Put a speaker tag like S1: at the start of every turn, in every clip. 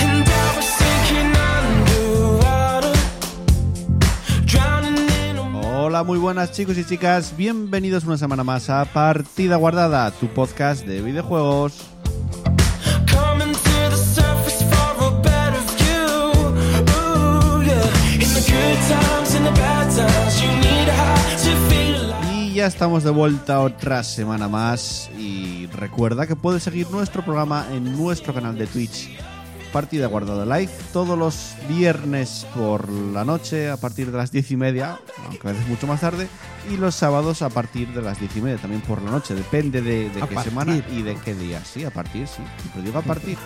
S1: And I was sinking underwater, drowning in a
S2: Hola, muy buenas chicos y chicas, bienvenidos una semana más a Partida Guardada, tu podcast de videojuegos.
S1: coming to the surface for a better view. Ooh, yeah. In the good times and the bad times, you need a high to feel alive.
S2: Y ya estamos de vuelta otra semana más y recuerda que puedes seguir nuestro programa en nuestro canal de Twitch. Partida Guardada Live todos los viernes por la noche a partir de las diez y media, aunque a veces mucho más tarde, y los sábados a partir de las diez y media también por la noche, depende de, de
S3: A
S2: qué
S3: partir.
S2: semana y de qué día. Sí, a partir, sí, pero digo a partir.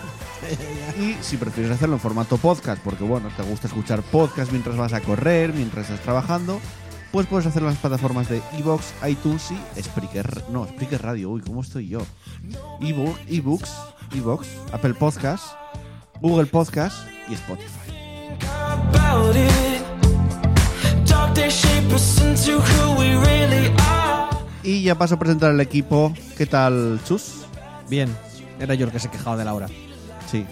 S2: Y si prefieres hacerlo en formato podcast, porque bueno, te gusta escuchar podcast mientras vas a correr, mientras estás trabajando, pues puedes hacerlo en las plataformas de Evox, iTunes y Spreaker. No, Spreaker Radio, uy, ¿cómo estoy yo? Ebo- Ebooks, Evox, Apple Podcast, Google Podcast y Spotify.
S1: Think about it. Dark days shape us into who we really are.
S2: Y ya paso a presentar al equipo. ¿Qué tal, Chus?
S3: Bien, era yo el que se quejaba de la hora.
S2: Sí.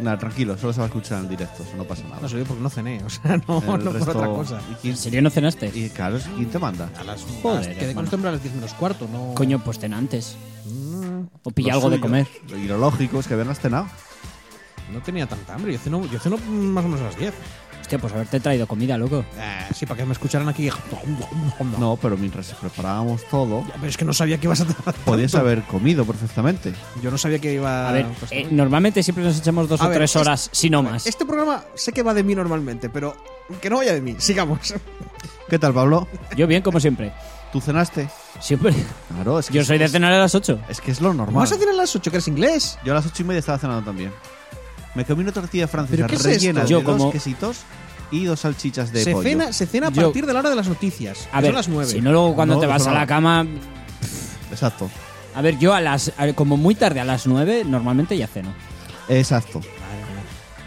S2: Nada, tranquilo, solo se va a escuchar en el directo, eso no pasa nada.
S3: No soy yo porque no cené, o sea, no,
S2: El
S3: no por
S2: resto-
S3: otra cosa.
S2: ¿Y quién,
S4: ¿En serio no cenaste?
S2: y, claro, ¿quién te manda?
S4: Joder,
S3: Quedé con
S4: hermano.
S3: este hombre a las 10 menos cuarto, no.
S4: Coño, pues ten antes. O pilla
S2: Lo
S4: algo de
S2: suyo.
S4: comer.
S2: Y lo lógico es que habían cenado.
S3: No tenía tanta hambre, yo ceno, yo ceno más o menos a las 10.
S4: Hostia, pues haberte traído comida, loco.
S3: Eh, sí, para que me escucharan aquí. No.
S2: No, pero mientras preparábamos todo,
S3: Pero es que no sabía que ibas a tardar tanto.
S2: podías haber comido perfectamente.
S3: Yo no sabía que iba
S4: A ver,
S3: pues,
S4: eh, normalmente siempre nos echamos dos
S3: A
S4: o
S3: ver,
S4: tres
S3: es-
S4: horas, si no
S3: a ver,
S4: más.
S3: Este programa sé que va de mí normalmente, pero que no vaya de mí. Sigamos.
S2: ¿Qué tal, Pablo?
S4: Yo bien, como siempre.
S2: ¿Tú cenaste?
S4: Siempre.
S2: Claro, es que,
S4: Yo soy de cenar a las 8.
S2: es, que es lo normal.
S3: Vas a cenar a las 8 que eres inglés.
S2: Yo a las ocho y media estaba cenando también. Me comí una tortilla francesa
S3: ¿Pero qué es
S2: rellena
S3: esto?
S2: de
S4: Yo
S2: dos
S4: como-
S2: quesitos y dos salchichas de
S3: Se
S2: pollo.
S3: cena, se cena a
S4: Yo-
S3: partir de la hora de las noticias.
S4: A
S3: que
S4: ver,
S3: son las 9.
S4: si no luego cuando
S2: No,
S4: te
S2: no
S4: vas
S2: son
S4: a la
S2: las-
S4: cama...
S2: Exacto.
S4: A ver, yo a las... a- como muy tarde, a las 9, normalmente ya ceno.
S2: Exacto.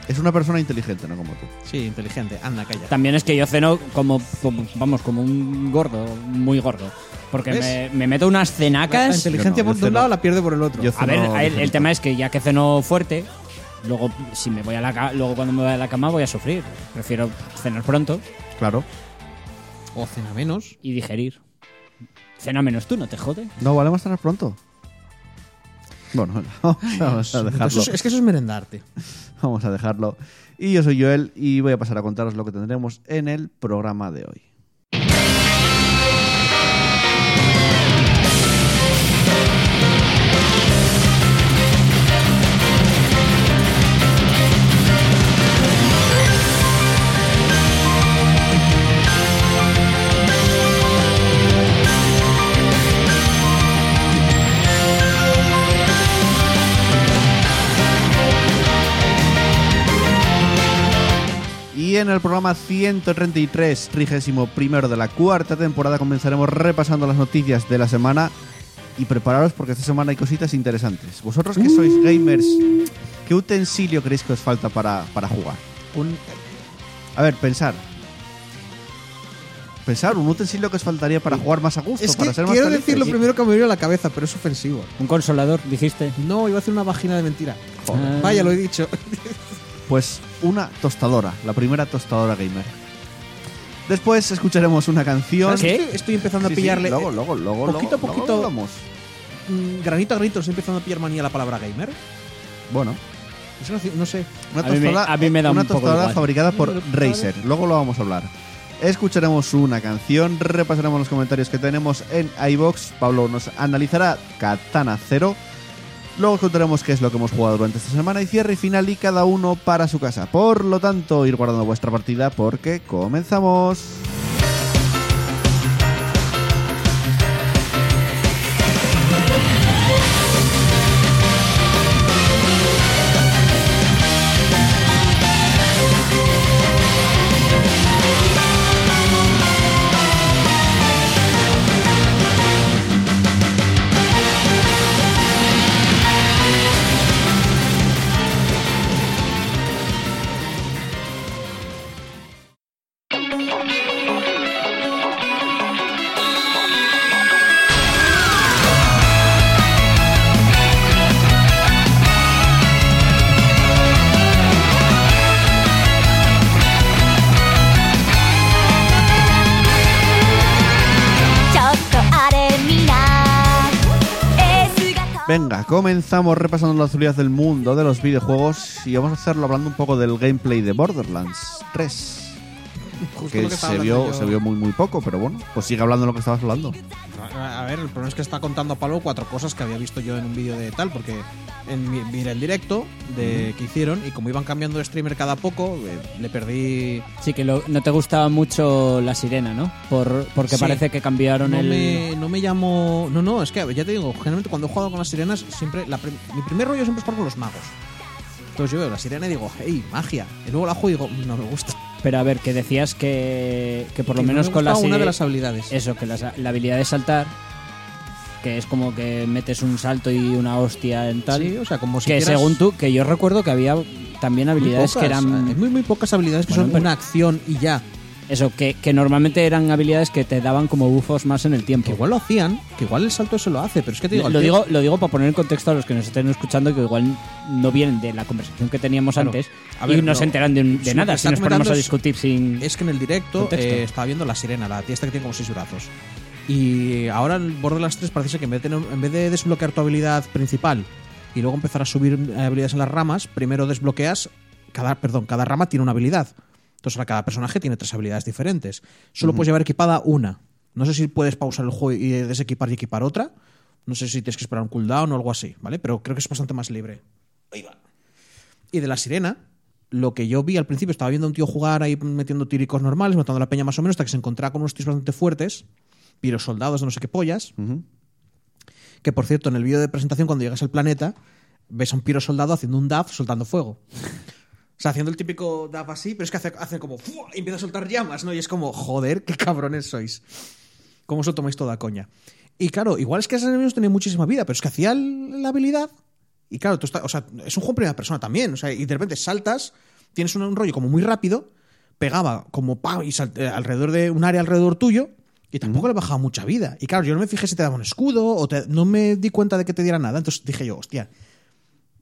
S2: Es una persona inteligente, no como tú.
S3: Sí, inteligente. Anda, calla.
S4: También es que yo ceno como, como- vamos, como un gordo, muy gordo. Porque
S3: ¿Ves?
S4: me, me meto unas
S3: La
S4: cenacas...
S3: inteligencia
S2: Yo no, yo
S3: por de un
S2: ceno-
S3: lado la pierde por el otro.
S2: yo
S4: A ver,
S2: Ceno
S4: el, el
S2: diferente.
S4: tema es que ya que ceno fuerte, luego si me voy a la ca- luego cuando me voy a la cama voy a sufrir. Prefiero cenar pronto
S2: Claro.
S3: O cena menos.
S4: y digerir. Cena menos tú, no te jode.
S2: No, vale, vamos a cenar pronto. Bueno, vamos a dejarlo.
S3: Eso es, es que eso es merendarte.
S2: Vamos a dejarlo. Y yo soy Joel y voy a pasar a contaros lo que tendremos en el programa de hoy. Y en el programa 133, trigésimo primero de la cuarta temporada, comenzaremos repasando las noticias de la semana. Y prepararos porque esta semana hay cositas interesantes. Vosotros que
S3: Mm.
S2: sois gamers, ¿qué utensilio creéis que os falta para, para jugar?
S3: Un-
S2: A ver, pensar. Pensar, un utensilio que os faltaría para jugar más a gusto,
S3: es
S2: para
S3: que
S2: ser más
S3: quiero
S2: felices.
S3: decir lo primero que me vino a la cabeza, pero es ofensivo.
S4: Un consolador, dijiste.
S3: No, iba a hacer una vagina de mentira.
S2: Ah.
S4: Joder.
S3: Vaya, lo he dicho.
S2: Oh, Pues una tostadora, la primera tostadora gamer. Después escucharemos una canción.
S4: ¿Qué?
S3: Estoy, estoy empezando
S2: Sí,
S3: a
S2: sí,
S3: pillarle.
S2: luego, luego, luego,
S3: poquito
S2: luego,
S3: a poquito.
S2: luego hablamos.
S3: mm, Granito a granito, estoy empezando a pillar manía a la palabra gamer.
S2: Bueno,
S3: Eso no, no sé.
S2: una
S4: A mí me-
S2: tostadora,
S4: a mí me da
S2: una
S4: un poco
S2: tostadora
S4: igual.
S2: fabricada por
S3: Pero, ¿sabes?
S2: Razer. Luego lo vamos a hablar. Escucharemos una canción, repasaremos los comentarios que tenemos en iBox. Pablo nos analizará Katana Zero. Luego os contaremos qué es lo que hemos jugado durante esta semana y cierre y final y cada uno para su casa. Por lo tanto, ir guardando vuestra partida porque comenzamos. Venga, comenzamos repasando la actualidad del mundo de los videojuegos y vamos a hacerlo hablando un poco del gameplay de Borderlands 3.
S3: Justo
S2: que
S3: lo que estaba
S2: se
S3: hablando
S2: vio,
S3: yo.
S2: se vio muy muy poco, pero bueno, pues sigue hablando lo que estabas hablando.
S3: A a ver, el problema es que está contando a Pablo cuatro cosas que había visto yo en un vídeo de tal, porque en, mi- miré el directo de que hicieron y como iban cambiando de streamer cada poco, eh, le perdí.
S4: Sí, que lo- no te gustaba mucho la sirena, ¿no? Por, porque
S3: Sí.
S4: parece que cambiaron
S3: No
S4: el.
S3: me, no me llamo. No, no, es que ya te digo, generalmente cuando he jugado con las sirenas, siempre. la prim- mi primer rollo siempre es jugar con los magos. Entonces yo veo la sirena y digo, hey, magia. Y luego la juego y digo, no me gusta.
S4: Pero a ver, que decías que, que por lo
S3: Que no
S4: menos
S3: me
S4: con la
S3: gustaba una
S4: sire-
S3: de las habilidades.
S4: Eso, que las- la, habilidad de saltar, que es como que metes un salto y una hostia en tal.
S3: Sí, o sea, como si
S4: que
S3: quieras-
S4: según tú, que yo recuerdo que había también
S3: Muy
S4: habilidades que
S3: pocas,
S4: eran.
S3: Hay muy, muy pocas habilidades que
S4: Bueno,
S3: son
S4: pero-
S3: una acción y ya.
S4: Eso, que, que normalmente eran habilidades que te daban como bufos más en el tiempo.
S3: Que igual lo hacían, que igual el salto se lo hace, pero es que te digo.
S4: Lo-
S3: el
S4: lo,
S3: tío-
S4: digo, lo digo para poner en contexto a los que nos estén escuchando que igual no vienen de la conversación que teníamos
S3: Claro.
S4: antes
S3: A ver,
S4: y no
S3: no.
S4: se enteran de, un- de
S3: Sí, lo
S4: nada
S3: que
S4: si
S3: está
S4: nos ponemos
S3: comentando
S4: a
S3: es-
S4: discutir sin...
S3: Es que en el directo
S4: Mm. Contexto.
S3: eh, estaba viendo la sirena, la tía esta que tiene como seis brazos. Y ahora el Borderlands 3 parece ser que en vez, de, tener- en vez de desbloquear tu habilidad principal y luego empezar a subir eh, habilidades en las ramas, primero desbloqueas. Cada, perdón, cada rama tiene una habilidad. Entonces ahora cada personaje tiene tres habilidades diferentes. Solo puedes llevar equipada una. No sé si puedes pausar el juego y eh, desequipar y equipar otra. No sé si tienes que esperar un cooldown o algo así, ¿vale? Pero creo que es bastante más libre. Ahí va. Y de la sirena, lo que yo vi al principio, estaba viendo a un tío jugar ahí metiendo tiricos normales, matando a la peña más o menos, hasta que se encontraba con unos tíos bastante fuertes, pero soldados de no sé qué pollas. Que por cierto, en el vídeo de presentación, cuando llegas al planeta, ves a un piro soldado haciendo un daf soltando fuego. O sea, haciendo el típico daf así, pero es que hace, hace como ¡fua! y empieza a soltar llamas, ¿no? Y es como, joder, qué cabrones sois. ¿Cómo os lo tomáis toda coña? Y claro, igual es que esos enemigos tenían muchísima vida, pero es que hacía el- la habilidad. Y claro, tú estás, o sea, es un juego en primera persona también. O sea, y de repente saltas, tienes un, un rollo como muy rápido, pegaba como pa y sal- eh, alrededor de un área alrededor tuyo. Y tampoco le bajaba mucha vida. Y claro, yo no me fijé si te daba un escudo o te- no me di cuenta de que te diera nada. Entonces dije yo, hostia,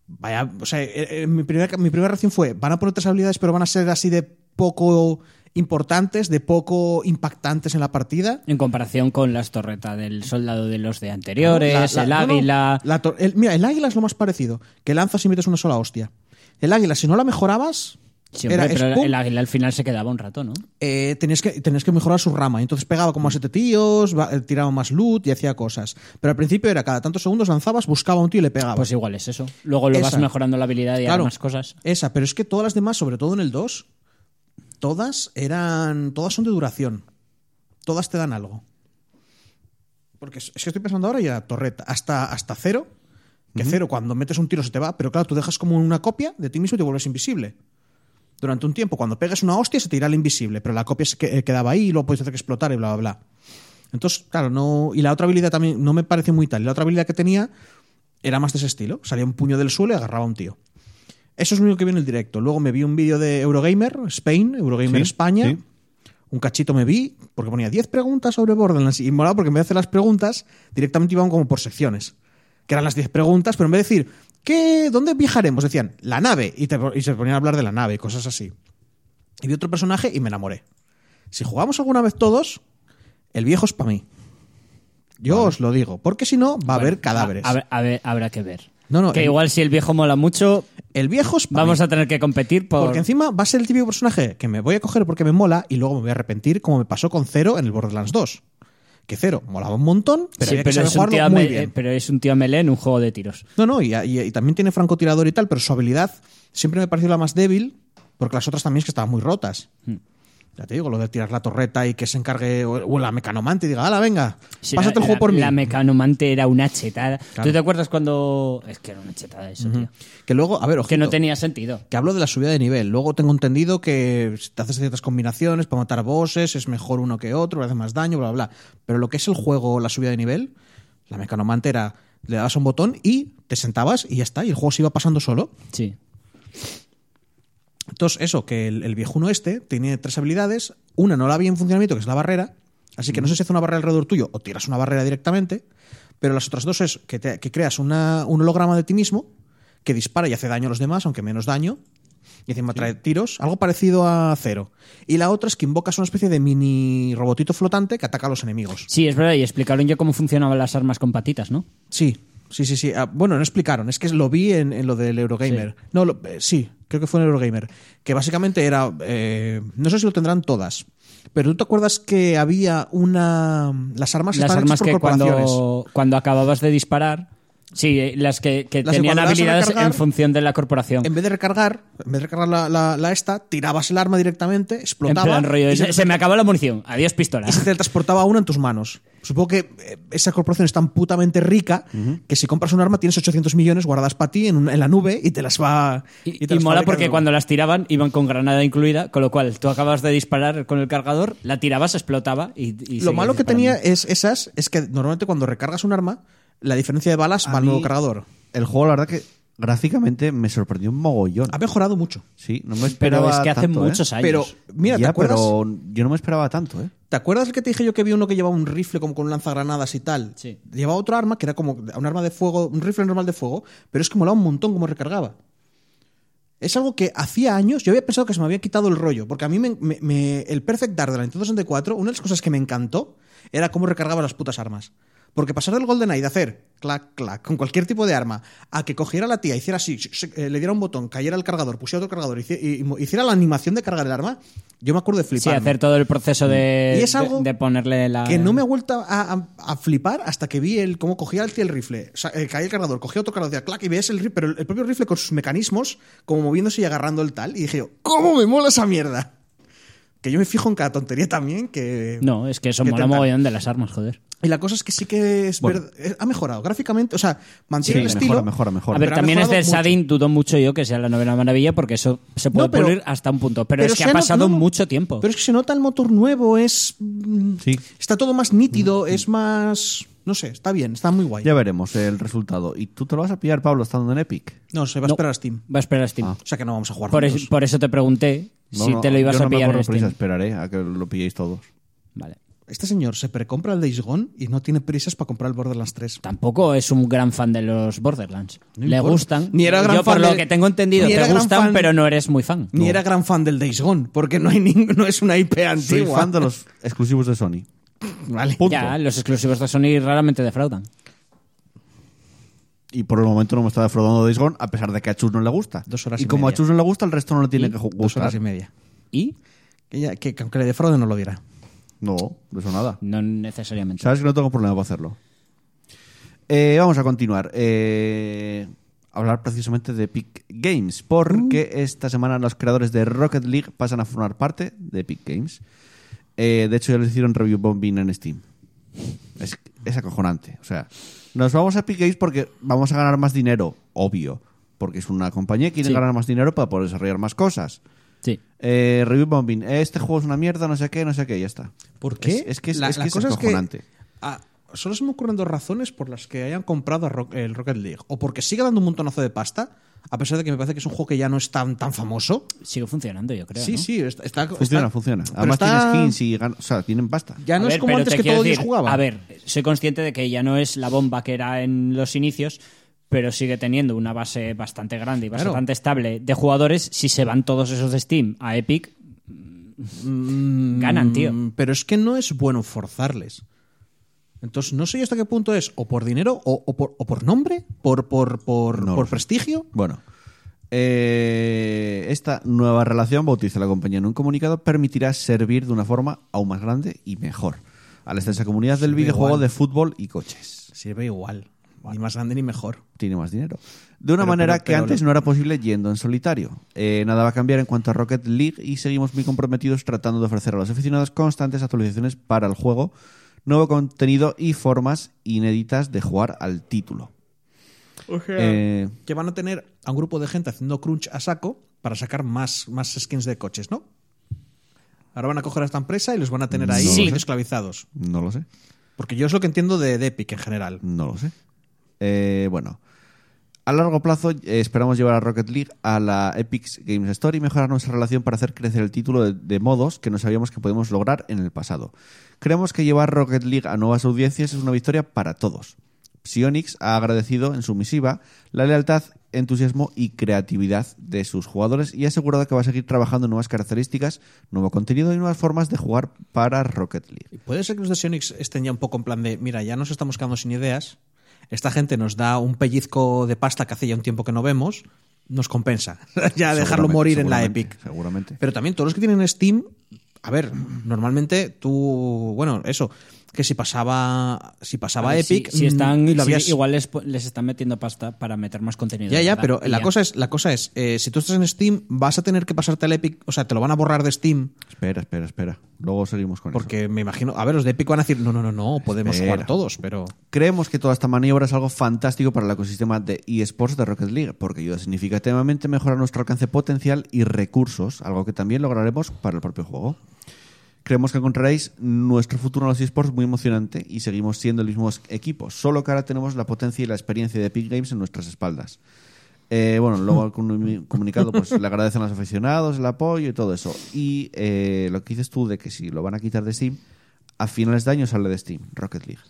S3: Vaya, o sea, eh, eh, mi, primera, mi primera reacción fue, van a poner otras habilidades, pero van a ser así de poco importantes, de poco impactantes en la partida.
S4: En comparación con las torretas del soldado de los de anteriores,
S3: La-
S4: el
S3: la- no, no.
S4: águila...
S3: La tor- el- mira, el águila es lo más parecido, que lanzas y metes una sola hostia. El águila, si no la mejorabas,
S4: Sí,
S3: era
S4: hombre, pero
S3: spum,
S4: el águila al final se quedaba un rato, ¿no?
S3: eh, tenías, que, tenías que mejorar su rama. Y Entonces pegaba como a siete tíos, va- eh, tiraba más loot y hacía cosas. Pero al principio era cada tantos segundos lanzabas, buscaba a un tío y le pegaba.
S4: Pues igual es eso. Luego lo vas
S3: Ah, Esa.
S4: mejorando la habilidad y
S3: Claro,
S4: más cosas.
S3: Esa, pero es que todas las demás, sobre todo en el 2, todas eran. Todas son de duración. Todas te dan algo. Porque es es que estoy pensando ahora ya torreta. Hasta, hasta cero. Que cero, cuando metes un tiro se te va, pero claro, tú dejas como una copia de ti mismo y te vuelves invisible. Durante un tiempo, cuando pegas una hostia, se te irá el invisible, pero la copia se que- eh, quedaba ahí y luego puedes hacer que explotar y bla, bla, bla. Entonces, claro, no. Y la otra habilidad también no me parece muy tal. Y La otra habilidad que tenía era más de ese estilo. Salía un puño del suelo y agarraba a un tío. Eso es lo único que vi en el directo. Luego me vi un vídeo de Eurogamer, Spain, Eurogamer
S2: Sí,
S3: España.
S2: sí.
S3: Un cachito me vi, porque ponía 10 preguntas sobre Borderlands. Y morado porque en vez de hacer las preguntas, directamente iban como por secciones. Que eran las 10 preguntas, pero en vez de decir, ¿qué, ¿dónde viajaremos? Decían, la nave. Y, te- y se ponían a hablar de la nave y cosas así. Y vi otro personaje y me enamoré. Si jugamos alguna vez todos, el viejo es para mí. Yo os lo digo, porque si no, va a haber cadáveres.
S4: A, ver- a ver- habrá que ver.
S3: No, no,
S4: que
S3: el-
S4: igual si el viejo mola mucho,
S3: El viejo es pa'
S4: vamos
S3: mí.
S4: a tener que competir por...
S3: Porque encima va a ser el típico personaje que me voy a coger porque me mola y luego me voy a arrepentir, como me pasó con Cero en el Borderlands 2. Que Cero molaba un montón, pero
S4: Sí,
S3: había que saber
S4: es un tío
S3: jugarlo muy
S4: me- eh,
S3: bien.
S4: pero es un tío melee en un juego de tiros.
S3: No, no, y, y- y también tiene francotirador y tal, pero su habilidad siempre me pareció la más débil, porque las otras también es que estaban muy rotas.
S4: Hmm.
S3: Ya te digo, lo de tirar la torreta y que se encargue, o, o la mecanomante y diga, ¡hala, venga!
S4: Sí,
S3: pásate
S4: la-
S3: el juego
S4: la-
S3: por mí.
S4: La mecanomante era una chetada.
S3: Claro.
S4: ¿Tú te acuerdas cuando...? Es que era una chetada eso, tío.
S3: Que luego, a ver, ojito,
S4: Que no tenía sentido.
S3: que hablo de la subida de nivel. Luego tengo entendido que si te haces ciertas combinaciones para matar bosses, es mejor uno que otro, le hace más daño, bla, bla, bla. Pero lo que es el juego, la subida de nivel, la mecanomante era, le dabas a un botón y te sentabas y ya está, y el juego se iba pasando solo.
S4: Sí.
S3: Entonces, eso, que el, el viejuno este tiene tres habilidades. Una no la había en funcionamiento, que es la barrera. Así que no sé si hace una barrera alrededor tuyo o tiras una barrera directamente. Pero las otras dos es que, te- que creas una- un holograma de ti mismo que dispara y hace daño a los demás, aunque menos daño. Y encima trae tiros, algo parecido a cero. Y la otra es que invocas una especie de mini robotito flotante que ataca a los enemigos.
S4: Sí, es verdad, y explicaron ya cómo funcionaban las armas con patitas, ¿no?
S3: Sí, Sí, sí, sí. Ah, bueno, no explicaron. Es que lo vi en, en lo del Eurogamer. No, lo- eh, sí, creo que fue en Eurogamer. Que básicamente era. eh, no sé si lo tendrán todas. Pero tú te acuerdas que había una. Las armas
S4: las
S3: estaban
S4: armas
S3: hechas
S4: que
S3: Ah, por corporaciones.
S4: cuando, cuando acababas de disparar, sí, eh, las que, que
S3: Las que cuando le das
S4: tenían
S3: em- a
S4: habilidades
S3: recargar-
S4: en función de la corporación.
S3: En vez de recargar, en vez de recargar la, la- la esta, tirabas el arma directamente,
S4: En
S3: explotaba.
S4: plan rollo,
S3: y
S4: se, se me acabó la munición. Adiós, pistola.
S3: y se te transportaba una en tus manos. Supongo que eh, esa corporación es tan putamente rica que si compras un arma tienes 800 millones guardadas para ti en, un- en la nube y te las va.
S4: Y,
S3: te
S4: y
S3: las
S4: mola
S3: fabrica
S4: porque
S3: luego.
S4: cuando las tiraban iban con granada incluida, con lo cual tú acabas de disparar con el cargador, la tirabas, explotaba y, y
S3: Lo
S4: seguías
S3: malo que tenía
S4: disparando.
S3: es esas es que normalmente cuando recargas un arma, la diferencia de balas
S2: A
S3: va al nuevo
S2: mí-
S3: cargador.
S2: El juego, la verdad que gráficamente me sorprendió un mogollón.
S3: Ha mejorado mucho.
S2: Sí, no me esperaba
S4: Pero es que hace
S2: tanto, ¿eh?
S4: muchos años.
S3: Pero, mira, ¿te
S2: Ya,
S3: acuerdas?
S2: pero yo no me esperaba tanto, ¿eh?
S3: ¿Te acuerdas el que te dije yo que vi uno que llevaba un rifle como con un lanzagranadas y tal?
S4: Sí.
S3: Llevaba otra arma que era como un arma de fuego, un rifle normal de fuego, pero es que molaba un montón como recargaba. Es algo que hacía años yo había pensado que se me había quitado el rollo, porque a mí me- me- me- el Perfect Dark de la Nintendo 64, una de las cosas que me encantó era cómo recargaba las putas armas. Porque pasar del GoldenEye de hacer clac, clac, con cualquier tipo de arma, a que cogiera la tía, hiciera así, sh- sh- eh, le diera un botón, cayera el cargador, pusiera otro cargador, hici- y- y mo- hiciera la animación de cargar el arma, yo me acuerdo de
S4: Sí,
S3: flipar.
S4: hacer todo el proceso de,
S3: Y es algo
S4: de, de ponerle la.
S3: Que no me ha vuelto a, a- a flipar hasta que vi el cómo cogía el tío el rifle. O sea, eh, caía el cargador, cogía otro cargador, decía, clac, y veías el rifle, pero el, el propio rifle con sus mecanismos, como moviéndose y agarrando el tal. Y dije, yo, ¿cómo me mola esa mierda? Que yo me fijo en cada tontería también, que...
S4: No, es que eso
S3: que
S4: mola
S3: tentar.
S4: mogollón de las armas, joder.
S3: Y la cosa es que sí que es
S2: Bueno.
S3: verdad- eh, ha mejorado gráficamente, o sea, mantiene el
S2: mejora,
S3: estilo.
S2: mejora, mejora.
S4: A ver,
S3: Pero ha
S4: también es de
S3: mejorado mucho.
S4: Sadin, dudo mucho yo que sea la novena maravilla, porque eso se puede
S3: No, pero-
S4: pulir hasta un punto. Pero, es que
S3: se
S4: ha
S3: no-
S4: pasado
S3: no,
S4: mucho tiempo.
S3: Pero es que se nota el motor nuevo, es... mm,
S2: Sí. Mm,
S3: Está todo más nítido, es más... No sé, está bien, está muy guay.
S2: Ya veremos el resultado. ¿Y tú te lo vas a pillar, Pablo, estando en Epic?
S3: No, se va a
S4: No.
S3: esperar a Steam.
S4: Va a esperar a Steam.
S2: Ah.
S3: O sea que no vamos a jugar
S4: por, es-
S3: juntos.
S4: por eso te pregunté
S2: No,
S4: si
S2: no,
S4: te lo ibas
S2: yo
S4: a
S2: no me
S4: pillar
S2: corro
S4: en
S2: prisa,
S4: Steam.
S2: esperaré a que lo pilléis todos.
S4: Vale.
S3: Este señor se precompra el Days Gone y no tiene prisas para comprar el Borderlands 3.
S4: Tampoco es un gran fan de los Borderlands.
S3: No
S4: Le
S3: importa.
S4: gustan.
S3: Ni era gran
S4: Yo,
S3: fan
S4: por lo
S3: de-
S4: que tengo entendido,
S3: Ni era
S4: te
S3: gran
S4: gustan,
S3: fan-
S4: pero no eres muy fan.
S3: Ni era gran fan del Days Gone, porque no, hay ning- no es una IP
S2: Soy
S3: antigua.
S2: fan de los exclusivos de Sony.
S3: Vale.
S2: Punto.
S4: Ya, los exclusivos de Sony raramente defraudan.
S2: Y por el momento no me está defraudando Days Gone, a pesar de que a Chus no le gusta.
S3: Dos horas
S2: y
S3: y
S2: como
S3: media.
S2: a Chus no le gusta, el resto no le tiene
S3: Y
S2: que ju- gustar.
S3: Dos horas y media.
S4: ¿Y?
S3: Que, ya- que- que aunque le defraude no lo dirá.
S2: No, de eso nada.
S4: No necesariamente.
S2: Sabes que no tengo problema para hacerlo. Eh, vamos a continuar. Eh, hablar precisamente de Epic Games, porque esta semana los creadores de Rocket League pasan a formar parte de Epic Games. Eh, de hecho, ya les hicieron review bombing en Steam. Es, es acojonante. O sea, nos vamos a Epic Games porque vamos a ganar más dinero, obvio. Porque es una compañía que quiere
S4: Sí.
S2: ganar más dinero para poder desarrollar más cosas.
S4: Sí.
S2: Eh, review bombing. Este juego es una mierda, no sé qué, no sé qué, ya está.
S3: ¿Por
S2: qué? Es- es que es- es que es acojonante.
S3: ah, solo se me ocurren dos razones por las que hayan comprado a Rock- el Rocket League. O porque sigue dando un montonazo de pasta, a pesar de que me parece que es un juego que ya no es tan, tan famoso.
S4: Sigue funcionando, yo creo.
S3: sí,
S4: ¿no?
S3: sí, está, está-
S2: Funciona,
S3: está-
S2: funciona.
S3: pero
S2: Además tiene
S3: está-
S2: skins y gan- o sea, tienen pasta.
S3: Ya
S4: A
S3: no es
S4: ver,
S3: como
S4: pero
S3: antes
S4: te
S3: que
S4: quiero
S3: todo Dios
S4: decir,
S3: jugaba.
S4: A ver, soy consciente de que ya no es la bomba que era en los inicios, pero sigue teniendo una base bastante grande y
S3: Claro.
S4: bastante estable de jugadores. Si se van todos esos de Steam a Epic, mm, ganan, tío.
S3: Mm, Pero es que no es bueno forzarles. Entonces, no sé yo hasta qué punto es, o por dinero, o, o por, o por nombre, por, por, por,
S2: No lo
S3: por
S2: sé.
S3: prestigio.
S2: Bueno, eh, esta nueva relación, bautiza la compañía en un comunicado, permitirá servir de una forma aún más grande y mejor a la extensa comunidad del
S3: Sirve
S2: videojuego
S3: igual.
S2: de fútbol y coches.
S3: Sirve igual. Ni más grande ni mejor.
S2: Tiene más dinero. De una
S3: Pero-
S2: manera
S3: pero-
S2: que
S3: pero
S2: antes
S3: lo-
S2: no era posible yendo en solitario. Eh, nada va a cambiar en cuanto a Rocket League y seguimos muy comprometidos tratando de ofrecer a los aficionados constantes actualizaciones para el juego, nuevo contenido y formas inéditas de jugar al título. Eh,
S3: Que van a tener a un grupo de gente haciendo crunch a saco para sacar más, más skins de coches, ¿no? Ahora van a coger a esta empresa y los van a tener ahí
S4: Sí.
S3: esclavizados.
S2: no lo sé.
S3: Porque yo es lo que entiendo de, de Epic en general.
S2: No lo sé. Eh, bueno, a largo plazo eh, esperamos llevar a Rocket League a la Epic Games Store y mejorar nuestra relación para hacer crecer el título de, de modos que no sabíamos que podíamos lograr en el pasado. Creemos que llevar Rocket League a nuevas audiencias es una victoria para todos. Psionix ha agradecido en su misiva la lealtad, entusiasmo y creatividad de sus jugadores y ha asegurado que va a seguir trabajando en nuevas características, nuevo contenido y nuevas formas de jugar para Rocket League.
S3: ¿Puede ser que los de Sionix estén ya un poco en plan de, mira, ya nos estamos quedando sin ideas, esta gente nos da un pellizco de pasta que hace ya un tiempo que no vemos, nos compensa ya dejarlo
S2: Seguramente,
S3: morir en la
S2: seguramente,
S3: Epic.
S2: Seguramente.
S3: Pero también todos los que tienen Steam, a ver, normalmente tú, bueno, eso, que si pasaba, si pasaba
S4: A ver,
S3: Epic,
S4: Si, si están,
S3: mm, lo
S4: si
S3: habías-
S4: igual les, po- les están metiendo pasta para meter más contenido.
S3: Ya, ya,
S4: ¿verdad?
S3: pero
S4: Y
S3: la
S4: ya.
S3: cosa es, la cosa es, eh, si tú estás en Steam, vas a tener que pasarte al Epic, o sea, te lo van a borrar de Steam,
S2: Espera, espera, espera. Luego seguimos con eso.
S3: porque me imagino, a ver, los de Epic van a decir, no, no, no, no, podemos
S2: Espera.
S3: jugar todos, pero
S2: Creemos que toda esta maniobra es algo fantástico para el ecosistema de eSports de Rocket League, porque ayuda significativamente a mejorar nuestro alcance potencial y recursos, algo que también lograremos para el propio juego. Creemos que encontraréis nuestro futuro en los eSports muy emocionante y seguimos siendo el mismo equipo, solo que ahora tenemos la potencia y la experiencia de Epic Games en nuestras espaldas. Eh, bueno, luego el comu- comunicado pues le agradecen a los aficionados el apoyo y todo eso. Y eh, lo que dices tú de que si lo van a quitar de Steam, a finales de año sale de Steam, Rocket League.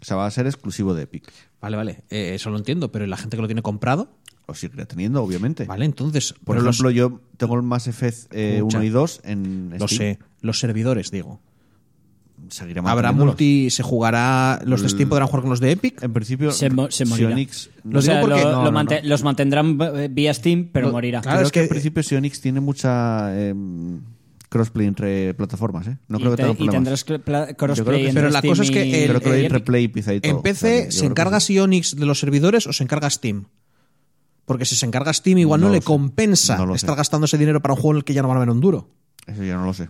S2: O sea, va a ser exclusivo de Epic.
S3: vale, vale, eh, eso lo entiendo, pero ¿y la gente que lo tiene comprado,
S2: Lo seguirá teniendo, obviamente.
S3: vale, entonces,
S2: Por
S3: pero
S2: ejemplo,
S3: los,
S2: yo tengo el Mass Effect eh,
S3: Escucha.
S2: 1 y 2 en Steam.
S3: lo sé, los servidores, digo,
S2: Seguirá
S3: habrá
S2: manteniéndolos.
S3: multi, se jugará, los de Steam podrán jugar con los de Epic,
S2: En principio,
S4: Se, mo- se morirá.
S2: Sionix...
S4: O sea,
S2: digo porque-
S4: lo-
S2: no,
S4: lo
S2: no, no.
S4: mante- Los mantendrán eh, vía Steam, pero
S3: No,
S4: morirá.
S3: claro,
S2: creo
S3: Ah, es
S2: que,
S3: que-
S2: en principio Sionix tiene mucha eh, crossplay entre plataformas, ¿eh? No creo que
S4: y, te-
S2: tenga
S4: y
S2: problemas.
S4: tendrás cl- pla-
S2: Yo creo
S4: crossplay
S2: que-
S4: entre
S3: pero la
S4: Steam
S3: cosa es que
S4: y-
S3: el-
S2: Creo que lo
S3: eh,
S2: hay
S3: Epic-
S2: replay pizza y todo.
S3: en
S2: O sea,
S3: PC
S2: yo creo
S3: se
S2: que
S3: encarga
S2: sí.
S3: Sionix de los servidores o se encarga Steam. Porque si se encarga Steam igual no,
S2: No lo
S3: le
S2: sé.
S3: compensa
S2: No lo
S3: estar
S2: sé.
S3: gastando ese dinero para un juego en el que ya no van a ver un duro.
S2: Eso ya no lo sé.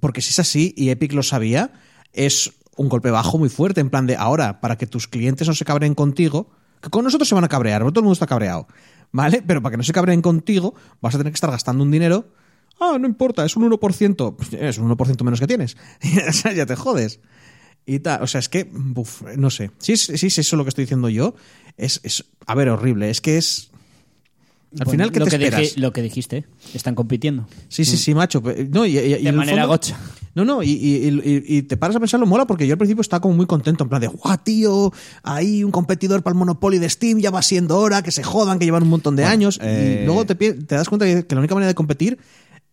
S3: Porque si es así, y Epic lo sabía, es un golpe bajo muy fuerte, en plan de ahora, para que tus clientes no se cabreen contigo, que con nosotros se van a cabrear, porque todo el mundo está cabreado, ¿vale? Pero para que no se cabreen contigo, vas a tener que estar gastando un dinero. Ah, no importa, es un 1%. Pues, Es un 1% menos que tienes. o sea, ya te jodes. Y tal, o sea, es que, buf, no sé. Si es, si es eso lo que estoy diciendo yo, es, es- a ver, horrible. Es que es. Al
S4: Bueno,
S3: final, ¿qué
S4: lo
S3: te
S4: que
S3: esperas?
S4: dije- lo que dijiste, están compitiendo.
S3: Sí, sí, sí, macho. Pe- No, y, y- y en el
S4: manera
S3: fondo-
S4: gocha.
S3: No, no, y, y- y- y te paras a pensarlo, mola, porque yo al principio estaba como muy contento, en plan de, guau, tío, ahí un competidor para el Monopoly de Steam, ya va siendo hora, que se jodan, que llevan un montón de años.
S2: eh,
S3: Y luego te, pi- te das cuenta que, que la única manera de competir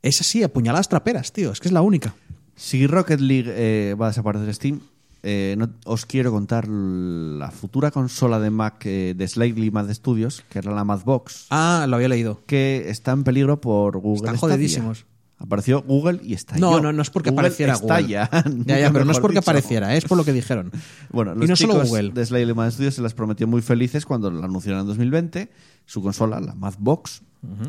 S3: es así, apuñaladas traperas, tío, es que es la única.
S2: Si Rocket League eh, va a desaparecer de Steam, eh, no- os quiero contar la futura consola de Mac eh, de Slightly Mad Studios, que era la Madbox,
S3: Ah, lo había leído.
S2: que está en peligro por Google.
S3: Están
S2: Stadia.
S3: jodidísimos.
S2: Apareció Google y está
S3: No, no, no es porque apareciera Google.
S2: Estalla,
S3: Ya, ya,
S2: nunca
S3: pero no es
S2: mejor
S3: porque
S2: dicho.
S3: apareciera, es por lo que dijeron.
S2: Bueno,
S3: Y
S2: los
S3: no solo
S2: chicos
S3: Google.
S2: de Slightly Mad Studios se las prometió muy felices cuando la anunciaron en 2020, su consola, la Madbox,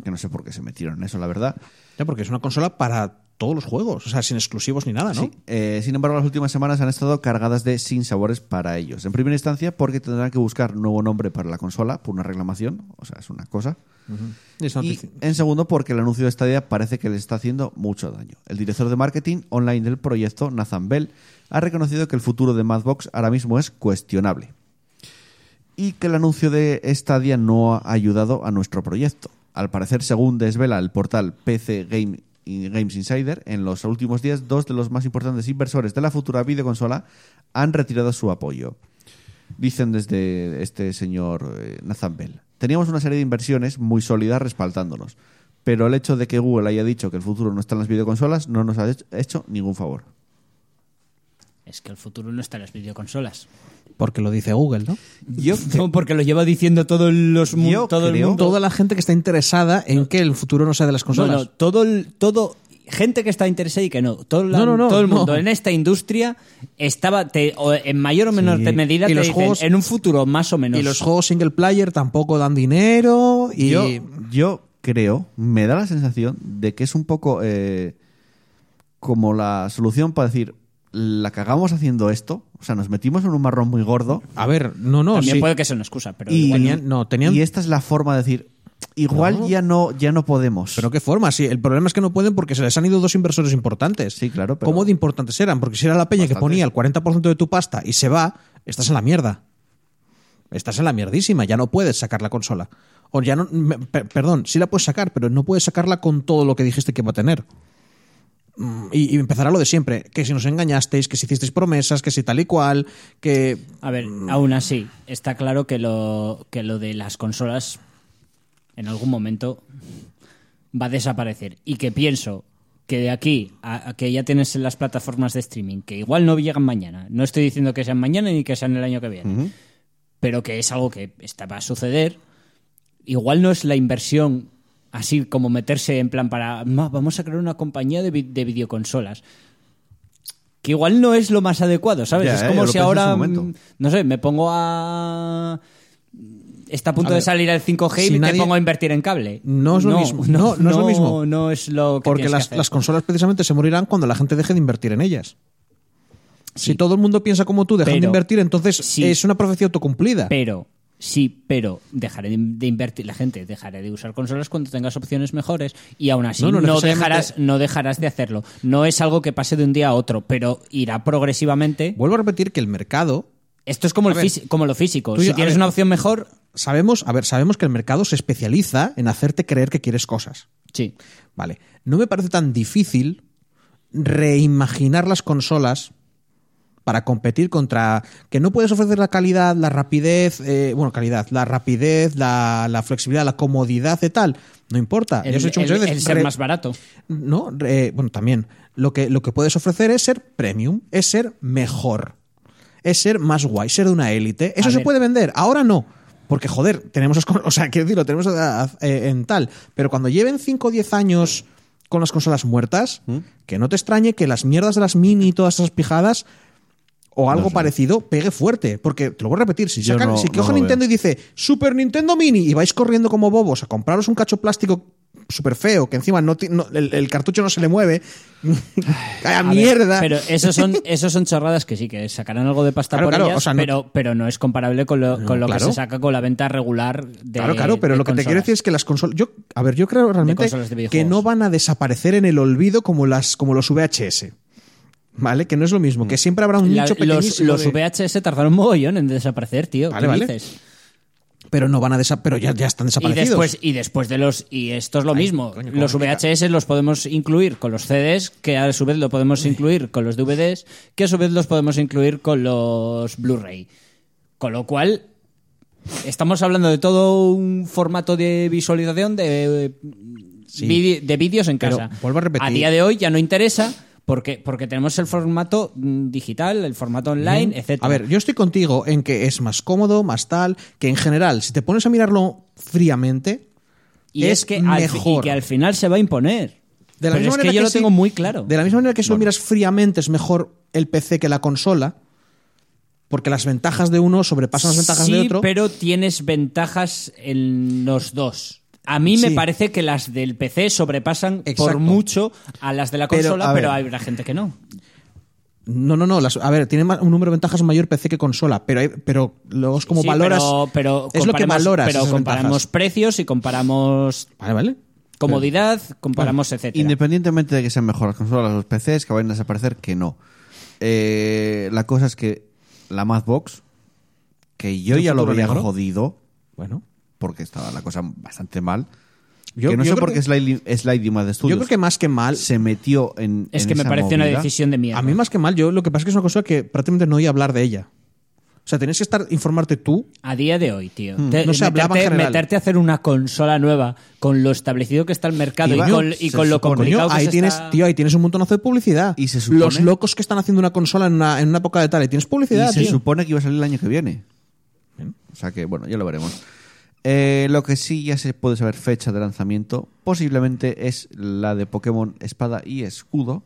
S2: que no sé por qué se metieron en eso, la verdad.
S3: Ya, porque es una consola para todos los juegos, o sea, sin exclusivos ni nada, ¿no?
S2: Sí. Eh, sin embargo, las últimas semanas han estado cargadas de sinsabores para ellos. En primera instancia, porque tendrán que buscar nuevo nombre para la consola por una reclamación, o sea, es una cosa.
S3: Eso no
S2: Y
S3: te-
S2: en segundo, porque el anuncio de Stadia parece que le está haciendo mucho daño. El director de marketing online del proyecto, Nathan Bell, ha reconocido que el futuro de Madbox ahora mismo es cuestionable y que el anuncio de Stadia no ha ayudado a nuestro proyecto. Al parecer, según desvela el portal PC Game Games Insider, en los últimos días dos de los más importantes inversores de la futura videoconsola han retirado su apoyo. Dicen desde este señor eh, Nathan Bell. Teníamos una serie de inversiones muy sólidas respaldándonos, pero el hecho de que Google haya dicho que el futuro no está en las videoconsolas no nos ha hecho- hecho ningún favor.
S4: Es que el futuro no está en las videoconsolas.
S3: Porque lo dice Google, ¿no?
S2: Yo
S4: No, porque lo lleva diciendo todos los mu-
S2: Yo
S4: todo el
S2: creo-
S4: mundo.
S3: Toda la gente que está interesada en que el futuro no sea de las
S4: No,
S3: consolas.
S4: no, todo el- todo gente que está interesada y que no, todo, la-
S3: No, no, no,
S4: todo el mundo
S3: no.
S4: en esta industria estaba te- o en mayor o menor
S3: Sí.
S4: medida
S3: Y
S4: te
S3: los
S4: dicen,
S3: juegos-
S4: en un futuro más o menos.
S3: Y los juegos single player tampoco dan dinero. Y
S2: Yo, yo creo, me da la sensación de que es un poco eh, como la solución para decir, la cagamos haciendo esto, o sea, nos metimos en un marrón muy gordo
S3: a ver, no, no.
S4: También
S3: sí.
S4: puede que sea una excusa, pero
S2: y,
S4: igual-
S3: tenían- no, tenían-
S2: y esta es la forma de decir, igual ya no ya no podemos.
S3: Pero qué forma, sí. El problema es que no pueden porque se les han ido dos inversores importantes.
S2: Sí, claro, pero-
S3: ¿Cómo de importantes eran? Porque si era la peña que ponía el 40% de tu pasta y se va, estás en la mierda. Estás en la mierdísima, ya no puedes sacar la consola. O ya no, me- per- perdón, sí la puedes sacar, pero no puedes sacarla con todo lo que dijiste que va a tener. Mm, Y, y empezará lo de siempre, que si nos engañasteis, que si hicisteis promesas, que si tal y cual, que...
S4: A ver, aún así, está claro que lo, que lo de las consolas en algún momento va a desaparecer. Y que pienso que de aquí a, a que ya tienes las plataformas de streaming, que igual no llegan mañana, no estoy diciendo que sean mañana ni que sean el año que viene, pero que es algo que está, va a suceder. Igual no es la inversión así como meterse en plan para "Ma, vamos a crear una compañía de, vi- de videoconsolas. Que igual no es lo más adecuado, ¿sabes?
S2: Ya,
S4: es
S2: eh,
S4: como
S2: yo lo
S4: si
S2: pensé en su
S4: ahora,
S2: momento.
S4: mm, no sé, me pongo a... Está a punto
S3: A
S4: de
S3: ver,
S4: salir el 5G y
S3: si
S4: me
S3: nadie-
S4: pongo a invertir en cable.
S3: No es lo mismo. No, no es lo mismo.
S4: No es lo que
S3: Porque
S4: tienes que
S3: las,
S4: hacer.
S3: las consolas precisamente se morirán cuando la gente deje de invertir en ellas. Si todo el mundo piensa como tú, dejan de
S4: Pero-
S3: invertir, entonces
S4: sí.
S3: es una profecía autocumplida.
S4: Pero, sí, pero dejaré de, de invertir, la gente dejará de usar consolas cuando tengas opciones mejores y aún así
S3: No,
S4: no,
S3: no necesariamente-
S4: dejarás, no dejarás de hacerlo. No es algo que pase de un día a otro, pero irá progresivamente.
S3: Vuelvo a repetir que el mercado,
S4: Esto es como, el
S3: ver,
S4: fisi- como lo físico.
S3: tú y yo-
S4: Si
S3: a
S4: tienes
S3: ver.
S4: una opción mejor,
S3: sabemos, a ver, sabemos que el mercado se especializa en hacerte creer que quieres cosas.
S4: sí.
S3: Vale. No me parece tan difícil reimaginar las consolas para competir contra que no puedes ofrecer la calidad, la rapidez, eh, bueno, calidad, la rapidez, la, la flexibilidad, la comodidad de tal. No importa.
S4: El,
S3: Yo os he dicho
S4: el-
S3: muchas veces,
S4: el ser
S3: re-
S4: más barato.
S3: No, eh, bueno, también. Lo que, lo que puedes ofrecer es ser premium, es ser mejor, es ser más guay, ser de una élite. Eso
S4: A
S3: se
S4: ver.
S3: puede vender, ahora no. Porque, joder, tenemos. las con- O sea, quiero decir, lo tenemos a- a- eh, en tal. Pero cuando lleven 5 o 10 años con las consolas muertas,
S4: ¿Mm?
S3: que no te extrañe que las mierdas de las mini y todas esas pijadas o algo parecido pegue fuerte. Porque, te lo voy a repetir, si,
S2: Yo
S3: sacan,
S2: no-
S3: si
S2: no
S3: coge
S2: lo
S3: Nintendo y dice Super Nintendo Mini y vais corriendo como bobos a compraros un cacho plástico súper feo, que encima no, ti- no- el, el cartucho no se le mueve, ¡calla
S4: A ver,
S3: mierda!
S4: Pero esos son, esos son chorradas que sí, que sacarán algo de pasta
S3: Claro,
S4: por
S3: claro,
S4: ellas,
S3: o sea, no- Mm,
S4: pero, pero no es comparable con lo, con lo
S3: claro.
S4: que se saca con la venta regular de
S3: claro, claro, pero
S4: de
S3: lo que te quiero
S4: consolas.
S3: decir es que las consolas. Yo, a ver, yo creo realmente
S4: consolas de
S3: que
S4: videojuegos.
S3: no van a desaparecer en el olvido como, las, como los VHS. ¿Vale? Que no es lo mismo, que siempre habrá un
S4: Mm. La-
S3: nicho
S4: los,
S3: pequeñísimo
S4: los
S3: de-
S4: VHS tardaron un mogollón en desaparecer, tío.
S3: Vale,
S4: ¿Qué
S3: vale.
S4: dices?
S3: Pero no van a desa- pero ya, ya están
S4: Y
S3: desaparecidos.
S4: después, y después de los. Y esto es lo mismo.
S3: coño, cómo
S4: los
S3: me pica.
S4: VHS los podemos incluir con los CDs, que a su vez lo podemos incluir con los DVDs, que a su vez los podemos incluir con los Blu-ray. Con lo cual, estamos hablando de todo un formato de visualización de vide- de vídeos en
S3: Pero,
S4: casa.
S3: vuelvo a repetir.
S4: día de hoy ya no interesa. Porque, porque tenemos el formato mm, digital, el formato online, etc.
S3: A ver, yo estoy contigo en que es más cómodo, más tal, que en general, si te pones a mirarlo fríamente,
S4: y
S3: es
S4: es, que al, fi-
S3: mejor.
S4: y que al final se va a imponer.
S3: de la
S4: Pero
S3: misma
S4: es que
S3: manera
S4: yo lo
S3: si-
S4: tengo muy claro.
S3: De la misma manera que si lo miras fríamente es mejor el PC que la consola, porque las ventajas de uno sobrepasan las ventajas
S4: sí,
S3: de otro.
S4: pero tienes ventajas en los dos. A mí me
S3: Sí.
S4: parece que las del PC sobrepasan
S3: Exacto.
S4: por mucho a las de la
S3: Pero,
S4: consola,
S3: a ver.
S4: pero, habrá gente que no.
S3: No, no, no. las- a ver, tiene ma- un número de ventajas mayor PC que consola, pero, hay- pero luego es como
S4: Sí,
S3: valoras.
S4: pero, pero
S3: es lo que
S4: comparamos-
S3: valoras.
S4: Pero
S3: esas
S4: comparamos
S3: ventajas.
S4: precios y comparamos
S3: Vale, vale.
S4: comodidad, comparamos etcétera.
S2: Independientemente de que sean mejor las consolas o los PCs, que vayan a desaparecer, que no. Eh, la cosa es que la Madbox, que yo
S3: ¿De un
S2: ya lo
S3: futuro
S2: veía
S3: negro?
S2: jodido,
S3: Bueno.
S2: porque estaba la cosa bastante mal.
S3: Yo-
S2: que no
S3: yo
S2: sé
S3: creo
S2: por qué
S3: que-
S2: Sly, Sly Dima de
S3: Yo
S2: Studios
S3: creo que más que mal.
S2: se metió en.
S4: es
S2: en
S4: que me
S2: esa
S4: parece una
S2: movida.
S4: decisión de mierda.
S3: A mí más que mal, yo lo que pasa es que es una cosa que prácticamente no oí hablar de ella. O sea, tenías que estar informarte tú.
S4: A día de hoy, tío.
S3: Hmm. No
S4: Te-
S3: se hablaba en
S4: meterte,
S3: general.
S4: meterte a hacer una consola nueva con lo establecido que está el mercado y,
S2: Iba-
S4: con, y
S2: se
S4: con lo
S2: supone.
S4: complicado
S3: Coño,
S4: que
S3: ahí
S4: se
S3: tienes,
S4: está-
S3: tío, ahí tienes un montonazo de publicidad.
S2: Y se supone-
S3: Los locos que están haciendo una consola en una, en una época de tal, y tienes publicidad,
S2: Y se
S3: tío.
S2: supone que iba a salir el año que viene. O sea que, bueno, ya lo veremos. Eh, lo que sí ya se puede saber fecha de lanzamiento, posiblemente es la de Pokémon Espada y Escudo,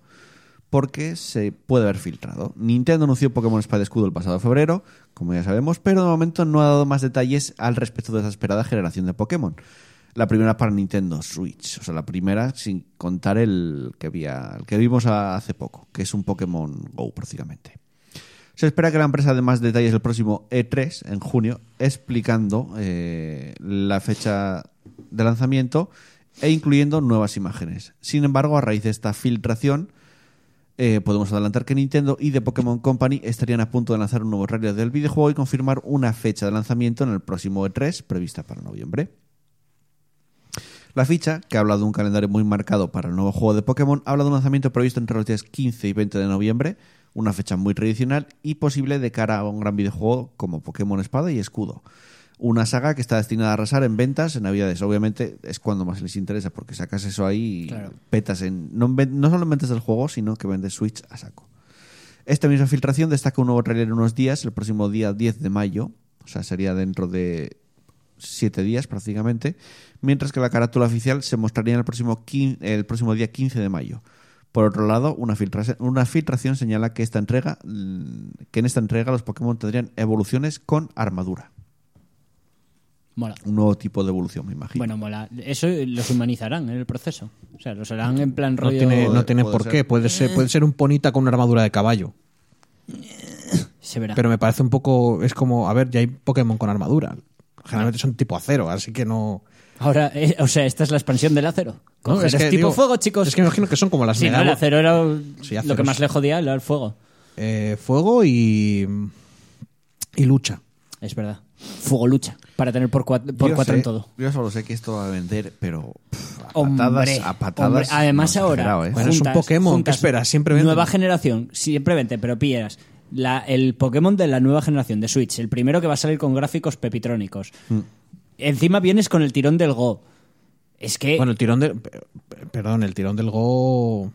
S2: porque se puede haber filtrado. Nintendo anunció Pokémon Espada y Escudo el pasado febrero, como ya sabemos, pero de momento no ha dado más detalles al respecto de esa esperada generación de Pokémon. La primera para Nintendo Switch, o sea, la primera sin contar el que, había, el que vimos a- hace poco, que es un Pokémon Go prácticamente. Se espera que la empresa dé más detalles el próximo E3, en junio, explicando eh, la fecha de lanzamiento e incluyendo nuevas imágenes. Sin embargo, a raíz de esta filtración, eh, podemos adelantar que Nintendo y The Pokémon Company estarían a punto de lanzar un nuevo horario del videojuego y confirmar una fecha de lanzamiento en el próximo E3, prevista para noviembre. La ficha, que habla de un calendario muy marcado para el nuevo juego de Pokémon, habla de un lanzamiento previsto entre los días 15 y 20 de noviembre, una fecha muy tradicional y posible de cara a un gran videojuego como Pokémon Espada y Escudo. Una saga que está destinada a arrasar en ventas en Navidades. Obviamente es cuando más les interesa, porque sacas eso ahí y
S4: Claro.
S2: petas en. No, en ven- no solo en ventas del juego, sino que vendes Switch a saco. Esta misma filtración destaca un nuevo trailer en unos días, el próximo día 10 de mayo, O sea, sería dentro de siete días prácticamente. Mientras que la carátula oficial se mostraría el próximo, quin- el próximo día 15 de mayo. Por otro lado, una, filtra- una filtración señala que, esta entrega, mm, que en esta entrega los Pokémon tendrían evoluciones con armadura.
S4: Mola.
S2: Un nuevo tipo de evolución, me imagino.
S4: Bueno, mola. Eso eh, los humanizarán en el proceso. O sea, los harán en plan
S3: No
S4: rollo.
S3: tiene, no
S2: Puede-
S3: tiene
S2: puede
S3: por
S2: ser.
S3: qué. Puede ser, puede ser un ponita con una armadura de caballo.
S4: Se verá.
S3: Pero me parece un poco. Es como, a ver, ya hay Pokémon con armadura. Generalmente son tipo acero, así que no.
S4: Ahora, eh, o sea, esta es la expansión del acero.
S3: no,
S4: Coger, es tipo
S3: digo,
S4: fuego, chicos.
S3: Es que me imagino que son como las
S4: Sí, no, el
S3: Megabol-
S4: acero era
S3: Sí,
S4: lo
S3: aceros.
S4: que más le jodía, era el fuego.
S3: eh, Fuego y. Y lucha.
S4: Es verdad. Fuego lucha. Para tener por, cua- por
S2: Yo
S4: cuatro
S3: eh.
S2: sé-
S4: en todo.
S2: Yo solo sé que esto va a vender, pero pff, a
S4: Hombre,
S2: patadas, a patadas.
S4: hombre. Además
S2: no,
S4: ahora.
S2: exagerado, ¿eh?
S3: Bueno, es un Pokémon, ¿qué esperas? Siempre venden.
S4: Nueva generación, siempre vente, pero pillas. La, el Pokémon de la nueva generación de Switch, el primero que va a salir con gráficos pepitrónicos.
S3: Mm.
S4: Encima vienes con el tirón del Go. Es que
S3: Bueno, el tirón del. Perdón, el tirón del Go.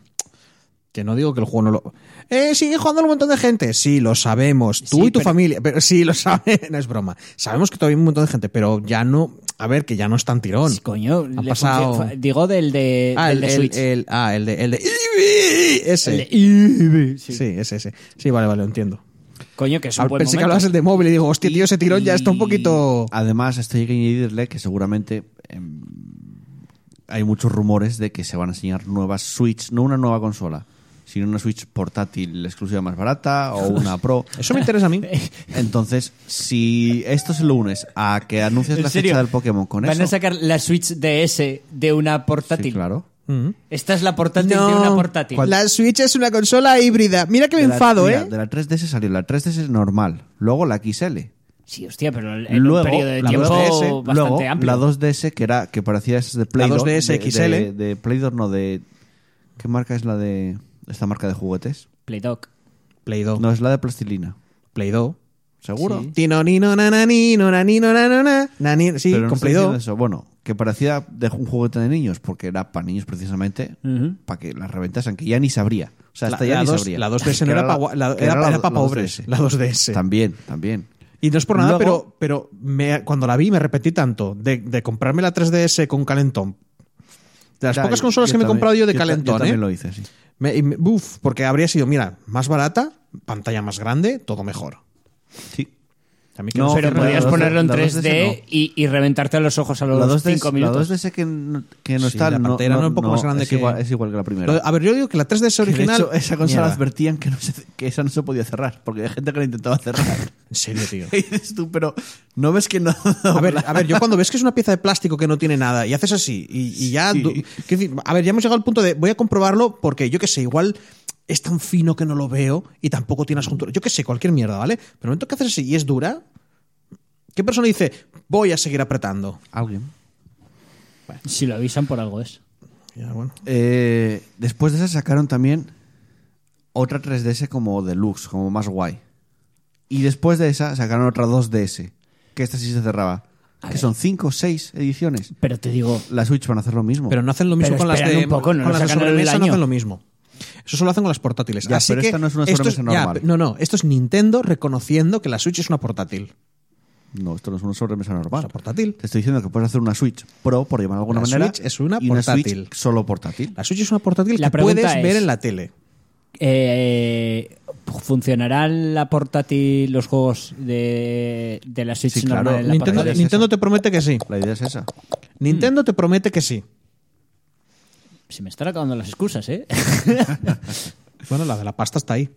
S3: Que no digo que el juego no lo. ¡Eh! Sigue jugando un montón de gente. Sí, lo sabemos. Tú
S4: Sí,
S3: y tu
S4: pero-
S3: familia. Pero sí, lo sabes. No es broma. Sabemos que todavía hay un montón de gente, pero ya no. A ver, que ya no es tan tirón.
S4: sí, coño,
S3: Ha
S4: le
S3: pasado-
S4: funcio- fa- digo del de,
S3: Ah,
S4: del
S3: el,
S4: de
S3: el-
S4: Switch.
S3: el- ah, el de. El de ese.
S4: El de Eevee, sí.
S3: sí. ese, ese. Sí, vale, vale, lo entiendo.
S4: Coño, que es un
S3: Ah,
S4: buen
S3: Pensé que
S4: momento.
S3: hablabas el de móvil y digo, hostia, tío, ese tirón ya está un poquito.
S2: Además, esto hay que añadirle que seguramente em, hay muchos rumores de que se van a enseñar nuevas Switch, no una nueva consola, sino una Switch portátil exclusiva más barata o una Pro.
S3: Eso me interesa a mí.
S2: Entonces, si esto se lo unes a que anuncias
S4: ¿En
S2: la
S4: serio?
S2: fecha del Pokémon con
S4: Van
S2: eso,
S4: a sacar la Switch DS de una portátil.
S2: sí, claro.
S3: Ujú.
S4: Esta es la portátil de
S3: Mm. No,
S4: una portátil.
S3: La Switch es una consola híbrida. Mira que me
S2: De la-
S3: enfado,
S2: mira,
S3: ¿eh?
S2: De la 3DS salió la 3DS normal, luego la XL.
S4: Sí, hostia, pero en
S2: luego,
S4: un periodo de
S2: la
S4: tiempo
S3: 2DS,
S4: bastante
S2: Luego,
S4: amplio.
S2: La 2DS, que era que parecía esas de Play
S3: La
S2: 2,
S3: 2DS
S2: de-
S3: XL.
S2: De, de Play 2, no, de. ¿Qué marca es la de. esta marca de juguetes?
S4: Playdoc.
S3: Play Doh.
S2: No, es la de plastilina.
S3: Play Doh.
S2: ¿Seguro?
S4: Sí.
S3: Tino, nino, nananino, nanino, nanana, nani- Sí,
S2: Pero no
S3: con
S2: estoy
S3: Play Doh.
S2: diciendo eso. Bueno, que parecía de un juguete de niños, porque era para niños precisamente,
S4: Ujú.
S2: para que las reventasen, que ya ni sabría. O sea,
S3: Mm. La-
S2: hasta ya
S3: la
S2: ni
S3: dos-
S2: sabría.
S3: la 2DS no
S2: Que
S3: era pa
S2: la-
S3: gua- la-
S2: que
S3: era- era
S2: do-
S3: pa pobres,
S2: 2DS.
S3: la 2DS.
S2: También, también.
S3: Y no es por nada,
S2: Luego-
S3: pero, pero me- cuando la vi me repetí tanto de, de comprarme la 3DS con calentón. De las
S2: Ya,
S3: pocas
S2: yo-
S3: consolas
S2: yo
S3: que me he
S2: también-
S3: comprado yo de
S2: ta-
S3: calentón,
S2: también
S3: ¿eh?
S2: lo hice, sí.
S3: Me- y me- buf, porque habría sido, mira, más barata, pantalla más grande, todo mejor.
S2: Sí.
S3: A mí que
S2: No,
S3: me
S4: Pero
S3: cierre
S2: la
S4: podías
S2: 2D
S4: ponerlo en
S2: la 2DS
S4: 3D
S2: no.
S4: y, y reventarte a los ojos a
S2: La
S4: los
S2: 2DS
S4: 5 minutos.
S2: La 2DS que no, que no
S3: Sí,
S2: está.
S3: la
S2: no-
S3: pantalla era
S2: no-
S3: un poco más
S2: no,
S3: grande
S2: es
S3: que-
S2: igual, es igual que la primera.
S3: Lo- A ver, yo digo que la 3DS
S2: Que, de
S3: original.
S2: hecho, esa consola
S3: Mierda.
S2: advertían que, no se- que esa no se podía cerrar, porque hay gente que la intentaba cerrar.
S3: En serio, tío.
S2: y dices tú, pero ¿no ves que no?
S3: A ver, a ver, yo cuando ves que es una pieza de plástico que no tiene nada y haces así y, y ya...
S2: Sí.
S3: du- quiero decir, a ver, ya hemos llegado al punto de voy a comprobarlo porque yo qué sé, igual es tan fino que no lo veo y tampoco tiene las junturas. Yo qué sé, cualquier mierda, ¿vale? Pero el momento que haces así y es dura, ¿qué persona dice voy a seguir apretando?
S2: Alguien.
S4: Si lo avisan por algo es.
S3: Ya, bueno.
S2: Eh, después de esa sacaron también otra 3DS como deluxe, como más guay. Y después de esa sacaron otra 2DS, que esta sí se cerraba. que son 5 o 6 ediciones.
S4: Pero te digo,
S2: La Switch van a hacer lo mismo.
S3: Pero no hacen lo mismo
S4: Pero
S3: con las
S4: esperan
S3: de,
S4: un poco, no
S3: con
S4: lo
S3: las de
S4: sacan en el
S3: sobremesa, no
S4: año.
S3: hacen lo mismo. Eso solo hacen con las portátiles.
S2: Ya,
S3: Así
S2: pero
S3: que
S2: esta no es una
S3: esto
S2: sobremesa
S3: ya,
S2: normal.
S3: no, no, esto es Nintendo reconociendo que la Switch es una portátil.
S2: No, esto no es una sobremesa normal.
S3: Es una portátil.
S2: Te estoy diciendo que puedes hacer una Switch Pro, por llamar de alguna
S3: La
S2: manera.
S3: Switch es una
S2: y
S3: portátil.
S2: Switch solo portátil.
S3: La Switch es una portátil
S4: La
S3: que
S4: pregunta
S3: puedes
S4: es-
S3: ver en la tele.
S4: eh, ¿funcionará la portátil, los juegos de, de la Switch
S2: Sí,
S4: normal
S2: claro.
S4: en la
S3: Nintendo,
S4: portátil?
S2: es
S3: Nintendo
S2: esa.
S3: te promete que sí.
S2: La idea es esa.
S3: Nintendo te promete que sí.
S4: Se me están acabando las excusas, ¿eh?
S3: Bueno, la de la pasta está ahí.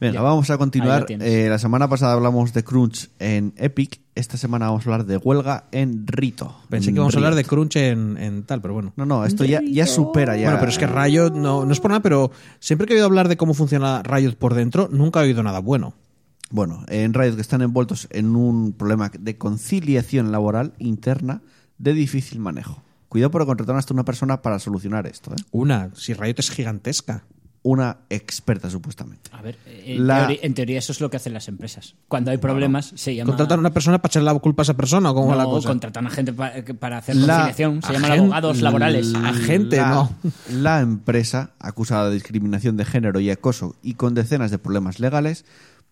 S2: Venga,
S4: Ya.
S2: vamos a
S4: Ahí
S2: continuar.
S4: lo tienes.
S2: Eh, la semana pasada hablamos de Crunch en Epic. Esta semana vamos a hablar de huelga en Rito.
S3: Pensé que
S2: En
S3: íbamos a hablar de
S2: Riot.
S3: crunch en, en tal, pero bueno.
S2: No, no, esto ya, ya supera ya.
S3: Bueno, pero es que Riot, no, no es por nada, pero siempre que he oído hablar de cómo funciona Riot por dentro, nunca he oído nada bueno.
S2: Bueno, en Riot que están envueltos en un problema de conciliación laboral interna de difícil manejo. Cuidado pero contrataron hasta una persona para solucionar esto. ¿eh?
S3: Una, si Riot es gigantesca.
S2: Una experta supuestamente.
S4: A ver, eh,
S2: La-
S4: en, teoría, en teoría eso es lo que hacen las empresas. Cuando hay problemas se llama...
S3: ¿Contratan a una persona para echarle la culpa a esa persona o cómo va
S4: No,
S3: la cosa?
S4: contratan a gente pa- que- para hacer
S2: La-
S4: conciliación. Se llaman
S3: agen-
S4: abogados laborales.
S3: la- Agente,
S2: la,
S3: no.
S2: La empresa, acusada de discriminación de género y acoso y con decenas de problemas legales,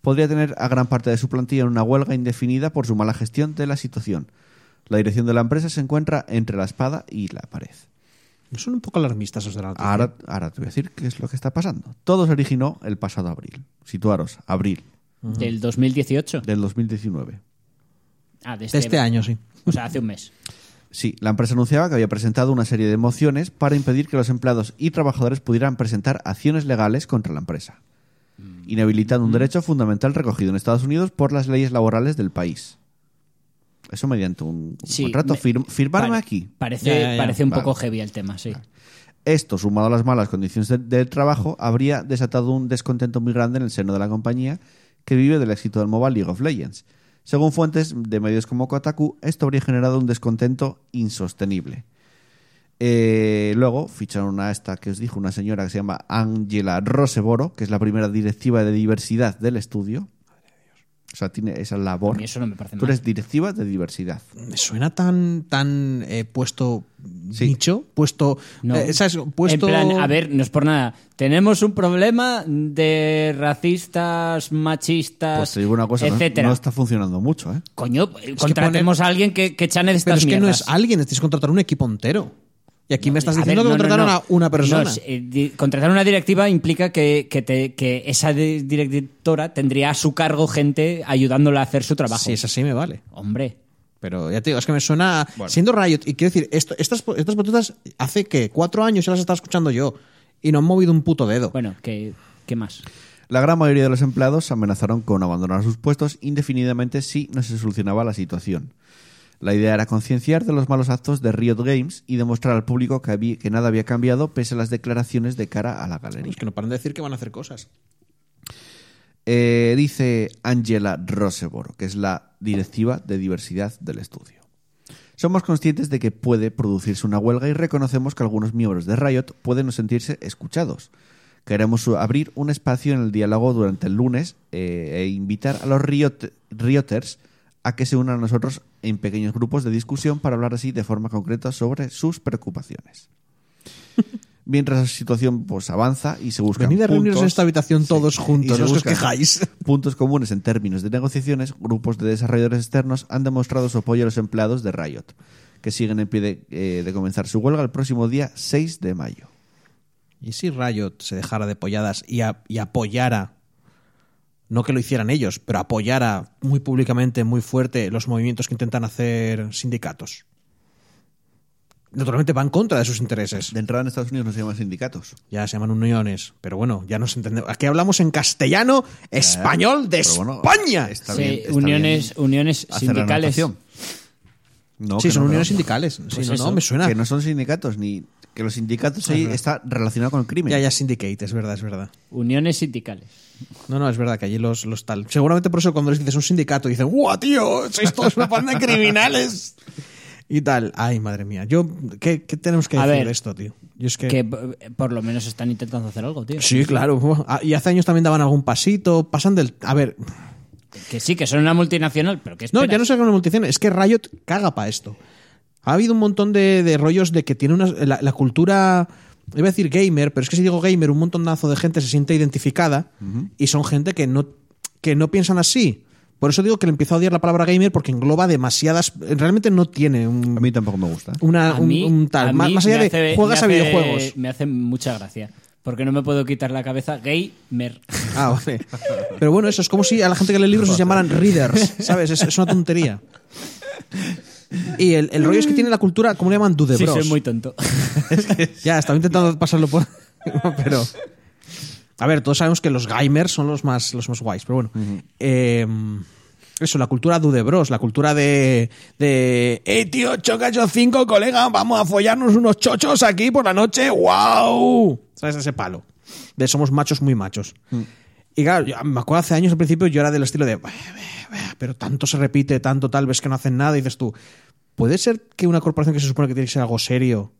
S2: podría tener a gran parte de su plantilla en una huelga indefinida por su mala gestión de la situación. La dirección de la empresa se encuentra entre la espada y la pared.
S3: Son un poco alarmistas esos de la noticia.
S2: Ahora, ahora te voy a decir qué es lo que está pasando. Todo se originó el pasado abril. Situaros, abril
S4: Del 2018.
S2: del 2019.
S4: Ah, de
S3: De este año, sí.
S4: O sea, hace un mes.
S2: Sí, la empresa anunciaba que había presentado una serie de mociones para impedir que los empleados y trabajadores pudieran presentar acciones legales contra la empresa, inhabilitando
S4: Mm.
S2: un derecho fundamental recogido en Estados Unidos por las leyes laborales del país. Eso mediante un, un
S4: Sí,
S2: contrato.
S4: me-
S2: Firm- firmarme
S4: pare-
S2: aquí.
S4: Parece,
S3: Ya, ya, ya.
S4: parece un
S2: Vale.
S4: poco heavy el tema, sí.
S2: Esto, sumado a las malas condiciones de- del trabajo, habría desatado un descontento muy grande en el seno de la compañía que vive del éxito del MOBA League of Legends. Según fuentes de medios como Kotaku, esto habría generado un descontento insostenible. Eh, luego ficharon a esta que os dijo una señora que se llama Angela Roseboro, que es la primera directiva de diversidad del estudio. O sea, tiene esa
S4: A
S2: labor.
S4: mí eso no me parece
S2: Tú
S4: mal.
S2: eres directiva de diversidad.
S3: Me suena tan, tan eh, puesto
S2: Sí.
S3: nicho, puesto.
S4: No.
S3: eh, ¿sabes? Puesto.
S4: En plan, a ver, no es por nada. Tenemos un problema de racistas, machistas,
S2: Pues te digo una cosa, no-
S4: Ah, etcétera.
S2: no está funcionando mucho, ¿eh?
S4: Coño, contratemos
S3: pone-
S4: a alguien que, que chane
S3: Pero
S4: de estas
S3: es que no es
S4: mierdas.
S3: alguien, tienes que contratar un equipo entero. Y aquí me estás
S4: A ver,
S3: diciendo
S4: no,
S3: que
S4: no,
S3: contrataron
S4: no.
S3: a una persona.
S4: No, es, eh, di- contratar una directiva implica que, que te- que esa di- directora tendría a su cargo gente ayudándola a hacer su trabajo.
S3: Si es así, me vale.
S4: Hombre,
S3: Pero ya te digo, es que me suena. Siendo Riot, y quiero decir, esto, estas, estas botutas hace que cuatro años ya las estaba escuchando yo. Y no han movido un puto dedo.
S4: bueno, ¿qué, qué más?
S2: La gran mayoría de los empleados amenazaron con abandonar sus puestos indefinidamente si no se solucionaba la situación. La idea era concienciar de los malos actos de Riot Games y demostrar al público que, habí- que nada había cambiado pese a las declaraciones de cara a la galería.
S3: es que no paran de decir que van a hacer cosas.
S2: Eh, dice Angela Roseboro, que es la directiva de diversidad del estudio. Somos conscientes de que puede producirse una huelga y reconocemos que algunos miembros de Riot pueden no sentirse escuchados. Queremos su- abrir un espacio en el diálogo durante el lunes eh, e invitar a los riot- Rioters a que se unan a nosotros en pequeños grupos de discusión para hablar así de forma concreta sobre sus preocupaciones. Mientras la situación pues, avanza y se buscan
S3: Venid a reunirnos en
S2: puntos-
S3: esta habitación todos
S2: Sí. Y
S3: juntos, no
S2: se
S3: os
S2: buscan
S3: quejáis.
S2: Puntos comunes en términos de negociaciones, grupos de desarrolladores externos han demostrado su apoyo a los empleados de Riot, que siguen en pie de, eh, de comenzar su huelga el próximo día 6 de mayo.
S3: ¿Y si Riot se dejara de polladas y, a- y apoyara, no que lo hicieran ellos, pero apoyara muy públicamente, muy fuerte, los movimientos que intentan hacer sindicatos? Naturalmente va en contra de sus intereses.
S2: De entrada en Estados Unidos no se llaman sindicatos.
S3: Ya se llaman uniones, pero bueno, ya nos entendemos. Aquí hablamos en castellano, español de
S2: Pero bueno,
S3: España.
S2: Está
S4: Sí,
S2: bien, está
S4: uniones,
S2: bien
S4: uniones
S2: hacer la
S4: sindicales.
S2: anotación. No,
S3: sí,
S2: que
S3: son
S2: no,
S3: uniones
S2: pero-
S3: sindicales. Sí,
S4: Pues
S3: no, no,
S4: eso,
S3: me suena.
S2: Que no son sindicatos, ni que los sindicatos ahí está relacionado con el crimen.
S3: Ya, ya, syndicate, es verdad, es verdad.
S4: Uniones sindicales.
S3: No, no, es verdad que allí los, los tal. Seguramente por eso cuando les dices un sindicato dicen, ¡guau, tío! ¡Sois todos una banda de criminales! Y tal. Ay, madre mía. Yo, ¿qué, qué tenemos que
S4: A
S3: decir
S4: ver,
S3: de esto, tío? Yo es que.
S4: Que p- por lo menos están intentando hacer algo, tío.
S3: Sí, claro. Ah, Y hace años también daban algún pasito. Pasan del. A ver.
S4: Que sí, que son una multinacional, pero que
S3: No, ya no sé una multición. Es que Riot caga para esto. Ha habido un montón de, de rollos de que tiene una. La, la cultura. Iba a decir gamer, pero es que si digo gamer, un montonazo de gente se siente identificada y son gente que no, que no piensan así. Por eso digo que le empiezo a odiar la palabra gamer porque engloba demasiadas. Realmente no tiene un,
S2: A mí tampoco me gusta.
S3: una,
S4: A
S3: un-
S4: mí-
S3: un, tal.
S4: a
S3: Más,
S4: mí
S3: más allá
S4: me
S3: de
S4: hace-
S3: juegas
S4: me
S3: a
S4: hace-
S3: videojuegos.
S4: Me hace mucha gracia. Porque no me puedo quitar la cabeza gamer.
S3: Ah, vale. Pero bueno, eso es como si a la gente que lee libros se llamaran readers, ¿sabes? Es, es una tontería. Y el, el rollo es que tiene la cultura, ¿cómo le llaman? Dude
S4: Sí,
S3: bros.
S4: soy muy tonto.
S3: Ya, estaba intentando pasarlo por. pero. A ver, todos sabemos que los gamers son los más, los más guays, pero bueno. Eh, eso, la cultura Dude Bros, la cultura de. de ¡Eh, tío, choca yo cinco, colega! Vamos a follarnos unos chochos aquí por la noche. ¡Wow! ¿Sabes? Ese palo. De somos machos muy machos.
S2: Mm.
S3: Y claro, yo me acuerdo hace años al principio yo era del estilo de. "Bah, bah, bah", Pero tanto se repite, tanto tal, ves que no hacen nada, y dices tú. ¿Puede ser que una corporación que se supone que tiene que ser algo serio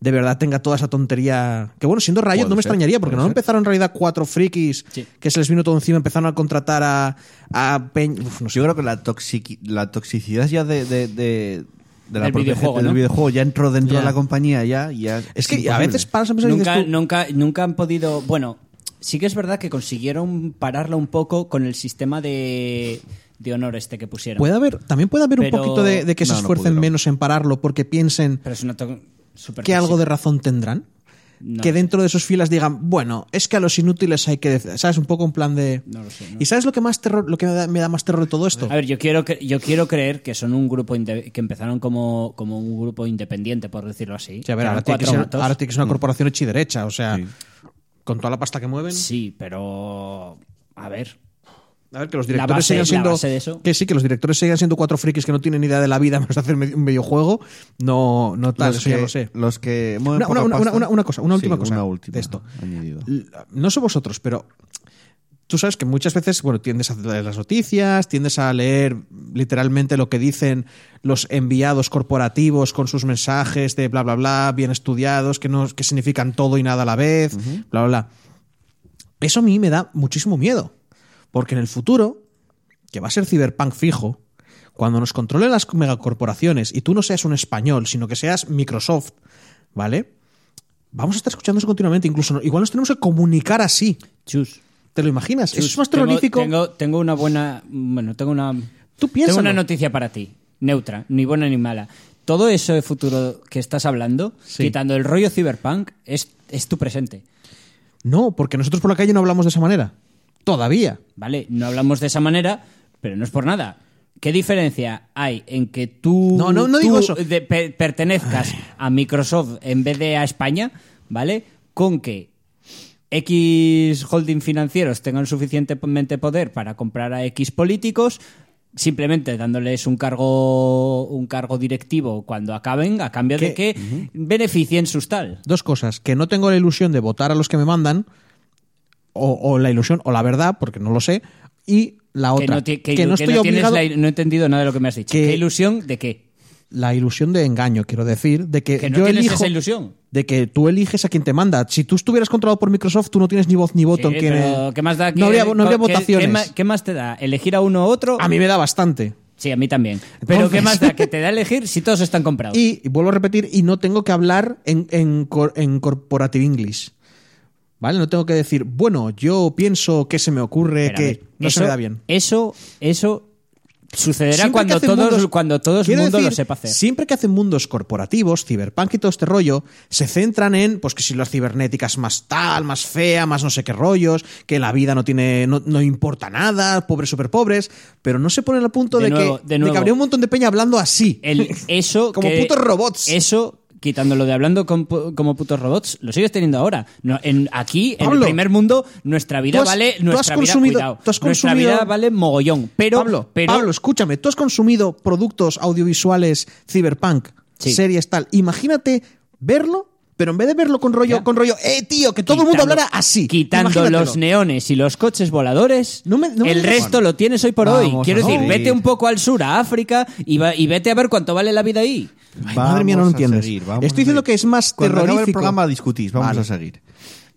S3: de verdad tenga toda esa tontería? Que bueno, siendo Riot
S2: Puede
S3: no me
S2: ser,
S3: extrañaría, porque
S2: puede
S3: no
S2: ser.
S3: empezaron en realidad cuatro frikis
S4: Sí.
S3: que se les vino todo encima, empezaron a contratar a, a Peñ- Uf, no sé.
S2: Yo creo que la, toxiqui- la toxicidad ya de, de- de- de la
S4: Del
S2: propia
S4: videojuego,
S2: gente del
S4: ¿no?
S2: videojuego ya entró dentro
S3: Ya.
S2: de la compañía ya, ya
S3: Es que a
S2: imposible.
S3: veces paras a pensar y dices
S4: nunca,
S3: tú,
S4: nunca, nunca han podido. Bueno, sí que es verdad que consiguieron pararla un poco con el sistema de, de honor este que pusieron.
S3: Puede haber, también puede haber
S4: Pero-
S3: un poquito de, de que se
S2: No, no
S3: esfuercen
S2: pudieron.
S3: menos en pararlo porque piensen
S4: Pero es una to- super
S3: que algo de razón tendrán.
S4: No
S3: que
S4: sé.
S3: dentro de sus filas digan, bueno, es que a los inútiles hay que. def- ¿Sabes? Un poco en plan de.
S4: No lo sé, no
S3: ¿Y sabes lo que, más terror, lo que me, da, me da más terror de todo esto?
S4: A ver, yo quiero, cre- yo quiero creer que son un grupo inde- que empezaron como, como un grupo independiente, por decirlo así.
S3: Sí, a ver,
S4: Que
S3: ahora
S4: eran
S3: tiene, que
S4: cuatro
S3: ser,
S4: gatos.
S3: ahora tiene que ser
S2: Mm.
S3: una corporación hecha y derecha, o sea, con toda la pasta que mueven.
S4: Sí, pero. A ver.
S3: A ver, que los
S4: La
S3: directores
S4: base-
S3: sigan
S4: la
S3: siendo.
S4: base de eso.
S3: Que sí, que los directores sigan siendo cuatro frikis que no tienen ni idea de la vida menos de hacer me- un videojuego. No, no tal,
S2: los
S3: eso ya
S2: que,
S3: lo sé.
S2: Los que mueven
S3: Una,
S2: poca
S3: una- una-
S2: pasta.
S3: una- una cosa, una
S2: Sí,
S3: última cosa
S2: una última
S3: de esto.
S2: añadido.
S3: L- No sé vosotros, pero tú sabes que muchas veces, bueno, tiendes a leer las noticias, tiendes a leer literalmente lo que dicen los enviados corporativos con sus mensajes de bla, bla, bla, bien estudiados, que, no, que significan todo y nada a la vez, bla, bla, bla. Eso a mí me da muchísimo miedo, porque en el futuro, que va a ser ciberpunk fijo, cuando nos controlen las megacorporaciones y tú no seas un español, sino que seas Microsoft, ¿vale? Vamos a estar escuchando eso continuamente, incluso no- igual nos tenemos que comunicar así.
S4: Chus.
S3: ¿Te lo imaginas? Eso
S4: Chus,
S3: es más
S4: tengo-
S3: terrorífico.
S4: Tengo, tengo una buena. Bueno, tengo una.
S3: Tú piénsalo.
S4: Tengo una noticia para ti. Neutra, ni buena ni mala. Todo eso de futuro que estás hablando,
S3: Sí.
S4: quitando el rollo cyberpunk, es, es tu presente.
S3: No, porque nosotros por la calle no hablamos de esa manera. Todavía.
S4: ¿Vale? No hablamos de esa manera, pero no es por nada. ¿Qué diferencia hay en que tú,
S3: No, no, no
S4: tú
S3: digo eso.
S4: de- pe- pertenezcas a Microsoft en vez de a España, ¿vale? Con que X holding financieros tengan suficientemente poder para comprar a X políticos, simplemente dándoles un cargo, un cargo directivo cuando acaben, a cambio de
S3: Que-
S4: que beneficien sus tal.
S3: Dos cosas. Que no tengo la ilusión de votar a los que me mandan, o, o la ilusión, o la verdad, porque no lo sé. Y la
S4: Que
S3: otra,
S4: no, ti- que ilu- que
S3: estoy
S4: no tienes
S3: obligado...
S4: la- no he entendido nada de lo que me has dicho.
S3: Que-
S4: ¿Qué ilusión de qué?
S3: la ilusión de engaño, quiero decir, de que,
S4: Que no
S3: yo
S4: tienes
S3: elijo
S4: esa ilusión.
S3: de que tú eliges a quien te manda. Si tú estuvieras controlado por Microsoft, tú no tienes ni voz ni voto
S4: Sí,
S3: en quién
S4: pero
S3: es.
S4: ¿qué más da que-
S3: no habría, no habría
S4: co- qué-
S3: votaciones.
S4: Qué, ma- qué más te da? ¿Elegir a uno u otro?
S3: a mí me da bastante.
S4: Sí, a mí también. Pero ¿qué
S3: Entonces-
S4: más da que te da elegir si todos están comprados?
S3: Y, y vuelvo a repetir, y no tengo que hablar en, en, cor- en corporative English. ¿Vale? No tengo que decir, bueno, yo pienso que se me ocurre
S4: Pero, a
S3: que
S4: ver,
S3: no
S4: eso,
S3: se me da bien.
S4: Eso, eso sucederá
S3: Siempre
S4: cuando
S3: que hacen
S4: todos,
S3: mundos-
S4: cuando todo el
S3: Quiero
S4: mundo lo
S3: decir,
S4: sepa hacer.
S3: Siempre que hacen mundos corporativos, ciberpunk y todo este rollo, se centran en, pues que si las cibernéticas más tal, más fea, más no sé qué rollos, que la vida no tiene, no, no importa nada, pobres super pobres, pero no se ponen al punto
S4: De
S3: de,
S4: nuevo,
S3: que,
S4: de nuevo.
S3: que habría un montón de peña hablando así.
S4: El- eso
S3: Como
S4: que-
S3: putos robots.
S4: Eso, quitándolo de hablando con pu- como putos robots, lo sigues teniendo ahora. No, en, aquí, en el
S3: Pablo,
S4: primer mundo, nuestra vida
S3: tú has-
S4: vale.
S3: tú has
S4: Nuestra vida,
S3: consumido-
S4: cuidado,
S3: tú has
S4: nuestra
S3: consumido-
S4: vida vale mogollón. Pero,
S3: Pablo,
S4: pero
S3: Pablo, escúchame, tú has consumido productos audiovisuales ciberpunk,
S4: Sí.
S3: series tal. Imagínate verlo, pero en vez de verlo con rollo,
S4: Ya.
S3: con rollo, eh, tío, que todo el mundo
S4: quitando-
S3: hablara así.
S4: Quitando
S3: Imagínatelo.
S4: los neones y los coches voladores,
S3: No me- no me
S4: el
S3: digas-
S4: resto lo tienes hoy por hoy.
S3: Vamos,
S4: Quiero
S3: no.
S4: decir,
S3: Sí.
S4: vete un poco al sur, a África, y, va- y vete a ver cuánto vale la vida ahí.
S3: Ay, madre mía, no lo
S2: Vamos a
S3: entiendes.
S2: seguir, vamos a
S3: Estoy diciendo
S2: seguir.
S3: que es más
S2: Cuando acabe
S3: terrorífico.
S2: el programa discutís, vamos
S3: Vale.
S2: a seguir.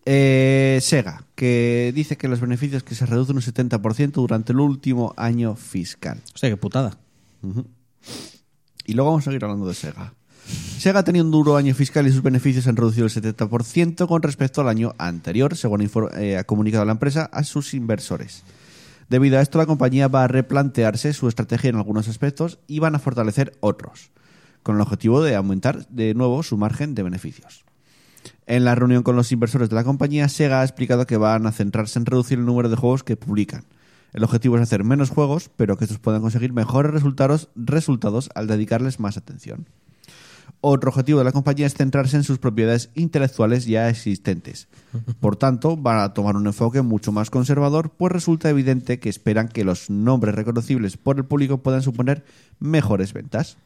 S2: Eh, Sega, que dice que los beneficios que se reducen un 70% durante el último año fiscal.
S3: Hostia, qué putada.
S2: Y luego vamos a seguir hablando de Sega. Sega ha tenido un duro año fiscal y sus beneficios han reducido el 70% con respecto al año anterior, según infor- eh, ha comunicado la empresa a sus inversores. Debido a esto, la compañía va a replantearse su estrategia en algunos aspectos y van a fortalecer otros, con el objetivo de aumentar de nuevo su margen de beneficios. En la reunión con los inversores de la compañía, Sega ha explicado que van a centrarse en reducir el número de juegos que publican. El objetivo es hacer menos juegos, pero que estos puedan conseguir mejores resultados, resultados al dedicarles más atención. Otro objetivo de la compañía es centrarse en sus propiedades intelectuales ya existentes. Por tanto, van a tomar un enfoque mucho más conservador, pues resulta evidente que esperan que los nombres reconocibles por el público puedan suponer mejores ventas.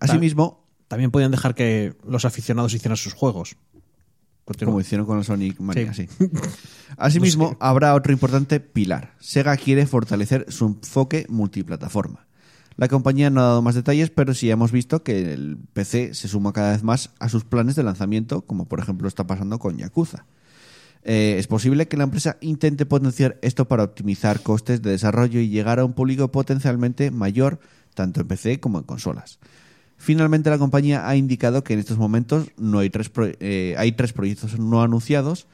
S2: Asimismo,
S3: También podían dejar que los aficionados hicieran sus juegos. Continúa.
S2: Como hicieron con el Sonic Mania, sí. Asimismo, habrá otro importante pilar. Sega quiere fortalecer su enfoque multiplataforma. La compañía no ha dado más detalles, pero sí hemos visto que el PC se suma cada vez más a sus planes de lanzamiento, como por ejemplo está pasando con Yakuza. Eh, es posible que la empresa intente potenciar esto para optimizar costes de desarrollo y llegar a un público potencialmente mayor, tanto en PC como en consolas. Finalmente, la compañía ha indicado que en estos momentos no hay tres, pro- eh, hay tres proyectos no anunciados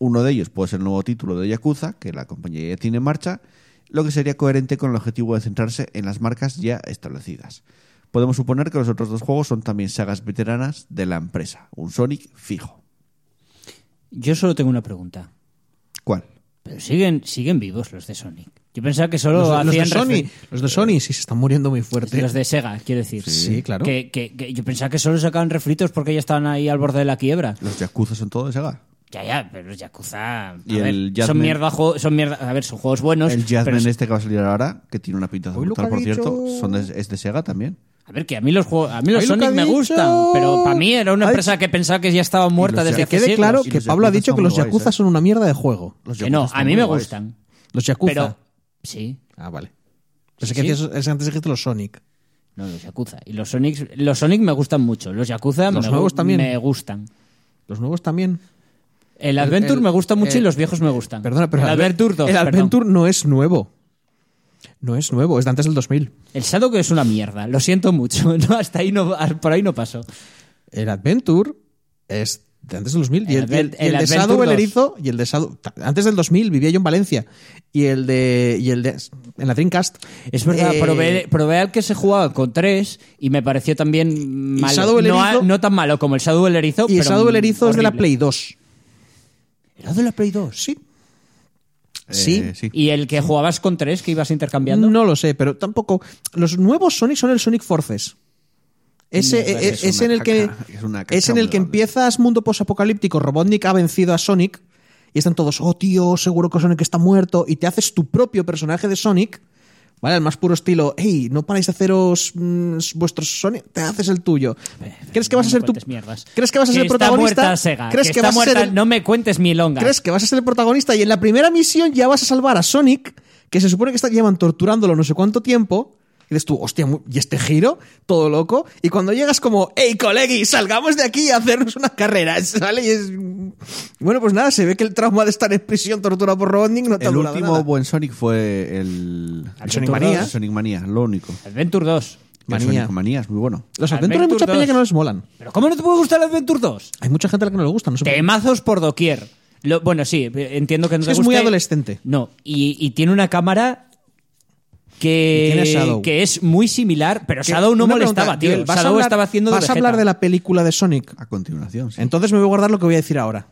S2: Uno de ellos puede ser el nuevo título de Yakuza, que la compañía ya tiene en marcha, lo que sería coherente con el objetivo de centrarse en las marcas ya establecidas. Podemos suponer que los otros dos juegos son también sagas veteranas de la empresa, un Sonic fijo.
S4: Yo solo tengo una pregunta.
S2: ¿Cuál?
S4: Pero siguen, siguen vivos los de Sonic. Yo pensaba que solo
S3: Los de, los de
S4: hacían
S3: Sony,
S4: refer-
S3: los de Sony sí se están muriendo muy fuerte.
S4: Los de Sega, quiero decir.
S3: Sí, claro.
S4: Que, que- que yo pensaba que solo sacaban refritos porque ya estaban ahí al borde de la quiebra.
S2: Los Yakuza son todo de Saga.
S4: Ya, ya, pero los Yakuza. a
S2: Y
S4: ver,
S2: el
S4: son
S2: Jazzman.
S4: mierda, juego- son mierda. A ver, son juegos buenos.
S2: El
S4: pero
S2: Jazzman
S4: es-
S2: este que va a salir ahora, que tiene una pintaza
S3: Hoy lo
S2: brutal,
S3: que ha
S2: por
S3: dicho.
S2: cierto, son de- es de Sega también.
S4: A ver, que a mí los juegos, a mí los
S3: Ahí lo que
S4: Sonic
S3: ha
S4: me
S3: dicho.
S4: gustan, pero para mí era una
S3: Ha
S4: empresa que pensaba que ya estaba muerta
S2: los
S4: desde
S2: de-
S3: que
S4: hace
S3: quede
S4: siglos.
S3: claro
S2: Y
S3: que
S2: los
S3: Pablo ha
S2: Yakuza
S3: dicho
S2: están
S3: que
S2: muy
S3: los
S2: guays,
S3: Yakuza
S2: ¿eh?
S3: son una mierda de juego.
S2: Los
S4: Que
S2: Yakuza
S4: no,
S2: están
S4: a mí
S2: muy
S4: me
S2: guays.
S4: gustan.
S3: Los Yakuza.
S4: Pero sí,
S3: Ah, vale. Pensé
S4: Sí,
S3: que
S4: sí.
S3: decías- antes dijiste los Sonic.
S4: no los Yakuza y los Sonic, los Sonic me gustan mucho, los Yakuza
S3: Los
S4: me,
S3: nuevos también.
S4: me gustan.
S3: Los nuevos también.
S4: El Adventure
S3: el-
S4: me gusta mucho
S3: el-
S4: y los viejos me gustan.
S3: Perdona, pero
S4: el Adventure 2,
S3: el
S4: perdón.
S3: Adventure no es nuevo. No es nuevo, es de antes del 2000.
S4: El Shadow que es una mierda, lo siento mucho, no, hasta ahí no por ahí no paso.
S3: El Adventure es de antes del 2000. y el, y
S4: El
S3: el-
S4: Advent-
S3: y el
S4: el
S3: de
S4: Adventure
S3: Shadow el
S4: 2.
S3: Erizo y el de Shadow. ta- Antes del 2000 vivía yo en Valencia. Y el de. Y el de en la Dreamcast.
S4: Es verdad,
S3: Eh,
S4: probé, probé al que se jugaba con tres y me pareció también
S3: Y
S4: malo.
S3: Shadow el
S4: no,
S3: Erizo-
S4: a- no tan malo como el Shadow el Erizo.
S3: Y el
S4: pero
S3: Shadow el Erizo es de la
S4: horrible.
S3: Play 2.
S4: ¿Era de la Play 2?
S3: Sí.
S2: Eh,
S3: Sí.
S2: sí.
S4: ¿Y el que jugabas con tres que ibas intercambiando?
S3: No lo sé, pero tampoco. Los nuevos Sonic son el Sonic Forces. Ese,
S2: Es
S3: e- e- es,
S2: una
S3: en el que,
S2: caca, es una caca
S3: es en el
S2: muy
S3: que
S2: grande.
S3: empiezas mundo posapocalíptico, Robotnik ha vencido a Sonic y están todos, oh tío, seguro que Sonic está muerto y te haces tu propio personaje de Sonic, ¿vale? Al más puro estilo, hey, no paráis de haceros mm, vuestros Sonic, te haces el tuyo. ¿Crees que vas a
S4: Eh, No
S3: ser
S4: me
S3: tu
S4: cuentes mierdas.
S3: ¿Crees que vas a ser el
S4: está
S3: protagonista?
S4: muerta Sega,
S3: ¿Crees
S4: que,
S3: que
S4: está
S3: vas a ser
S4: muerta,
S3: el-
S4: No me cuentes milongas.
S3: ¿Crees que vas a ser el protagonista? Y en la primera misión ya vas a salvar a Sonic, que se supone que está, llevan torturándolo no sé cuánto tiempo. Y dices tú, hostia, mu- ¿y este giro? Todo loco. Y cuando llegas como, hey, colegi, salgamos de aquí a hacernos unas carreras, ¿vale? Y es... Bueno, pues nada, se ve que el trauma de estar en prisión torturado por Robotnik no te ha
S2: El
S3: durado
S2: último
S3: nada.
S2: buen Sonic fue el.
S4: Al
S3: Sonic
S4: Adventure
S3: Manía.
S2: El Sonic Manía, lo único.
S4: Adventure
S2: El
S4: 2.
S3: Manía.
S2: Sonic Manía es muy bueno.
S3: Los Adventure hay
S4: Adventure
S3: mucha peña
S4: 2.
S3: que no les molan.
S4: ¿Pero cómo no te puede gustar el Adventure 2?
S3: Hay mucha gente a la que no le gusta, no sé por qué.
S4: Temazos por doquier. Lo- bueno, sí, entiendo que no
S3: Es
S4: te
S3: que es muy
S4: guste.
S3: adolescente.
S4: No, y, y tiene una cámara que,
S3: Y tiene Shadow.
S4: que es muy similar, pero
S3: Que-
S4: Shadow no
S3: una
S4: molestaba,
S3: pregunta,
S4: tío.
S3: Joel, ¿vas a
S4: Shadow
S3: hablar-
S4: estaba haciendo
S3: ¿Vas a hablar de la película de Sonic?
S2: A continuación, sí.
S3: Entonces me voy a guardar lo que voy a decir ahora.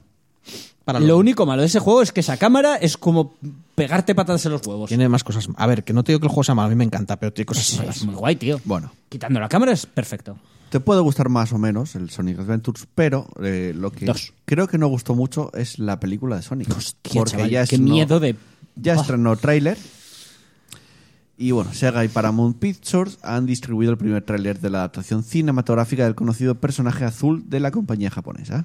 S3: Para
S4: Lo
S3: luego.
S4: único malo de ese juego es que esa cámara es como pegarte patadas en los huevos.
S3: Tiene más cosas. A ver, que no te digo que el juego sea malo, a mí me encanta, pero tiene cosas
S4: Sí, es
S3: malas.
S4: muy guay, tío.
S2: Bueno.
S4: Quitando la cámara es perfecto.
S2: Te puede gustar más o menos el Sonic Adventures, pero eh, lo que
S4: Dos.
S2: creo que no gustó mucho es la película de Sonic.
S4: Hostia, chaval, qué miedo de- Ah.
S2: Ya
S4: Buah.
S2: estrenó tráiler. Y bueno, Sega y Paramount Pictures han distribuido el primer tráiler de la adaptación cinematográfica del conocido personaje azul de la compañía japonesa,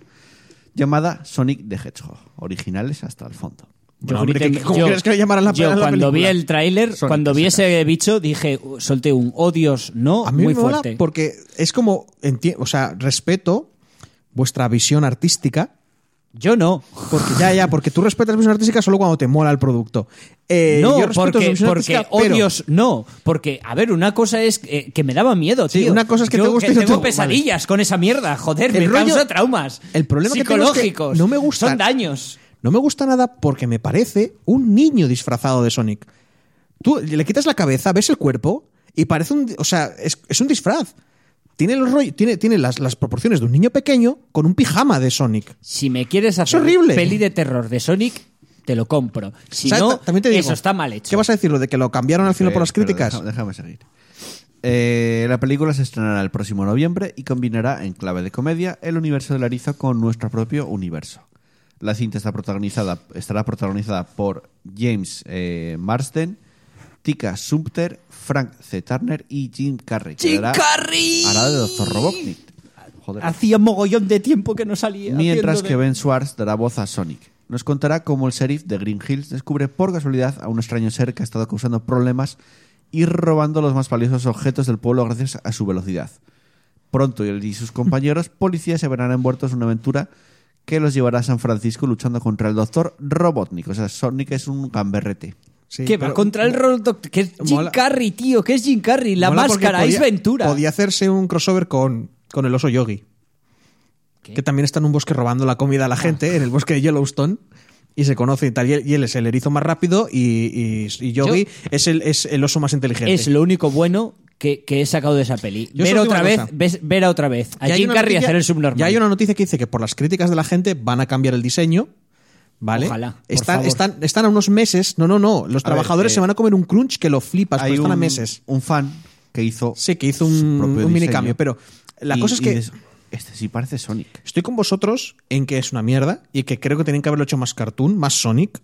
S2: llamada Sonic the Hedgehog, originales hasta el fondo.
S4: Yo
S3: hombre,
S4: grité-
S3: que- ¿cómo
S4: yo-
S3: quieres que le llamaran la-
S4: yo
S3: la
S4: cuando vi
S3: película?
S4: el tráiler,
S2: Sonic,
S4: cuando vi
S2: te
S4: ese bicho, dije, uh, solté un, oh Dios, no,
S3: A mí
S4: muy
S3: me mola
S4: fuerte.
S3: porque es como, enti- o sea, respeto vuestra visión artística.
S4: Yo no.
S3: Porque ya, ya, porque tú respetas la visión artística solo cuando te mola el producto. Eh,
S4: no,
S3: yo respeto su
S4: porque,
S3: visión
S4: porque
S3: artística,
S4: oh
S3: pero-
S4: Dios, no. Porque, a ver, una cosa es eh, que me daba miedo,
S3: Sí,
S4: tío.
S3: una cosa es que
S4: Yo
S3: te guste y no te-
S4: tengo
S3: vale.
S4: pesadillas con esa mierda, joder,
S3: El
S4: me
S3: rollo-
S4: causa traumas.
S3: el problema que tengo es que
S4: psicológicos.
S3: no me gustan.
S4: Son daños.
S3: No me gusta nada porque me parece un niño disfrazado de Sonic. Tú le quitas la cabeza, ves el cuerpo y parece un. O sea, es, es un disfraz. Tiene, los rollo- tiene, tiene las, las proporciones de un niño pequeño con un pijama de Sonic.
S4: Si me quieres hacer
S3: horrible.
S4: peli de terror de Sonic, te lo compro. Si
S3: ¿Sabes?
S4: no,
S3: Ta- también te digo,
S4: eso está mal hecho.
S3: ¿Qué vas a decir? ¿Lo de que lo cambiaron al final por las
S2: Pero
S3: críticas?
S2: deja- Déjame, seguir. Eh, la película se estrenará el próximo noviembre y combinará en clave de comedia el universo de Larizo con nuestro propio universo. La cinta está protagonizada, estará protagonizada por James eh, Marsden, Tika Sumpter, Frank C. Turner y Jim Carrey. que
S4: Jim
S2: hará-
S4: Carrey.
S2: Hará de Dr. Robotnik. Joder.
S4: Hacía mogollón de tiempo que no salía.
S2: Mientras
S4: haciendo
S2: que
S4: de-
S2: Ben Schwartz dará voz a Sonic. Nos contará cómo el sheriff de Green Hills descubre por casualidad a un extraño ser que ha estado causando problemas y robando los más valiosos objetos del pueblo gracias a su velocidad. Pronto él y sus compañeros policías se verán envueltos en una aventura que los llevará a San Francisco luchando contra el doctor Robotnik. O sea, Sonic es un gamberrete.
S3: Sí,
S4: que va
S3: pero-
S4: contra el rol doctor. Que es Jim
S3: Mola-
S4: Carrey, tío. Que es Jim Carrey. La
S3: mola porque
S4: máscara, es
S3: podía-
S4: Ventura.
S3: Podía hacerse un crossover con, con el oso Yogi.
S4: ¿Qué? Ah.
S3: Que también está en un bosque robando la comida a la gente, en el bosque de Yellowstone. Y se conoce y tal. Y él, y él es el erizo más rápido y, y, y Yogi
S4: Yo-
S3: es, el, es el oso más inteligente.
S4: Es lo único bueno que, que he sacado de esa peli.
S3: Yo
S4: ver
S3: solo digo
S4: otra
S3: una
S4: vez,
S3: cosa.
S4: ves- ver a otra vez. A
S3: Ya hay
S4: Jim
S3: una
S4: Carrey
S3: noticia-
S4: hacer el subnormal.
S3: Ya hay una noticia que dice que por las críticas de la gente van a cambiar el diseño. ¿Vale?
S4: Ojalá, por
S3: Están,
S4: favor.
S3: están, están a unos meses. No, no, no. Los
S2: A ver,
S3: trabajadores
S2: eh,
S3: se van a comer un crunch que lo flipas, pero
S2: Hay
S3: están a
S2: un-
S3: meses.
S2: un fan que hizo
S3: Sí, que hizo
S2: su
S3: un,
S2: propio
S3: un mini
S2: diseño.
S3: cambio. Pero la
S2: Y-
S3: cosa es
S2: y
S3: que
S2: dices, este sí parece Sonic.
S3: estoy con vosotros en que es una mierda y que creo que tienen que haberlo hecho más cartoon, más Sonic,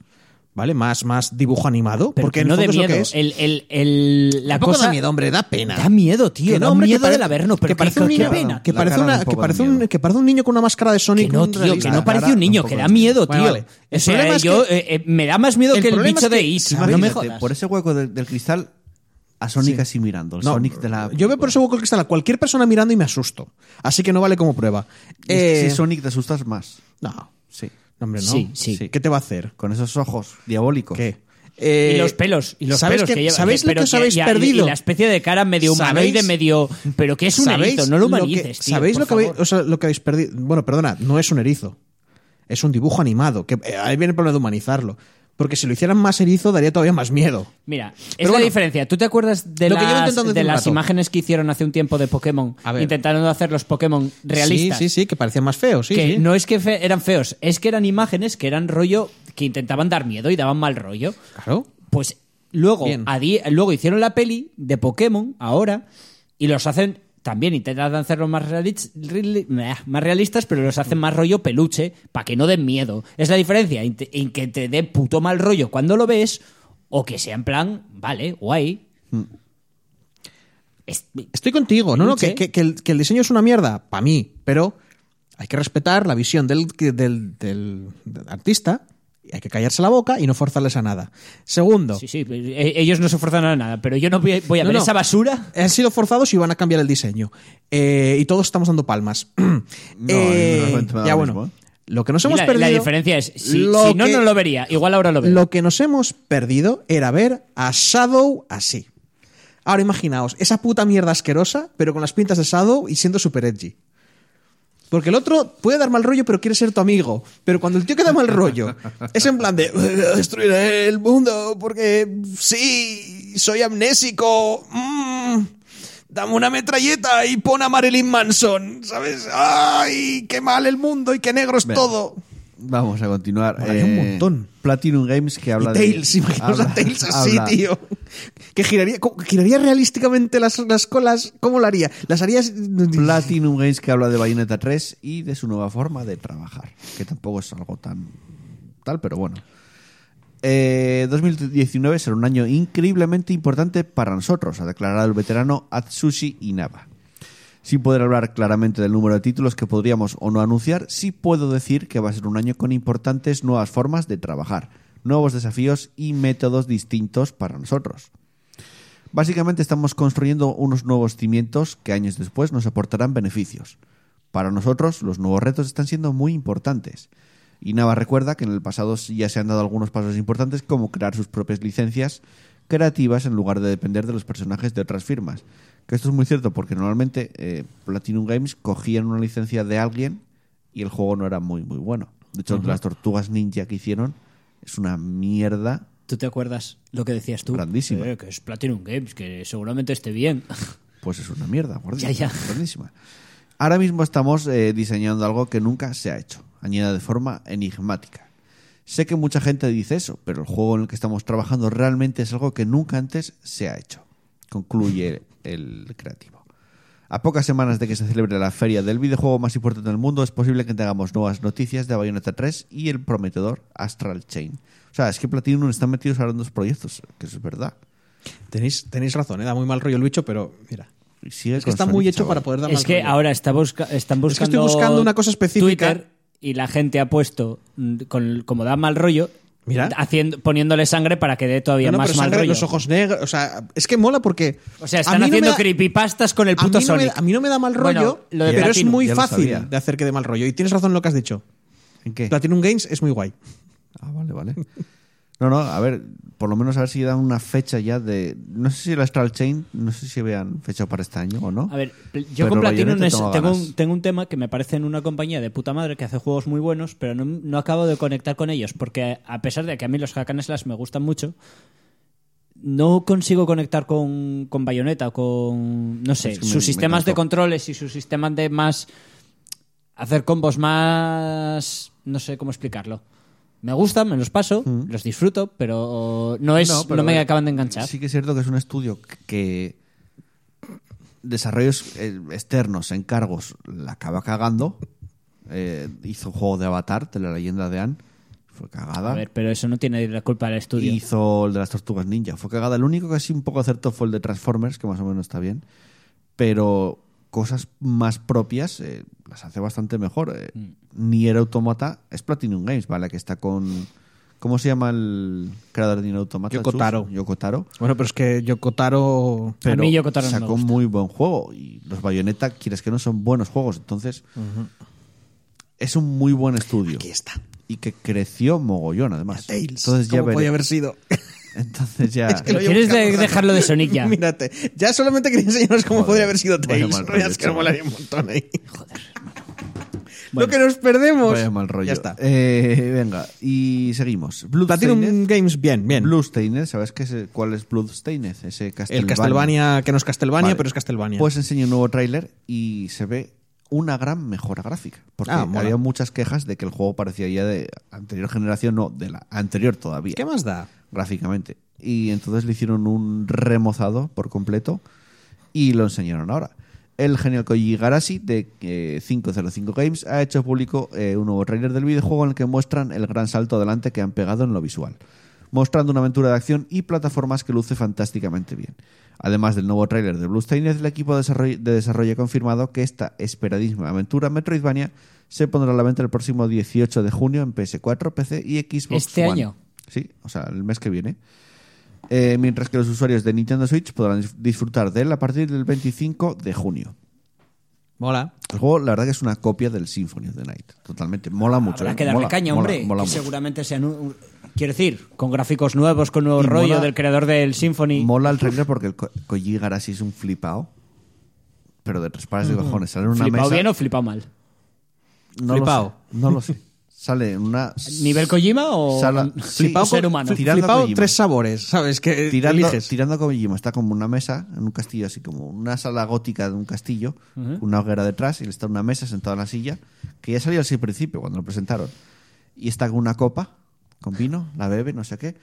S3: ¿vale? Más, más dibujo animado.
S4: Pero
S3: porque
S4: que
S3: en
S4: no
S3: el
S4: de
S3: fondo
S4: miedo.
S3: es lo que es.
S4: El, el, el- la
S3: Tampoco
S4: cosa
S3: da miedo, hombre, da pena.
S4: Da miedo, tío.
S3: Que
S4: da
S3: hombre, que
S4: miedo
S3: pare-
S4: del Averno. Pero
S3: que parece un niño,
S4: da pena.
S3: que
S2: La
S3: parece
S2: cara da
S3: una-
S2: un
S3: que
S2: poco de
S3: parece un
S2: miedo.
S3: que parece un niño con una máscara de Sonic.
S4: Que no, tío, que
S3: realista.
S4: no parece un niño, que da miedo, tío.
S3: Bueno, vale. El
S4: O sea,
S3: problema es
S4: yo,
S3: que-
S4: eh, eh, me da más miedo
S3: El
S4: que el
S3: problema
S4: bicho
S3: es que-
S4: de It.
S3: A ver,
S4: No me
S2: Imagínate,
S4: jodas.
S2: Por ese hueco del, del cristal, a Sonic
S3: Sí.
S2: así mirando. El
S3: No, eh,
S2: Sonic de la.
S3: Yo veo por ese hueco que está cualquier persona mirando y me asusto. Así que no vale como prueba. Eh,
S2: Si este Sonic te asustas más.
S3: No,
S2: Sí.
S3: no, hombre, no.
S4: Sí, sí.
S3: ¿Qué te va a hacer?
S2: Con esos ojos diabólicos.
S3: ¿Qué? Eh,
S4: y los pelos. Y los
S3: ¿sabéis
S4: pelos
S3: que-
S4: que, lleva.
S3: ¿Sabéis lo
S4: pero
S3: que os habéis
S4: y- y-
S3: perdido?
S4: Y la especie de cara medio humanoide,
S3: ¿Sabéis?
S4: medio. Pero que es un erizo, no lo humanices,
S3: que,
S4: tío,
S3: ¿Sabéis
S4: por
S3: lo que, habéis,
S4: favor.
S3: o sea, lo que habéis perdido? Bueno, perdona, no es un erizo. Es un dibujo animado. Que, eh, ahí viene el problema de humanizarlo. Porque si lo hicieran más erizo, daría todavía más miedo.
S4: Mira, es
S3: Pero
S4: la
S3: bueno,
S4: diferencia. ¿Tú te acuerdas de
S3: lo que yo he
S4: las,
S3: intentado decir
S4: de
S3: un
S4: las
S3: rato.
S4: imágenes que hicieron hace un tiempo de Pokémon?
S3: A ver.
S4: Intentando hacer los Pokémon realistas.
S3: Sí, sí, sí, que parecía más feo, sí.
S4: que
S3: sí.
S4: no es que fe- eran feos, es que eran imágenes que eran rollo que intentaban dar miedo y daban mal rollo.
S3: Claro.
S4: Pues luego,
S3: Bien.
S4: a di- luego hicieron la peli de Pokémon ahora y los hacen también intentan hacerlos más, realis- reali- nah, más realistas, pero los hacen más rollo peluche para que no den miedo. Es la diferencia en, te- en que te dé puto mal rollo cuando lo ves o que sea en plan, vale, guay.
S3: Hmm.
S4: Es-
S3: Estoy contigo, no, no, que,
S4: Peluche.
S3: que- que el, que el diseño es una mierda, para mí, pero hay que respetar la visión del, del, del- del artista, y hay que callarse la boca y no forzarles a nada. Segundo,
S4: sí, sí, e- ellos no se esfuerzan a nada, pero yo no voy, voy a
S3: No,
S4: ver
S3: no.
S4: esa basura.
S3: han sido forzados y van a cambiar el diseño. Eh, y todos estamos dando palmas. Eh,
S2: a mí realmente me da
S3: ya
S2: lo
S3: bueno,
S2: mismo, ¿eh?
S3: lo que nos
S4: Y
S3: hemos
S4: la, la
S3: perdido...
S4: diferencia es, si,
S3: lo
S4: si no,
S3: que-
S4: no lo vería. Igual ahora lo veo.
S3: Lo que nos hemos perdido era ver a Shadow así. Ahora imaginaos, esa puta mierda asquerosa, pero con las pintas de Shadow y siendo super edgy. Porque el otro puede dar mal rollo, pero quiere ser tu amigo. Pero cuando el tío que da mal rollo es en plan de destruiré el mundo porque sí, soy amnésico. mm, dame una metralleta y pon a Marilyn Manson, ¿sabes? ¡Ay, qué mal el mundo y qué negro es
S2: Venga.
S3: todo!
S2: Vamos a continuar. eh,
S3: Mola, hay un montón.
S2: Platinum Games que habla
S3: y
S2: de.
S3: Tails, imaginaos
S2: habla-
S3: a Tails así,
S2: habla-
S3: tío. Que giraría, co- giraría realísticamente las, las colas. ¿Cómo lo haría? Las harías.
S2: Platinum Games que habla de Bayonetta 3 y de su nueva forma de trabajar, que tampoco es algo tan tal, pero bueno. Eh, 2019 será un año increíblemente importante para nosotros, ha declarado el veterano Atsushi Inaba. Sin poder hablar claramente del número de títulos que podríamos o no anunciar, sí puedo decir que va a ser un año con importantes nuevas formas de trabajar, nuevos desafíos y métodos distintos para nosotros. Básicamente estamos construyendo unos nuevos cimientos que años después nos aportarán beneficios. Para nosotros, los nuevos retos están siendo muy importantes. Y Nava recuerda que en el pasado ya se han dado algunos pasos importantes como crear sus propias licencias creativas en lugar de depender de los personajes de otras firmas. Que esto es muy cierto porque normalmente eh, Platinum Games cogían una licencia de alguien y el juego no era muy muy bueno. De hecho, las tortugas ninja que hicieron es una mierda
S4: ¿Tú te acuerdas lo que decías tú?
S2: Grandísima.
S4: Eh, que es Platinum Games, que seguramente esté bien.
S2: Pues es una mierda, gordísima,
S4: Ya, ya.
S2: gordísima. Ahora mismo estamos eh, diseñando algo que nunca se ha hecho, añade de forma enigmática. Sé que mucha gente dice eso, pero el juego en el que estamos trabajando realmente es algo que nunca antes se ha hecho, concluye el creativo. A pocas semanas de que se celebre la feria del videojuego más importante del mundo, es posible que tengamos nuevas noticias de Bayonetta 3 y el prometedor Astral Chain. O sea, es que Platinum están metidos ahora en dos proyectos, que eso es verdad.
S3: Tenéis, tenéis razón, ¿eh? da muy mal rollo el bicho, pero mira.
S2: Y sigue
S3: Es que
S2: con
S3: está muy
S2: Sonic,
S3: hecho
S2: chaval.
S3: para poder dar
S4: es
S3: mal
S4: que
S3: rollo.
S4: ahora está busca- están
S3: que
S4: buscando.
S3: estoy buscando una cosa específica.
S4: Twitter y la gente ha puesto, mm, con, como da mal rollo,
S3: Mira.
S4: haciendo, poniéndole sangre para que dé todavía
S3: No, no,
S4: más
S3: pero
S4: mal
S3: sangre,
S4: rollo.
S3: los ojos negros. O sea, es que mola porque.
S4: O sea,
S3: a
S4: están
S3: mí no me
S4: haciendo
S3: da-
S4: creepypastas con el
S3: a mí
S4: puto
S3: no me
S4: Sonic.
S3: da- a mí no me da mal
S4: Bueno,
S3: rollo,
S4: lo de
S3: pero es
S4: Platinum,
S3: muy
S2: ya lo sabía.
S3: fácil de hacer que dé mal rollo. Y tienes razón en lo que has dicho.
S2: ¿En qué?
S3: Platinum Games es muy guay.
S2: Ah, vale, vale. No, no, a ver, por lo menos a ver si dan una fecha ya de. No sé si la Astral Chain, no sé si vean fecha para este año o no.
S4: A ver, pl- yo
S2: Pero
S4: con Platinum
S2: Bayonetta
S4: es-
S2: tengo
S4: tengo,
S2: ganas.
S4: un, tengo un tema que me parece en una compañía de puta madre que hace juegos muy buenos, pero no, no acabo de conectar con ellos, porque a pesar de que a mí los hack and slash me gustan mucho, no consigo conectar con, con Bayonetta, con, no sé,
S2: Es que me-
S4: sus
S2: me
S4: sistemas de
S2: cansó.
S4: controles y sus sistemas de más... hacer combos más... no sé cómo explicarlo. Me gustan, me los paso, los disfruto, pero no es no,
S2: Mm. pero
S4: me
S2: eh,
S4: acaban de enganchar.
S2: Sí que es cierto que es un estudio que desarrollos eh, externos, encargos, la acaba cagando. Eh, hizo un juego de Avatar, de la leyenda de Anne, fue cagada.
S4: A ver, pero eso no tiene la culpa del estudio.
S2: Hizo el de las tortugas ninja, fue cagada. El único que sí un poco acertó fue el de Transformers, que más o menos está bien. Pero cosas más propias eh, las hace bastante mejor. Eh,
S3: Mm.
S2: Nier Automata es Platinum Games, ¿vale? Que está con... ¿Cómo se llama el creador de Nier Automata?
S3: Yoko
S2: Chus?
S3: Taro.
S2: Yoko Taro.
S3: Bueno, pero es que Yokotaro.
S4: A mí Yoko Taro no me
S2: sacó
S4: gusta.
S2: muy buen juego y los Bayonetta, quieres que no, son buenos juegos. Entonces, es un muy buen estudio.
S3: Aquí está.
S2: Y que creció mogollón, además.
S3: Tails.
S2: Entonces ya
S3: ¿Cómo podía
S2: veré-
S3: haber sido?
S2: Entonces ya...
S3: que lo-
S4: ¿Quieres
S3: Voy a buscar
S4: de-
S3: un rato.
S4: dejarlo de Sonic ya?
S3: Mírate. Ya solamente quería enseñaros cómo
S2: Joder,
S3: podría haber sido
S2: vaya
S3: Tails.
S2: mal
S3: Vaya,
S2: rollo,
S3: es que no
S2: chaval.
S3: molaría un montón ahí. Lo que nos perdemos.
S2: Vaya mal rollo.
S3: Ya está.
S2: Eh, venga, y seguimos. Bloodstained.
S3: Platinum Games, bien, bien.
S2: Bloodstained, ¿sabes qué es, el- cuál es Bloodstained? Ese Castlevania.
S3: el Castlevania, que no es Castlevania,
S2: Vale.
S3: pero es Castlevania.
S2: Pues enseña un nuevo tráiler y se ve una gran mejora gráfica. Porque
S3: Ah, mola.
S2: había muchas quejas de que el juego parecía ya de anterior generación, no, de la anterior todavía,
S3: ¿Qué más da?
S2: gráficamente. Y entonces le hicieron un remozado por completo y lo enseñaron ahora. El genial Koji Garashi de eh, 505 Games ha hecho público eh, un nuevo tráiler del videojuego en el que muestran el gran salto adelante que han pegado en lo visual, mostrando una aventura de acción y plataformas que luce fantásticamente bien. Además del nuevo tráiler de Bloodstained, el equipo de desarrollo, de desarrollo ha confirmado que esta esperadísima aventura Metroidvania se pondrá a la venta el próximo 18 de junio en PS4, PC y Xbox
S4: ¿Este
S2: One.
S4: año?
S2: Sí, o sea, el mes que viene. Eh, mientras que los usuarios de Nintendo Switch podrán dis- disfrutar de él a partir del 25 de junio.
S3: Mola.
S2: El juego, la verdad, que es una copia del Symphony of the Night. Totalmente. Mola mucho.
S4: Habrá
S2: ¿eh?
S4: que darle
S2: Mola,
S4: caña,
S2: mola,
S4: hombre.
S2: mola
S4: que
S2: mucho.
S4: seguramente sean. un- un- quiero decir, con gráficos nuevos, con nuevo
S2: Y
S4: rollo
S2: mola-
S4: del creador del Symphony.
S2: Mola el trailer porque el Ko- Koji Garashi es un flipao. Pero de tres pares de cojones. Sale en una
S4: ¿Flipado
S2: mesa.
S4: bien o flipado mal?
S2: no
S3: Flipao.
S2: Lo sé, no lo sé. Sale en una.
S4: ¿Nivel Kojima o
S2: Sala-
S4: un
S2: sí.
S4: flipado ser
S2: con-
S4: humano?
S2: Tirando
S3: Flipado
S2: Kojima.
S3: tres sabores, ¿sabes?
S4: Eh,
S3: Que
S2: tirando,
S3: eliges.
S2: tirando a Kojima. Está como una mesa en un castillo, así como una sala gótica de un castillo, con una hoguera detrás, y está una mesa sentada en la silla, que ya salió así al principio cuando lo presentaron. Y está con una copa, con vino, la bebe, no sé qué,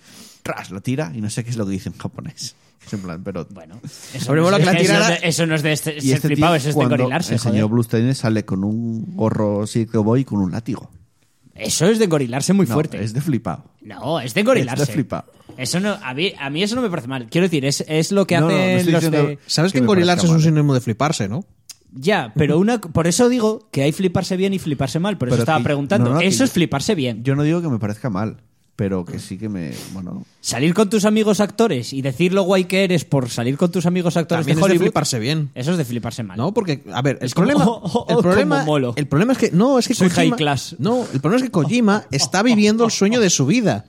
S2: tras, la tira, y no sé qué es lo que dice en japonés. Es en plan, pero.
S4: Bueno,
S3: Hombre, mola que la
S4: eso no
S3: tirara-
S4: es de- eso no es de este,
S2: Y
S4: ser flipado,
S2: tío,
S4: eso es de
S2: cuando
S4: engorilarse.
S2: enseñó
S4: joder.
S2: Bloodstained, sale con un gorro boy y con un látigo.
S4: Eso es de engorilarse muy
S2: No,
S4: fuerte.
S2: Es de flipado.
S4: No, es de engorilarse.
S2: Es de flipado.
S4: Eso no, a, mí, a mí eso no me parece mal. Quiero decir, es, es lo que
S2: No, no, no
S4: hacen
S2: estoy
S4: los
S2: diciendo-
S4: de...
S3: ¿Sabes
S2: que
S3: que
S2: me
S3: engorilarse es
S2: parezca
S3: un
S2: mal.
S3: sinónimo de fliparse, no?
S4: Ya, pero una por eso digo que hay fliparse bien y fliparse mal. Por eso
S2: Pero
S4: estaba
S2: que-
S4: preguntando.
S2: no, no, que
S4: eso
S2: yo-
S4: es fliparse bien.
S2: Yo no digo que me parezca mal, pero que sí que me. Bueno.
S4: Salir con tus amigos actores y decir lo guay que eres por salir con tus amigos actores
S3: También
S4: de
S3: es de
S4: Hollywood.
S3: fliparse bien.
S4: Eso es de fliparse mal.
S3: No, porque, a ver, el
S4: Es como-
S3: problema.
S4: oh, oh,
S3: el,
S4: oh,
S3: problema
S4: como molo.
S3: el problema es que. No, es que
S4: Soy
S3: Kojima-
S4: high class.
S3: No, el problema es que Kojima está viviendo el sueño de su vida.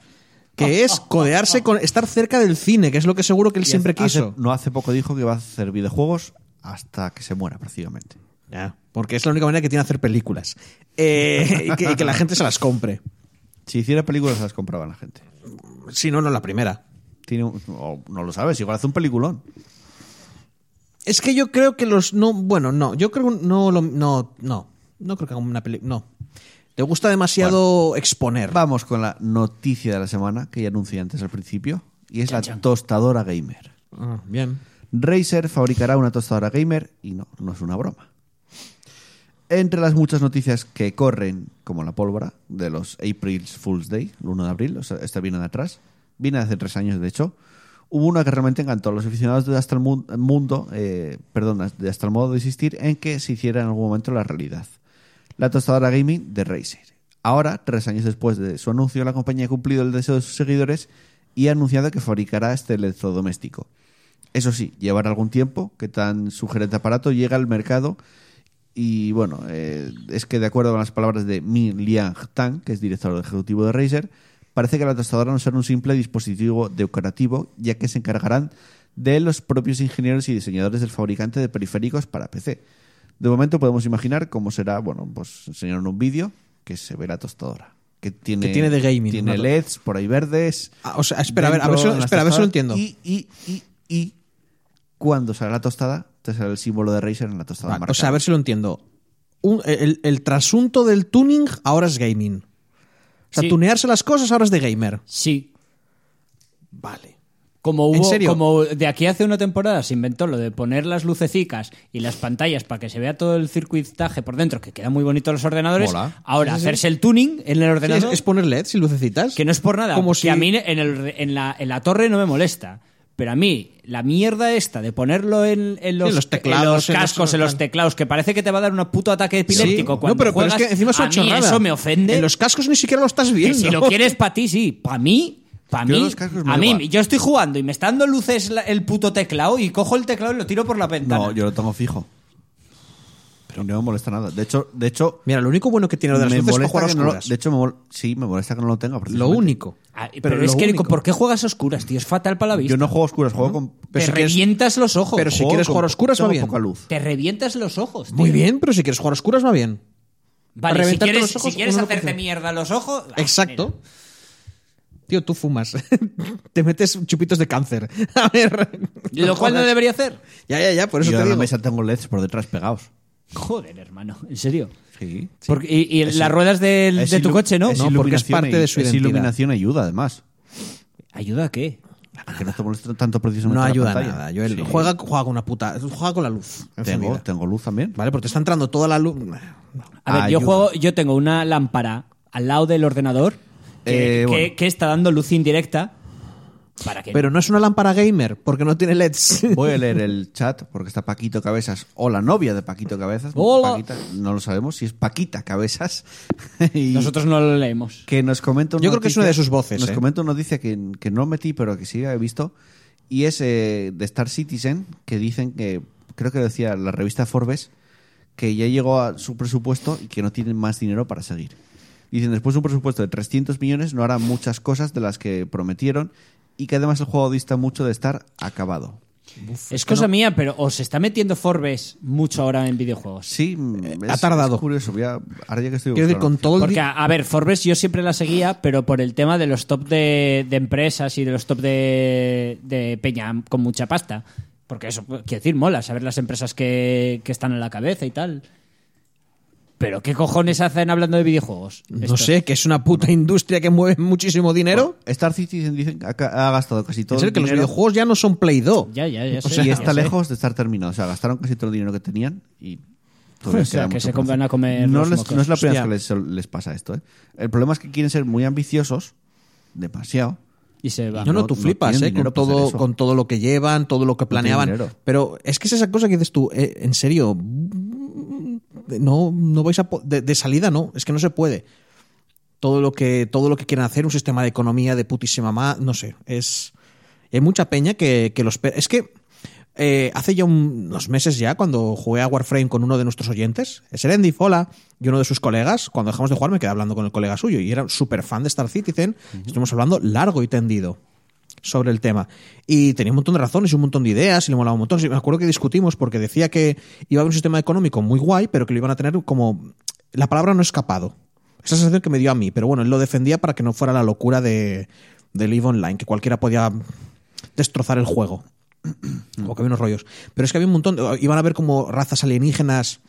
S3: Que es codearse con. estar cerca del cine, que es lo que seguro que él siempre
S2: Y hace-
S3: quiso.
S2: hace- no hace poco dijo que va a hacer videojuegos hasta que se muera, prácticamente.
S3: Ya, porque es la única manera que tiene hacer películas. Eh, y, que, y que la gente se las compre.
S2: Si hiciera películas, las compraba la gente.
S3: Si no, no la primera.
S2: Tiene un- o no lo sabes, igual hace un peliculón.
S3: Es que yo creo que los no, bueno, no, yo creo que no lo- no no, no creo que haga una peli, no. Le gusta demasiado exponer.
S2: Vamos con la noticia de la semana que ya anuncié antes al principio, y es la tostadora gamer.
S3: Ah, bien.
S2: Razer fabricará una tostadora gamer y no, no es una broma. Entre las muchas noticias que corren, como la pólvora, de los April's Fool's Day, el 1 de abril, o sea, esta viene de atrás, viene de hace tres años de hecho, hubo una que realmente encantó a los aficionados de Hasta el Mun- Mundo, eh, perdón, de Hasta el Modo de Existir, en que se hiciera en algún momento la realidad. La tostadora gaming de Razer. Ahora, tres años después de su anuncio, la compañía ha cumplido el deseo de sus seguidores y ha anunciado que fabricará este electrodoméstico. Eso sí, llevará algún tiempo que tan sugerente aparato llega al mercado y bueno, eh, es que de acuerdo con las palabras de Min Liang Tang, que es director ejecutivo de Razer, parece que la tostadora no será un simple dispositivo decorativo, ya que se encargarán de los propios ingenieros y diseñadores del fabricante de periféricos para PC. De momento podemos imaginar cómo será, bueno, pues enseñaron un vídeo que se ve la tostadora. Que tiene,
S3: Que tiene de gaming,
S2: Tiene
S3: una-
S2: LEDs por ahí verdes.
S3: Ah, o sea, espera, a ver, a ver si lo-
S2: dentro de las
S3: espera, a ver si lo
S2: tostadoras.
S3: entiendo.
S2: Y, y, y, y cuando sale la tostada, te sale el símbolo de Razer en la tostada
S3: Vale,
S2: marcada.
S3: Ah, o sea, a ver si lo entiendo. Un- el, el trasunto del tuning ahora es gaming. O sea,
S4: Sí.
S3: tunearse las cosas ahora es de gamer.
S4: Sí.
S3: Vale.
S4: Como hubo,
S3: ¿En serio?
S4: como de aquí hace una temporada se inventó lo de poner las lucecicas y las pantallas para que se vea todo el circuitaje por dentro, que queda muy bonito en los ordenadores.
S2: Mola.
S4: Ahora,
S3: Sí, sí, sí.
S4: hacerse el tuning en el
S3: Sí, es,
S4: ordenador,
S3: es poner LEDs y lucecitas.
S4: que no es por nada,
S3: Como
S4: que
S3: si-
S4: a mí en, el- en la, en la torre no me molesta. Pero a mí, la mierda esta de ponerlo en, en los,
S3: en los teclados,
S4: en los
S3: en los-
S4: cascos, en los teclados, que parece que te va a dar un puto ataque
S3: Sí.
S4: epiléptico cuando
S3: no, pero, pero es
S4: juegas,
S3: que encima es
S4: a
S3: una
S4: mí
S3: chorrada.
S4: eso me ofende.
S3: En los cascos ni siquiera lo estás
S4: Que
S3: viendo.
S4: si lo quieres para ti, sí. Para mí, para
S2: Yo
S4: mí,
S2: los cascos me
S4: a
S2: da
S4: mí,
S2: igual.
S4: yo estoy jugando y me está dando luces la- el puto teclado y cojo el teclado y lo tiro por la ventana.
S2: No, yo lo tengo fijo. Pero no me molesta nada. De hecho, de hecho
S3: Mira, lo único bueno que tiene lo de las
S2: me
S3: luces es para
S2: molesta
S3: jugar a
S2: que no lo-
S3: oscuras.
S2: de hecho, me mol- sí, me molesta que no lo tenga.
S3: lo
S2: precisamente.
S3: único.
S4: Ah, pero, es
S3: lo
S4: que,
S3: único.
S4: ¿por qué juegas a oscuras, tío? Es fatal para la vista.
S2: Yo no juego a oscuras, juego con.
S3: pero
S4: te
S3: si quieres-
S4: revientas los ojos.
S3: pero si
S4: Joder,
S3: quieres
S2: con-
S3: jugar a oscuras,
S2: tengo
S3: va bien.
S2: poca luz.
S4: Te revientas los ojos, tío.
S3: Muy bien, pero si quieres jugar a oscuras, va bien.
S4: Vale, si
S3: Reventarte
S4: quieres,
S3: los ojos,
S4: si quieres
S3: uno no
S4: hacerte
S3: funciona.
S4: mierda los ojos. ah,
S3: Exacto.
S4: mira.
S3: Tío, tú fumas. te metes chupitos de cáncer. A ver.
S4: Lo cual no
S3: jodas.
S4: debería hacer.
S3: Ya, ya, ya, por eso
S2: Yo
S3: te
S2: en la
S3: digo.
S2: mesa tengo LEDs por detrás pegados.
S4: Joder, hermano, en serio.
S2: Sí.
S4: Porque- y y
S2: Es
S4: las
S2: il-
S4: ruedas del- de,
S2: Es
S4: tu
S2: ilu-
S4: coche, ¿no?
S2: es
S3: No, porque es
S2: iluminación
S3: parte
S2: y-
S3: de su
S2: es
S3: identidad.
S2: iluminación ayuda, además.
S4: ¿Ayuda a qué?
S2: Que no te molesta tanto precisamente
S3: No
S2: la
S3: ayuda a
S2: pantalla.
S3: nada. Joel,
S2: Sí.
S3: juega, juega con una puta. Juega con la luz.
S2: Tengo,
S3: encendida.
S2: tengo luz también.
S3: Vale, porque te está entrando toda la luz.
S4: A ver, yo
S2: Ayuda.
S4: juego, yo tengo una lámpara al lado del ordenador
S2: Eh,
S4: que, que-
S2: bueno.
S4: que está dando luz indirecta para que
S3: Pero no es una lámpara gamer, porque no tiene E LEDs.
S2: Voy a leer el chat porque está Paquito Cabezas o la novia de Paquito Cabezas.
S4: Hola.
S2: Paquita, no lo sabemos si es Paquita Cabezas. Y
S4: nosotros no lo leemos.
S2: que nos comenta
S3: Yo creo que es una de sus voces,
S2: Nos
S3: eh.
S2: comenta una noticia que, que no metí, pero que sí he visto. Y es eh, de Star Citizen, que dicen que, creo que lo decía la revista Forbes, que ya llegó a su presupuesto y que no tienen más dinero para seguir. Dicen, después de un presupuesto de 300 millones no harán muchas cosas de las que prometieron y que además el juego dista mucho de estar acabado.
S4: es cosa mía, pero os está metiendo Forbes mucho ahora en videojuegos.
S2: Sí, mm,
S3: Eh, ha tardado.
S2: Es curioso, voy a- ahora ya que estoy
S3: Quiero decir, con
S2: buscando.
S3: todo el
S4: Porque,
S3: día.
S4: a, a ver, Forbes yo siempre la seguía, pero por el tema de los top de, de empresas y de los top de, de peña con mucha pasta. Porque eso, pues, quiero decir, mola saber las empresas que, que están en la cabeza y tal. Pero ¿qué cojones hacen hablando de videojuegos?
S3: No
S4: Estos.
S3: sé, que es una puta industria que mueve muchísimo dinero.
S2: Star Citizen dicen que ha, ca- ha gastado casi todo
S3: En serio,
S2: el
S3: que los
S2: dinero.
S3: videojuegos ya no son Play Doh.
S4: Ya, ya, ya.
S3: O
S4: sé,
S3: sea,
S2: y
S4: ya
S2: está
S4: sé.
S2: lejos de estar terminado. O sea, gastaron casi todo el dinero que tenían y
S4: O
S2: todavía
S4: sea,
S2: queda
S4: que
S2: mucho
S4: se
S2: por hacer.
S4: van a comer
S2: No,
S4: los
S2: les-
S4: mocos.
S2: no es la primera
S3: Hostia.
S2: vez que les, les pasa esto. ¿eh? El problema es que quieren ser muy ambiciosos, demasiado.
S4: Y se va.
S3: No, no,
S2: No-
S3: tú
S2: no
S3: flipas,
S2: tienen
S3: ¿eh? Con
S2: dinero para hacer
S3: todo,
S2: eso.
S3: con todo lo que llevan, todo lo que planeaban.
S2: dinero.
S3: Pero es que es esa cosa que dices tú, eh, en serio, no, no vais a po- de, de salida, no, es que no se puede. Todo lo que, todo lo que quieren hacer, un sistema de economía de putísima más, no sé, es. Hay mucha peña que, que los. pe- Es que eh, hace ya un- unos meses ya, cuando jugué a Warframe con uno de nuestros oyentes, Serendi Fola y uno de sus colegas, cuando dejamos de jugar me quedé hablando con el colega suyo y era súper fan de Star Citizen. Estuvimos hablando largo y tendido sobre el tema. Y tenía un montón de razones y un montón de ideas y le molaba un montón. Sí, Me acuerdo que discutimos porque decía que iba a haber un sistema económico muy guay, pero que lo iban a tener como... La palabra no escapado. Esa sensación que me dio a mí, pero bueno, él lo defendía para que no fuera la locura de, de Live Online, que cualquiera podía destrozar el juego. Como que había unos rollos. Pero es que había un montón, de- iban a haber como razas alienígenas,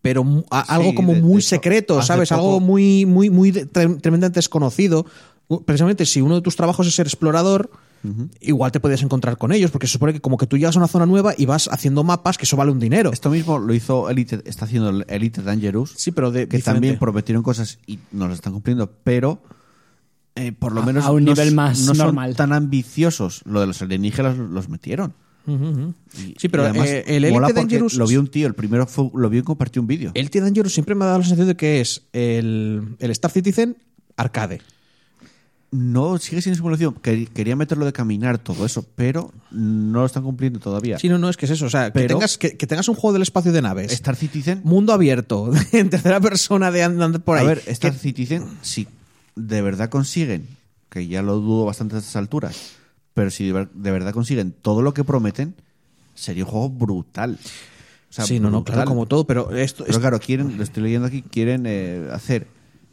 S3: pero mu- a-
S2: Sí,
S3: algo como
S2: de- de
S3: muy
S2: hecho,
S3: secreto,
S2: hace
S3: ¿sabes? Algo
S2: poco-
S3: muy, muy, muy de- tre- tremendamente desconocido. U- Precisamente si uno de tus trabajos es ser explorador, igual te podías encontrar con ellos, porque se supone que como que tú llegas a una zona nueva y vas haciendo mapas, que eso vale un dinero.
S2: Esto mismo lo hizo Elite, está haciendo el Elite Dangerous.
S3: Sí, pero de-
S2: que
S3: diferente.
S2: también prometieron cosas y no las están cumpliendo, pero eh, por lo
S4: A-
S2: menos
S4: a un
S2: no
S4: nivel
S2: s-
S4: más
S2: no
S4: normal.
S2: son tan ambiciosos. Lo de los alienígenas los metieron. Y-
S3: Sí, pero,
S2: y además
S3: eh, el Elite
S2: mola porque
S3: Dangerous-
S2: lo vio un tío, el primero fue- lo vio y compartió un vídeo.
S3: El T. Dangerous siempre me ha dado la sensación de que es el, el Star Citizen arcade.
S2: No, sigue sin simulación. Que- Quería meterlo de caminar, todo eso, pero no lo están cumpliendo todavía.
S3: Sí, no, no, es que es eso. O sea, que
S2: Pero-
S3: tengas, que, que tengas un juego del espacio de naves.
S2: Star Citizen.
S3: Mundo abierto, en tercera persona de andar por ahí.
S2: A ver, Star
S3: Que-
S2: Citizen, si de verdad consiguen, que ya lo dudo bastante a estas alturas, pero si de ver- de verdad consiguen todo lo que prometen, sería un juego brutal. O sea,
S3: sí, no, no,
S2: brutal.
S3: claro, como todo, pero esto
S2: Pero claro, quieren, lo estoy leyendo aquí, quieren eh, hacer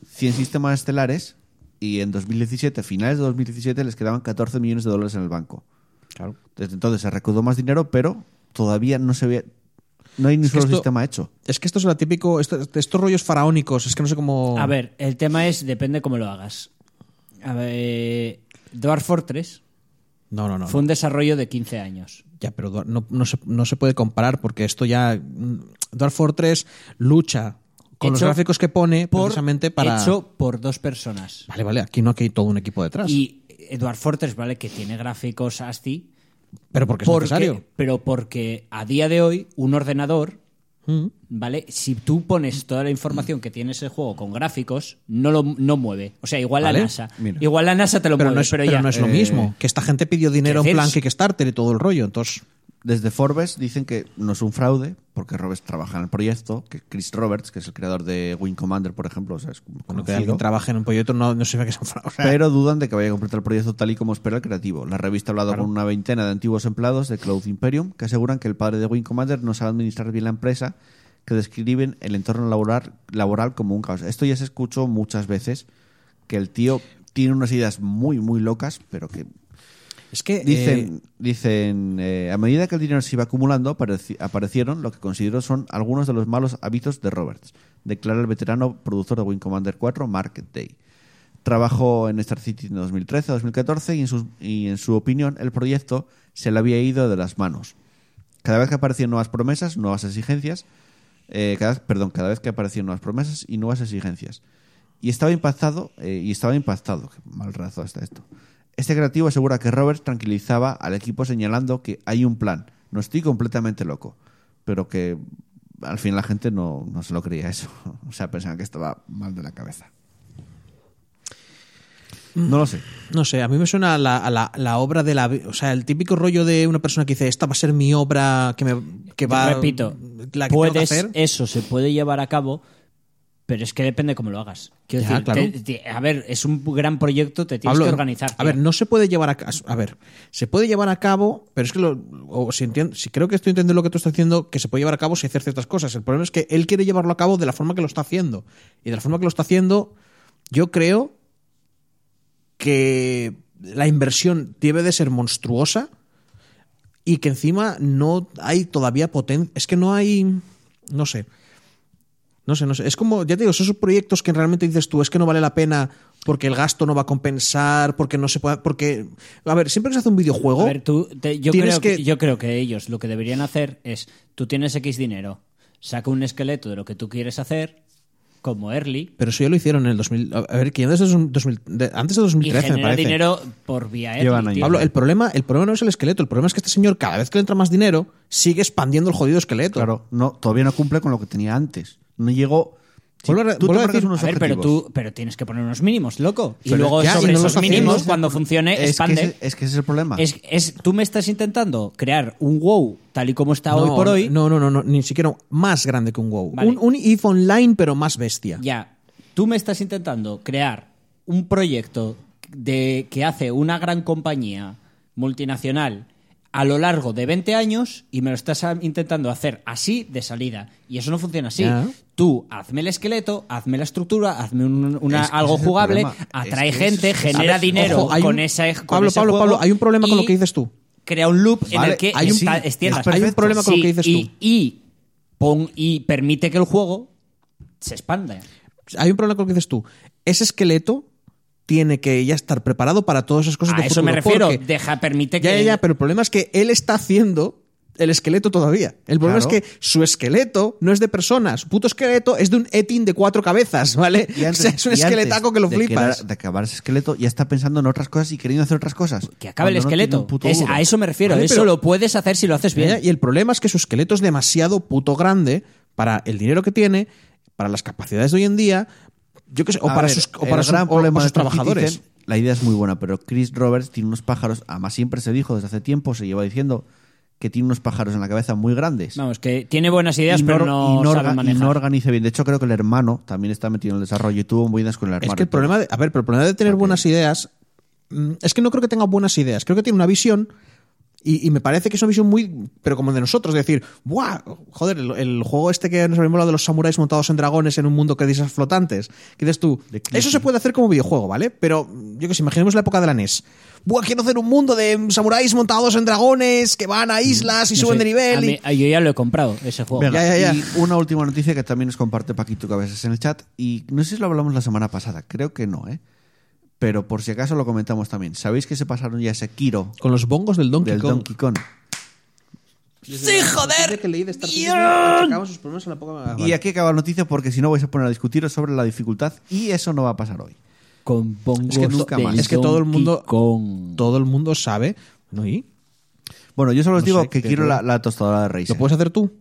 S2: 100 sistemas estelares y en 2017, finales de 2017, les quedaban 14 millones de dólares en el banco.
S3: Claro.
S2: Desde entonces se recaudó más dinero, pero todavía no se había, no hay ni un
S3: Es que
S2: solo
S3: esto-
S2: sistema hecho.
S3: Es que esto es lo típico, esto- estos rollos faraónicos, es que no sé cómo...
S4: A ver, el tema es, depende cómo lo hagas. A ver, Dwarf Fortress
S3: No, no, no.
S4: fue un desarrollo de 15 años.
S3: Ya, pero Dwar- no, no se, no se puede comparar porque esto ya... mm, Dwarf Fortress lucha con los
S4: Hecho
S3: gráficos que pone
S4: Por-
S3: precisamente para...
S4: Hecho por dos personas.
S3: Vale, vale, aquí no aquí hay todo un equipo detrás.
S4: Y Edward Fortress, ¿vale? Que tiene gráficos ASCII.
S3: pero porque es
S4: porque-
S3: necesario.
S4: Pero porque a día de hoy, un ordenador,
S3: Mm.
S4: ¿vale? Si tú pones toda la información que tiene ese juego con gráficos, no lo no mueve. O sea, igual
S3: Vale,
S4: la NASA.
S2: mira.
S4: Igual la NASA te lo
S3: Pero,
S4: mueve,
S3: no es,
S4: pero,
S3: pero
S4: ya. eh,
S3: no es lo mismo. Que esta gente pidió dinero en
S4: decir,
S3: plan
S4: es-
S3: Kickstarter y todo el rollo. Entonces,
S2: Desde Forbes dicen que no es un fraude, porque Roberts trabaja en el proyecto, que Chris Roberts, que es el creador de Wing Commander, por ejemplo, o sea, es
S3: cuando que
S2: conocido.
S3: alguien trabaje en un proyecto no, no se ve que sea un fraude. O sea,
S2: Pero dudan de que vaya a completar el proyecto tal y como espera el creativo. La revista ha hablado con una veintena de antiguos empleados de Cloud Imperium que aseguran que el padre de Wing Commander no sabe administrar bien la empresa, que describen el entorno laboral, laboral como un caos. Esto ya se escuchó muchas veces, que el tío tiene unas ideas muy, muy locas, pero que
S3: es que... eh,
S2: Dicen, dicen eh, a medida que el dinero se iba acumulando, apareci- aparecieron lo que considero son algunos de los malos hábitos de Roberts, declara el veterano productor de Wing Commander 4, Market Day. Trabajó en Star City en 2013-2014 y, en sus- y en su opinión el proyecto se le había ido de las manos. Cada vez que aparecían nuevas promesas, nuevas exigencias, eh, cada, perdón, cada vez que aparecían nuevas promesas y nuevas exigencias. Y estaba impactado, eh, y estaba impactado, qué mal razo está esto. Este creativo asegura que Roberts tranquilizaba al equipo señalando que hay un plan, no estoy completamente loco, pero que al fin la gente no, no se lo creía eso, o sea, pensaban que estaba mal de la cabeza. No lo sé.
S3: No sé, a mí me suena a la, a la- la obra de la. O sea, el típico rollo de una persona que dice: Esta va a ser mi obra que, me, que va.
S4: Repito,
S3: la que
S4: puedes, eh,
S3: tengo que hacer.
S4: eso se puede llevar a cabo, pero es que depende cómo lo hagas. Quiero
S3: Ya,
S4: decir,
S3: claro.
S4: te- te- a ver, es un gran proyecto, te tienes
S3: Pablo,
S4: que organizar.
S3: A ver,
S4: tío.
S3: no se puede llevar a cabo. A ver, se puede llevar a cabo, pero es que lo, o si, entiendo, si creo que estoy entendiendo lo que tú estás diciendo, que se puede llevar a cabo si hacer ciertas cosas. El problema es que él quiere llevarlo a cabo de la forma que lo está haciendo. Y de la forma que lo está haciendo, yo creo que la inversión debe de ser monstruosa y que encima no hay todavía potencia. Es que no hay. No sé. No sé, no sé. Es como, ya te digo, esos proyectos que realmente dices tú, es que no vale la pena porque el gasto no va a compensar, porque no se puede. Porque. A ver, siempre que se hace un videojuego.
S4: A ver, tú, te- yo,
S3: tienes
S4: creo que...
S3: que-
S4: yo creo que ellos lo que deberían hacer es, tú tienes X dinero, saca un esqueleto de lo que tú quieres hacer, como Early,
S3: Pero eso ya lo hicieron en el 2000. A ver, que ya desde el 2000 de- antes de
S4: y
S3: 2013, me
S4: genera
S3: parece.
S4: dinero por vía Early.
S2: Llevan años.
S4: tío.
S3: Pablo, el problema, el problema no es el esqueleto, el problema es que este señor, cada vez que le entra más dinero, sigue expandiendo el jodido esqueleto.
S2: Claro, no, todavía no cumple con lo que tenía antes. No llegó. Si
S3: Vuelvo a-
S2: tú te
S3: vuelvo a
S2: marcas
S3: decir-
S2: unos
S4: a ver, pero
S2: objetivos.
S4: tú pero tienes que poner unos mínimos, loco. Y
S2: Pero
S4: luego
S3: ya,
S4: sobre
S3: y no los
S4: esos
S3: haciendo,
S4: mínimos,
S3: es-
S4: cuando funcione,
S2: es que
S4: expande.
S2: ese- es que ese es el problema.
S4: Es, es- tú me estás intentando crear un WoW tal y como está hoy por hoy.
S3: No, no, no, no, ni siquiera más grande que un WoW.
S4: Vale.
S3: Un, un EVE Online, pero más bestia.
S4: Ya, tú me estás intentando crear un proyecto de que hace una gran compañía multinacional a lo largo de 20 años y me lo estás a- intentando hacer así de salida. Y eso no funciona así.
S3: Ya.
S4: Tú hazme el esqueleto, hazme la estructura, hazme un- una-
S2: Es que
S4: algo
S2: ese es el
S4: jugable,
S2: problema.
S4: atrae
S2: Es que
S4: gente,
S2: es-
S4: genera
S2: ¿sabes?
S4: dinero
S3: Ojo, hay
S4: con,
S3: un-
S4: esa, con
S3: Pablo,
S4: ese
S3: Pablo,
S4: juego
S3: Pablo, hay un problema con
S4: y
S3: lo que dices tú.
S4: Crea un loop en
S2: Vale,
S4: el que
S2: hay un-
S4: esta-
S2: sí, es
S4: extiendas.
S2: perfecto. Hay un
S3: problema con lo que dices
S4: y,
S3: tú.
S4: Y, pon- y permite que el juego se expanda.
S3: Hay un problema con lo que dices tú. Ese esqueleto tiene que ya estar preparado para todas esas cosas
S4: A
S3: de
S4: eso me
S3: futuro,
S4: refiero.
S3: porque-
S4: Deja, permite que.
S3: Ya, ya, ya, pero el problema es que él está haciendo el esqueleto todavía. El problema
S2: Claro.
S3: es que su esqueleto no es de personas. Su puto esqueleto es de un etin de cuatro cabezas, ¿vale?
S2: Y antes-
S3: o sea, es un
S2: y antes
S3: esqueletaco que lo
S2: de
S3: flipas.
S2: quedar- de acabar ese esqueleto, ya está pensando en otras cosas y queriendo hacer otras cosas.
S4: Que acabe el
S2: Cuando no tiene
S4: esqueleto.
S2: un puto
S4: Es-
S2: duro.
S4: a eso me refiero.
S3: Vale,
S4: eso
S3: pero- Eh,
S4: lo puedes hacer si lo haces bien.
S3: Ya, ya, Y el problema es que su esqueleto es demasiado puto grande para el dinero que tiene, para las capacidades de hoy en día, yo qué sé, o
S2: A
S3: para
S2: ver,
S3: sus, o
S2: el
S3: para su-
S2: gran
S3: o- o
S2: problema de
S3: sus
S2: Twin Peaks,
S3: trabajadores.
S2: dicen, la idea es muy buena, pero Chris Roberts tiene unos pájaros. Además, siempre se dijo desde hace tiempo, se lleva diciendo que tiene unos pájaros en la cabeza muy grandes.
S4: Vamos, que tiene buenas ideas,
S2: y
S4: pero no,
S2: y no
S4: sabe
S2: orga-
S4: manejar.
S2: y no organiza bien. De hecho, creo que el hermano también está metido en el desarrollo y tuvo buenas con el hermano.
S3: Es que el problema de, a ver, pero el problema de tener buenas ideas mm, es que no creo que tenga buenas ideas. Creo que tiene una visión y, y me parece que es una visión muy, pero como de nosotros, de decir, ¡buah! Joder, el, el juego este que nos habíamos hablado de los samuráis montados en dragones en un mundo que dices flotantes. Que dices tú,
S2: De cliché.
S3: eso se puede hacer como videojuego, ¿vale? Pero yo que sé, imaginemos la época de la NES. ¡Buah! Quiero hacer un mundo de samuráis montados en dragones que van a islas y
S4: No
S3: suben
S4: sé,
S3: de nivel.
S4: a
S3: y-
S4: mí- a- yo ya lo he comprado, ese juego.
S2: Venga,
S3: Ya, ya, ya.
S2: Y una última noticia que también nos comparte Paquito Cabezas en el chat. Y no sé si lo hablamos la semana pasada, creo que no, ¿eh? Pero por si acaso lo comentamos también. ¿Sabéis que se pasaron ya ese Kiro
S3: Con los bongos del Donkey
S2: del
S3: Kong.
S2: Donkey Kong?
S3: ¡Sí, joder! Que leí de Star Citizen, achacaban sus problemas a la época- Ah,
S2: Y
S3: vale.
S2: aquí acaba la noticia porque si no vais a poner a discutiros sobre la dificultad y eso no va a pasar hoy.
S4: Con bongos
S2: Es que nunca
S4: del
S2: más.
S3: Es que todo el
S4: Donkey
S3: mundo-
S4: Kong.
S3: todo el mundo sabe. ¿No? ¿Y?
S2: Bueno, yo solo os
S3: No
S2: digo
S3: sé,
S2: que
S3: que
S2: quiero
S3: yo-
S2: la, la tostadora de Razer.
S3: ¿Lo puedes hacer tú?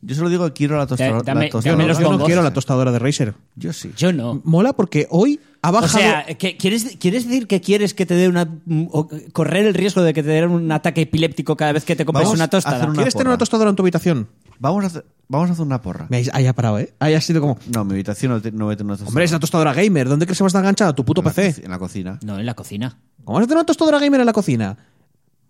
S2: Yo solo digo que quiero la, tostadora-
S4: Eh, dame-
S2: la tostadora.
S4: dame los
S3: yo no
S4: bongos.
S3: quiero la tostadora de Razer.
S2: Yo sí.
S4: Yo no.
S3: Mola porque hoy ha
S4: O
S3: bajado.
S4: sea, eh, que- ¿quieres, ¿quieres decir que quieres que te dé una. mm, o correr el riesgo de que te den un ataque epiléptico cada vez que te compres
S2: Vamos
S4: una
S2: a
S4: tostada?
S2: hacer una-
S3: ¿Quieres tener
S2: porra.
S3: una tostadora en tu habitación?
S2: Vamos a hacer, vamos a hacer una porra.
S3: Me haya parado, ¿eh? Haya sido como.
S2: No, mi habitación no, te- no voy a tener una tostadora.
S3: Hombre, es una tostadora gamer. ¿Dónde crees que vas a estar enganchada? Tu puto
S2: en la,
S3: PC.
S2: co- en la cocina,
S4: No, en la cocina.
S3: ¿Cómo vas a tener una tostadora gamer en la cocina?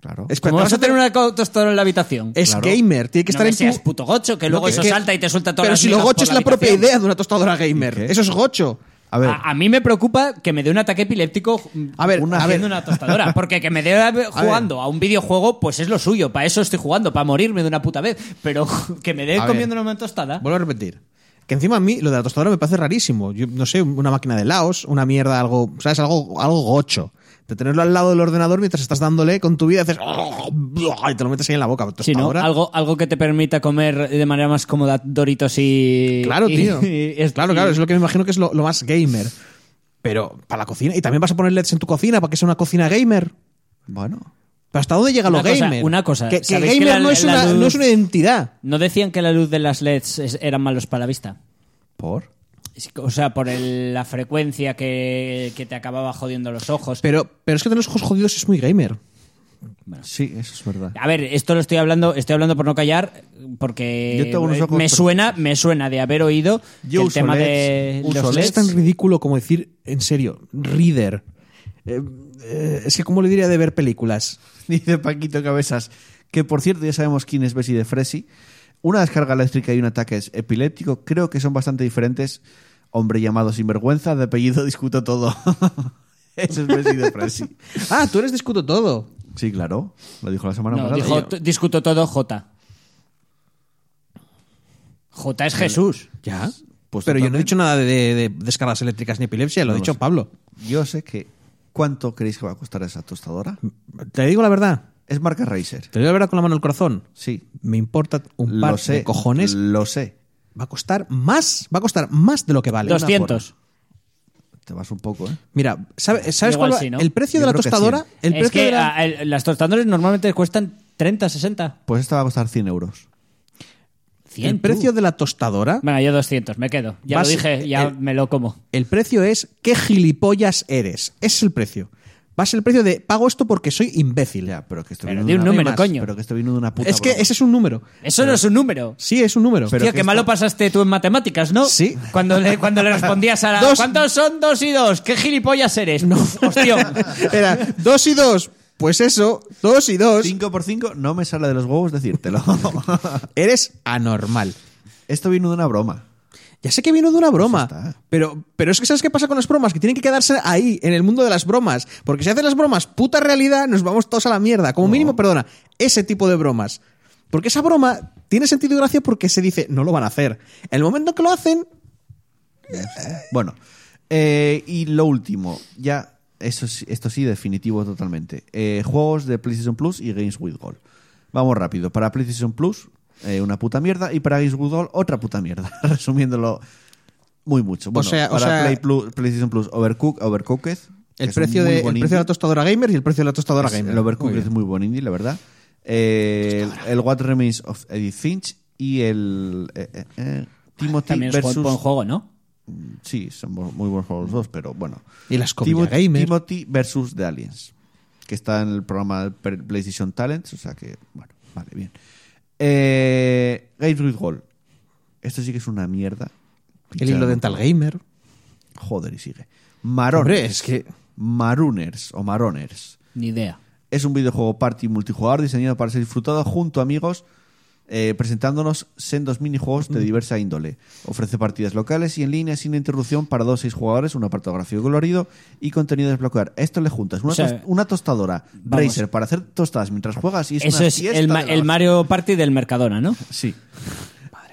S2: claro.
S3: Es- Espera,
S4: ¿Cómo
S3: ¿te
S4: vas a tener una co- tostadora en la habitación?
S3: Es
S2: Claro.
S3: gamer. Tiene que
S4: no
S3: estar
S4: me
S3: en tu.
S4: seas puto gocho, que
S3: No,
S4: luego
S3: que-
S4: eso
S3: que-
S4: salta y te suelta todas
S3: Pero
S4: las
S3: si lo
S4: migas por
S3: gocho es la propia
S4: habitación. Ah,
S3: idea de una tostadora gamer.
S2: ¿Y qué?
S3: Eso es gocho.
S2: A ver,
S4: A, a mí me preocupa que me dé un ataque epiléptico mm,
S3: A ver,
S4: una,
S3: a
S4: haciendo
S3: ver.
S4: una tostadora. Porque que me dé jugando a, un videojuego, pues es lo suyo. Para eso estoy jugando, para morirme de una puta vez. Pero que me dé
S3: A ver.
S4: comiendo una tostada.
S3: Vuelvo a repetir. Que encima a mí lo de la tostadora me parece rarísimo. Yo no sé, una máquina de laos, una mierda, algo, ¿sabes? Algo, algo gocho. De tenerlo al lado del ordenador mientras estás dándole con tu vida, haces. ¡oh! Y te lo metes ahí en la boca.
S4: Sí, ¿no?
S3: Tostadora.
S4: Algo, algo que te permita comer de manera más cómoda doritos y.
S3: Claro,
S4: y-
S3: tío.
S4: y- y-
S3: claro, claro, es lo que me imagino que es lo, lo más gamer. Pero para la cocina. Y también vas a poner LEDs en tu cocina para que sea una cocina gamer.
S2: bueno.
S3: ¿Pero hasta dónde llega
S4: Una
S3: lo
S4: cosa,
S3: gamer?
S4: una cosa,
S3: Que, que
S4: ¿sabéis
S3: gamer
S4: que la-
S3: no, es
S4: la
S3: una,
S4: luz-
S3: no es una identidad.
S4: No decían que la luz de las LEDs es- eran malos para la vista.
S2: ¿Por?
S4: O sea, por el- la frecuencia que, que te acababa jodiendo los ojos.
S3: Pero, pero es que tener los ojos jodidos es muy gamer.
S2: Sí, eso es verdad.
S4: A ver, esto lo estoy hablando, estoy hablando por no callar,
S2: Yo
S4: porque
S2: tengo unos ojos
S4: me suena, me suena de haber oído
S2: Yo
S4: que el
S2: uso
S4: tema
S2: LEDs,
S4: de
S2: uso
S4: Eh,
S2: E
S4: los E
S3: Es
S4: LEDs.
S3: tan ridículo como decir, en serio, reader. Eh, eh, es que, ¿cómo le diría de ver películas?
S2: Dice Paquito Cabezas, que por cierto ya sabemos quién es Bessie de Fresi. Una descarga eléctrica y un ataque es- epiléptico creo que son bastante diferentes. Hombre llamado sinvergüenza, de apellido discuto todo. Ese es Bessie de Fresi.
S3: Ah, tú eres discuto todo.
S2: Sí, claro. Lo dijo la semana
S4: No,
S2: pasada.
S4: dijo,
S2: Yo-
S4: "T- discuto todo J. J es Jesús.
S3: Ya.
S2: Pues
S3: pero yo no he
S2: totalmente.
S3: dicho nada de, de- de descargas eléctricas ni epilepsia, lo ha
S2: No lo
S3: dicho
S2: sé.
S3: Pablo.
S2: Yo sé que... ¿Cuánto creéis que va a costar esa tostadora?
S3: Te digo la verdad.
S2: Es marca Razer.
S3: Te digo la verdad con la mano en el corazón.
S2: Sí.
S3: Me importa un par
S2: Lo sé.
S3: de cojones.
S2: Lo sé.
S3: Va a costar más. Va a costar más de lo que vale.
S4: 200.
S2: Te vas un poco, ¿eh?
S3: Mira, ¿sabe- ¿sabes
S4: Igual
S3: cuál va?
S4: sí, ¿no?
S3: El precio
S2: Yo
S3: de la
S2: creo que
S3: tostadora.
S2: sí.
S3: El
S4: es
S3: precio
S4: que
S3: de la-
S4: a- el- las tostadoras normalmente cuestan 30, 60,
S2: Pues esta va a costar 100 euros.
S4: 100.
S3: el precio de la tostadora.
S4: Bueno, yo 200, me quedo. Ya
S3: Vas-
S4: lo dije, ya
S3: el-
S4: me lo como.
S3: El precio es qué gilipollas eres. Ese es el precio. Va a ser el precio de pago esto porque soy imbécil.
S2: Ya, pero que esto
S4: Pero
S2: viene
S4: di
S2: de
S4: un
S2: una-
S4: número,
S2: más,
S4: coño.
S2: Pero que esto viene de una puta
S3: es que
S2: broma.
S3: ese es un número.
S4: Eso no es un número.
S3: Sí, es un número.
S2: Pero-
S4: Tío,
S2: que
S4: qué malo
S2: esto-
S4: pasaste tú en matemáticas, ¿no?
S3: Sí.
S4: Cuando le, cuando le respondías a la...
S3: Dos-
S4: ¿Cuántos son dos y dos? ¿Qué gilipollas eres? No, hostia.
S3: Era dos y dos. Pues eso, dos y dos.
S2: 5 por 5 no me sale de los huevos decírtelo.
S3: Eres anormal.
S2: Esto vino de una broma.
S3: Ya sé que vino de una broma,
S2: Pues ya está.
S3: pero, pero es que ¿sabes qué pasa con las bromas? Que tienen que quedarse ahí, en el mundo de las bromas. Porque si hacen las bromas puta realidad, nos vamos todos a la mierda. Como mínimo, perdona, ese tipo de bromas. Porque esa broma tiene sentido y gracia porque se dice, no lo van a hacer. En el momento que lo hacen,
S2: Bueno, eh, y lo último, ya, eso sí- esto sí, definitivo totalmente. Eh, juegos de PlayStation Plus y Games with Gold. Vamos rápido. Para PlayStation Plus, eh, una puta mierda. Y para Games with Gold, otra puta mierda. Resumiéndolo muy mucho. Bueno,
S3: sea- o
S2: para
S3: sea-
S2: Play Plus- PlayStation Plus, Overcook, Overcooked. que
S3: el
S2: son
S3: precio,
S2: muy
S3: de, el
S2: bonitos.
S3: precio de la tostadora gamer y el precio de la tostadora
S2: Es-
S3: gamer.
S2: El Overcooked
S3: Muy
S2: es
S3: bien. Pues
S2: muy buen indie, la verdad. Eh, el, el What Remains of Edith Finch y el eh, eh, eh,
S3: Ah,
S2: Timothy
S4: También es
S2: versus
S4: buen buen juego, ¿no?
S2: sí, son bu- muy buenos juegos los dos, pero bueno.
S3: Y las
S2: Timo-
S3: comillas gamer.
S2: Timothy versus The Aliens, que está en el programa de Per- PlayStation Talents, o sea que, bueno. Vale, bien. Eh, Games with Gold. Esto sí que es una mierda.
S3: El hilo dental gamer.
S2: Joder, y sigue. Maroners.
S3: Hombre, es que-
S2: Marooners o Maroners.
S4: Ni idea.
S2: Es un videojuego party multijugador diseñado para ser disfrutado junto a amigos, eh, presentándonos sendos minijuegos de diversa índole. Ofrece partidas locales y en línea sin interrupción para dos o seis jugadores, un apartado gráfico colorido y contenido a desbloquear. Esto le juntas una,
S4: O sea,
S2: tos- una tostadora
S4: vamos.
S2: Razer para hacer tostadas mientras juegas y es
S4: Eso
S2: una
S4: es
S2: fiesta
S4: el, ma-
S2: de la
S4: el
S2: hostia.
S4: Mario Party del Mercadona, ¿no?
S2: Sí.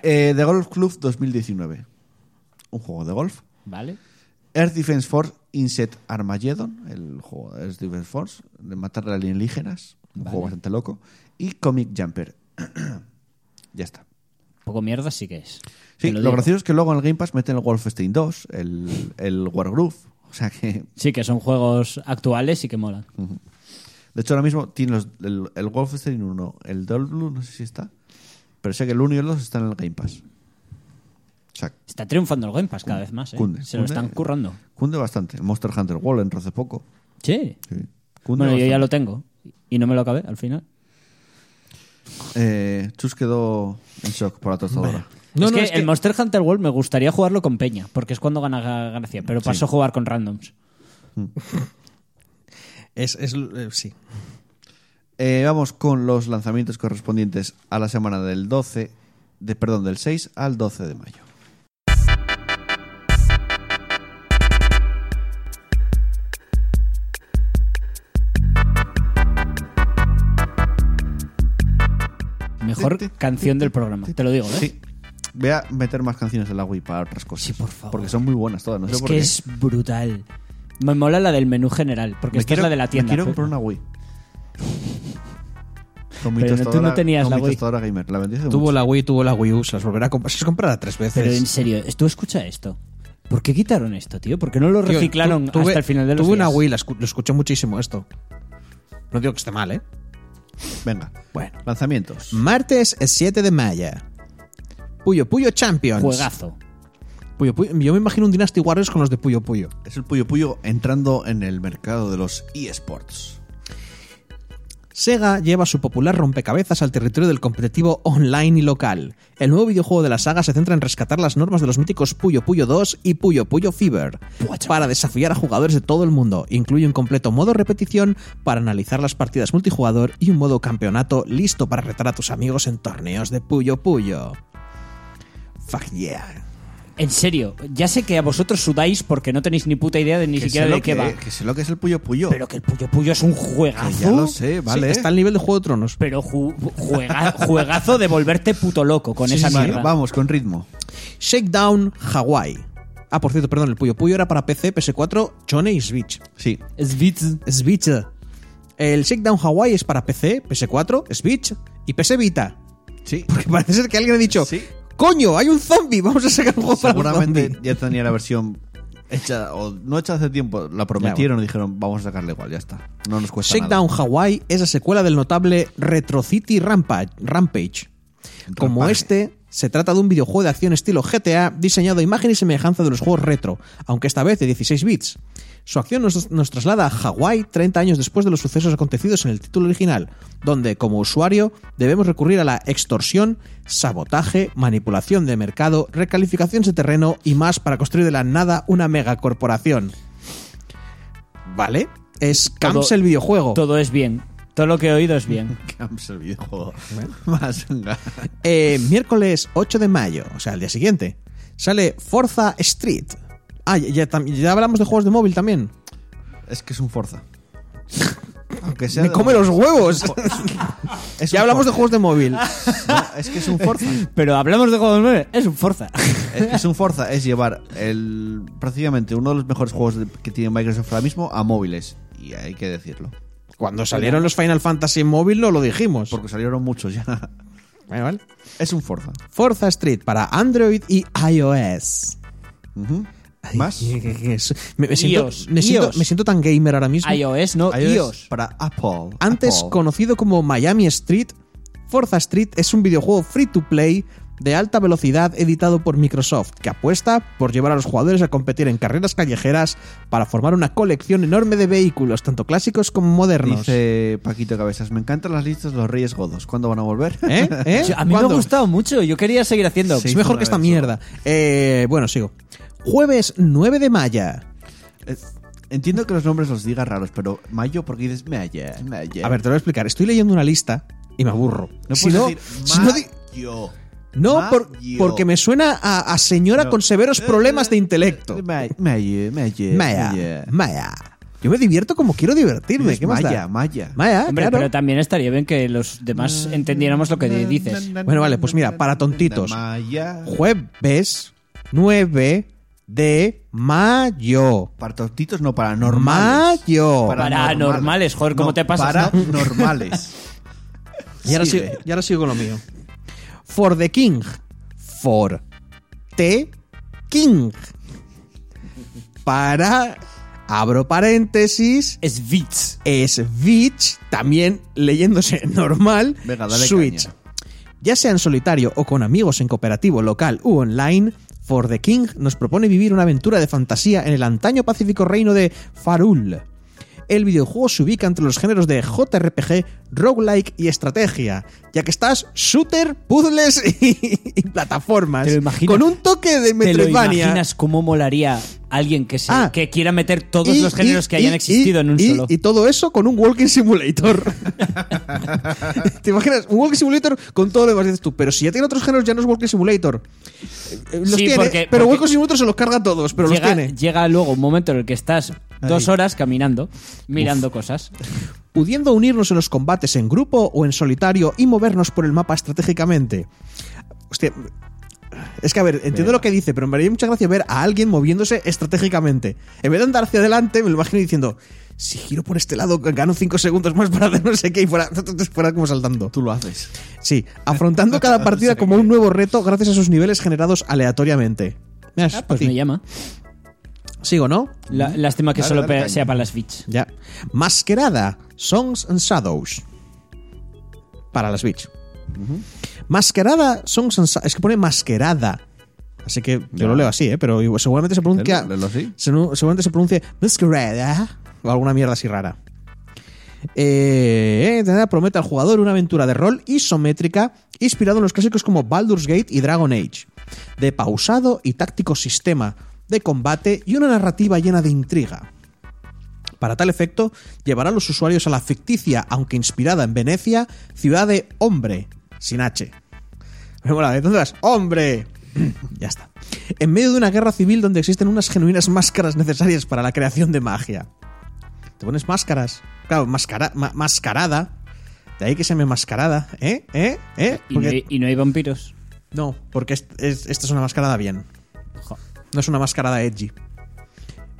S2: Eh, The Golf Club 2019. Un juego de golf.
S4: Vale.
S2: Earth Defense Force Inset Armageddon, el juego de Earth Defense Force, de matar a alienígenas, un juego bastante loco, y Comic Jumper. ya está.
S4: Poco mierda sí que es.
S2: Sí,
S4: Te
S2: lo,
S4: lo digo.
S2: gracioso es que luego en el Game Pass meten el Wolfenstein 2, el, el Wargroove. O sea que,
S4: Sí, que son juegos actuales y que molan.
S2: de hecho, ahora mismo tiene los- el, el Wolfenstein 1, el Double Blue, no sé si está, pero sé que el 1 y el 2 están en el Game Pass. O sea,
S4: Está triunfando el Game Pass cada vez más, ¿eh?
S2: Cunde,
S4: Se lo
S2: cunde.
S4: están currando.
S2: cunde bastante. El Monster Hunter World entró hace poco.
S4: Sí.
S2: Sí. Cunde
S4: Bueno, yo ya
S2: bastante.
S4: lo tengo. Y no me lo acabé al final.
S2: Eh, Chus quedó en shock por la tostadora.
S3: No, no,
S4: es que
S3: es
S4: el
S3: que-
S4: Monster Hunter World me gustaría jugarlo con Peña, porque es cuando gana gracia, pero paso a jugar con randoms.
S3: Es, es- eh, sí.
S2: Eh, vamos con los lanzamientos correspondientes a la semana del 12, de, perdón, del 6 al 12 de mayo.
S4: Mejor
S2: Ti, ti,
S4: canción del programa, te lo digo, ¿eh?
S2: Sí. Voy a meter más canciones de la Wii para otras cosas.
S4: Sí, por favor.
S2: Porque son muy buenas todas. No sé
S4: es
S2: por
S4: que
S2: qué.
S4: es brutal. Me mola la del menú general, porque
S2: Me
S4: esta es la de la
S2: me
S4: tienda.
S2: quiero
S4: pero-
S2: comprar una Wii. Con mi
S4: Pero no, tú
S2: tostadora-
S4: no tenías
S2: con
S4: la
S2: mi
S4: Wii.
S2: tostadora gamer. La vendí hace
S3: Tuvo
S2: mucho.
S3: la Wii, tuvo la Wii U, se las volverá a comprar. Se las comprará tres veces.
S4: Pero en serio, tú escucha esto. ¿Por qué quitaron esto, tío? ¿Por qué no lo
S3: Tío,
S4: reciclaron
S3: tu- tuve-
S4: hasta el final de los
S3: Tuve una
S4: días?
S3: Wii, la escu- lo escuché muchísimo esto. No digo que esté mal, ¿eh?
S2: Venga.
S3: Bueno.
S2: Lanzamientos.
S4: Mm.
S3: Martes el 7 de mayo. Puyo Puyo Champions.
S4: Juegazo.
S3: Puyo Puyo- Yo me imagino un Dynasty Warriors con los de Puyo Puyo.
S2: Es el Puyo Puyo entrando en el mercado de los eSports.
S3: Sega lleva su popular rompecabezas al territorio del competitivo online y local. El nuevo videojuego de la saga se centra en rescatar las normas de los míticos Puyo Puyo 2 y Puyo Puyo Fever para desafiar a jugadores de todo el mundo. Incluye un completo modo repetición para analizar las partidas multijugador y un modo campeonato listo para retar a tus amigos en torneos de Puyo Puyo. Fuck yeah.
S4: En serio, ya sé que a vosotros sudáis porque no tenéis ni puta idea de ni
S2: Que
S4: siquiera
S2: sé lo
S4: de qué
S2: que-
S4: va.
S2: Que sé lo que es el Puyo Puyo.
S4: Pero que el Puyo Puyo es un
S2: Que
S4: juegazo.
S2: ya lo sé, vale.
S3: Sí, está al nivel de Juego de Tronos.
S4: Pero ju- juega- juegazo de volverte puto loco con
S2: Sí,
S4: esa
S2: sí,
S4: mierda.
S2: Vamos, con ritmo.
S3: Shakedown Hawaii. Ah, por cierto, perdón, el Puyo Puyo era para PC, PS4, Chone y Switch.
S2: Sí.
S4: Svitz.
S3: Switch. El Shakedown Hawaii es para PC, PS4, Switch y PS Vita.
S2: Sí.
S3: Porque parece ser que alguien ha dicho:
S2: Sí.
S3: ¡Coño! ¡Hay un zombie! Vamos a sacar un juego para un
S2: Seguramente
S3: zombie".
S2: ya tenía la versión hecha, o no hecha hace tiempo, la prometieron y dijeron, vamos a sacarla igual, ya está. No nos cuesta
S3: Shakedown
S2: nada.
S3: Hawaii es la secuela del notable Retro City Rampa- Rampage. Como
S2: Rampage.
S3: este, se trata de un videojuego de acción estilo GTA diseñado a imagen y semejanza de los juegos retro, aunque esta vez de 16 bits. Su acción nos, nos traslada a Hawái 30 años después de los sucesos acontecidos en el título original, donde como usuario debemos recurrir a la extorsión, sabotaje, manipulación de mercado, recalificación de terreno y más para construir de la nada una megacorporación. ¿Vale? Es Camps
S4: Todo-
S3: el videojuego.
S4: Todo es bien. Todo lo que he oído es bien.
S2: Camps el videojuego. Más venga.
S3: Eh, miércoles 8 de mayo, o sea, el día siguiente, sale Forza Street. Ah, ya, ya tam- ya hablamos de juegos de móvil también.
S2: Es que es un Forza. Aunque sea.
S3: Me
S2: de-
S3: come los huevos.
S2: Es un
S3: ya hablamos de
S2: Forza.
S3: juegos de móvil.
S2: No, es que es un Forza.
S4: Pero hablamos de juegos nueve. Es un Forza.
S2: Es, que es un Forza. Es llevar el, prácticamente uno de los mejores juegos de- que tiene Microsoft ahora mismo a móviles. Y hay que decirlo.
S3: Cuando salieron los Final Fantasy en móvil no lo dijimos.
S2: Porque salieron muchos ya.
S3: Vale, vale.
S2: Es un Forza.
S3: Forza Street para Android y iOS.
S2: Ujú.
S3: Ay,
S2: ¿Más?
S3: qué- qué- qué es. Me, me siento,
S4: iOS,
S3: me siento-
S4: iOS.
S3: me siento tan gamer ahora mismo.
S4: iOS, no
S2: iOS
S4: iOS.
S2: Para Apple.
S3: Antes
S2: Apple.
S3: conocido como Miami Street, Forza Street es un videojuego free to play de alta velocidad editado por Microsoft, que apuesta por llevar a los jugadores a competir en carreras callejeras para formar una colección enorme de vehículos, tanto clásicos como modernos.
S2: Dice Paquito Cabezas, me encantan las listas de los Reyes Godos. ¿Cuándo van a volver?
S3: ¿Eh? ¿Eh?
S4: A mí me
S3: ¿Cuándo?
S4: ha gustado mucho, yo quería seguir haciendo.
S3: es mejor que esta mierda. Eh, bueno, sigo. Jueves 9 de mayo.
S2: Eh, Entiendo que los nombres los diga raros, pero Mayo, porque dices Maya, Maya.
S3: A ver, te lo voy a explicar. Estoy leyendo una lista y me aburro.
S2: no
S3: Si
S2: puedes
S3: no-
S2: decir
S3: si no di-
S2: Mayo.
S3: No, por-
S2: Mayo.
S3: porque me suena a, a señora
S2: No.
S3: con severos problemas de intelecto.
S2: Ma- Mayo, Mayo,
S3: Maya, Maya. Yo me divierto como quiero divertirme.
S2: Dices
S3: ¿Qué más
S2: Maya,
S3: da?
S2: Maya.
S3: Maya,
S4: Hombre,
S3: claro.
S4: pero también estaría bien que los demás entendiéramos lo que dices.
S3: Bueno, vale, pues mira, para tontitos.
S2: Maya.
S3: Jueves 9 de mayo.
S2: Para tontitos, no, para normales.
S3: Mayo.
S4: Paranormales, joder, ¿cómo te pasas,
S2: Para
S4: no?
S2: normales.
S3: Y ahora, sigo,
S2: Sigue.
S3: y ahora sigo con lo mío. For the King. For the King. Para. Abro paréntesis.
S4: Svitz.
S3: Switch, también leyéndose normal,
S2: Venga, dale
S3: Switch.
S2: caña.
S3: Ya sea en solitario o con amigos en cooperativo local u online, For the King nos propone vivir una aventura de fantasía en el antaño pacífico reino de Farul. El videojuego se ubica entre los géneros de JRPG, roguelike y estrategia, ya que estás shooter, puzzles y, y plataformas,
S4: Te lo imaginas.
S3: con un toque de
S4: ¿Te lo
S3: Metroidvania.
S4: imaginas cómo molaría alguien que, se,
S3: Ah.
S4: que quiera meter todos
S3: Y-
S4: los géneros
S3: y-
S4: que hayan
S3: y-
S4: existido en un
S3: y-
S4: solo?
S3: Y todo eso con un Walking Simulator. ¿Te imaginas? Un Walking Simulator con todo lo demás. Dices tú, pero si ya tiene otros géneros, ya no es Walking Simulator. Eh, Los
S4: Sí,
S3: tiene,
S4: porque-
S3: pero
S4: porque-
S3: Walking Simulator se los carga a todos, pero
S4: llega,
S3: los tiene.
S4: llega luego un momento en el que estás dos horas caminando, mirando cosas.
S3: Pues Pudiendo unirnos en los combates en grupo o en solitario y movernos por el mapa estratégicamente. Hostia. Es que, a ver, entiendo lo que dice, pero me haría mucha gracia ver a alguien moviéndose estratégicamente. En vez de andar hacia adelante, me lo imagino diciendo: Si giro por este lado, gano 5 segundos más para hacer no sé qué y fuera, fuera como saltando.
S2: Tú lo haces.
S3: Sí, afrontando cada partida como un nuevo reto gracias a sus niveles generados aleatoriamente. Mira, es
S4: Ah,
S3: pa'
S4: pues
S3: ti.
S4: me llama.
S3: Sigo, ¿no?
S4: La- lástima que
S2: Dale,
S4: solo
S2: dale
S4: pe-
S2: caña.
S4: sea para las Switch.
S3: Ya. Masquerada, Songs and Shadows. Para la Switch. Masquerada, Songs and Shadows. Es que pone masquerada. Así que yo
S2: Ya.
S3: lo leo así, ¿eh? Pero igual- seguramente se pronuncia.
S2: Léelo, léelo así.
S3: se nu- seguramente se pronuncia masquerada. O alguna mierda así rara. Eh, eh, promete al jugador una aventura de rol isométrica inspirado en los clásicos como Baldur's Gate y Dragon Age, de pausado y táctico sistema de combate y una narrativa llena de intriga. Para tal efecto, llevará a los usuarios a la ficticia, aunque inspirada en Venecia, ciudad de Hombre, sin H. Me mola, ¿de ¿dónde vas? ¡Hombre! ya está. En medio de una guerra civil donde existen unas genuinas máscaras necesarias para la creación de magia. Te pones máscaras. Claro, mascara, ma- mascarada. De ahí que se me mascarada, ¿eh? ¿Eh? ¿Eh?
S4: Y,
S3: Porque-
S4: no hay, y no hay vampiros.
S3: no, porque es- es- esta es una mascarada bien.
S4: Jo.
S3: No es una mascarada edgy.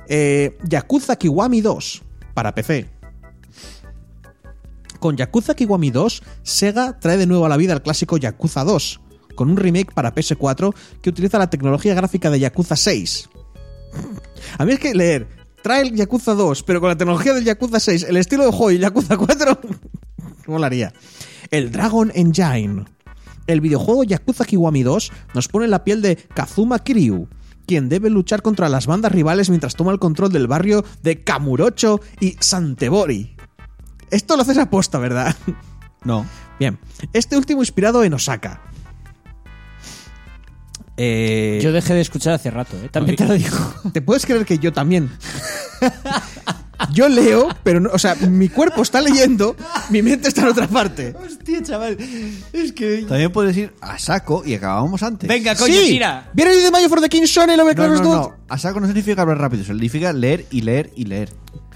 S3: Eh, Yakuza Kiwami 2 para PC. Con Yakuza Kiwami 2, Sega trae de nuevo a la vida el clásico Yakuza 2, con un remake para PS4 que utiliza la tecnología gráfica de Yakuza 6. A mí es que leer, trae el Yakuza 2, pero con la tecnología del Yakuza 6, el estilo de juego y Yakuza 4, molaría. El Dragon Engine. El videojuego Yakuza Kiwami 2 nos pone en la piel de Kazuma Kiryu, quien debe luchar contra las bandas rivales mientras toma el control del barrio de Kamurocho y Santebori. Esto lo haces a posta, ¿verdad?
S2: No.
S3: Bien, este último inspirado en Osaka. Eh,
S4: Yo dejé de escuchar hace rato, ¿eh? también te lo digo.
S3: ¿Te puedes creer que yo también? Yo leo, pero no, o sea, mi cuerpo está leyendo, mi mente está en otra parte.
S4: Hostia, chaval. Es que.
S2: También puedes ir a saco y acabábamos antes.
S4: Venga, coño,
S3: sí,
S4: tira.
S3: Viene el de mayo for the King Shonen, lo me
S2: No,
S3: claro
S2: no,
S3: tú.
S2: no. A saco no significa hablar rápido, significa leer y leer y leer.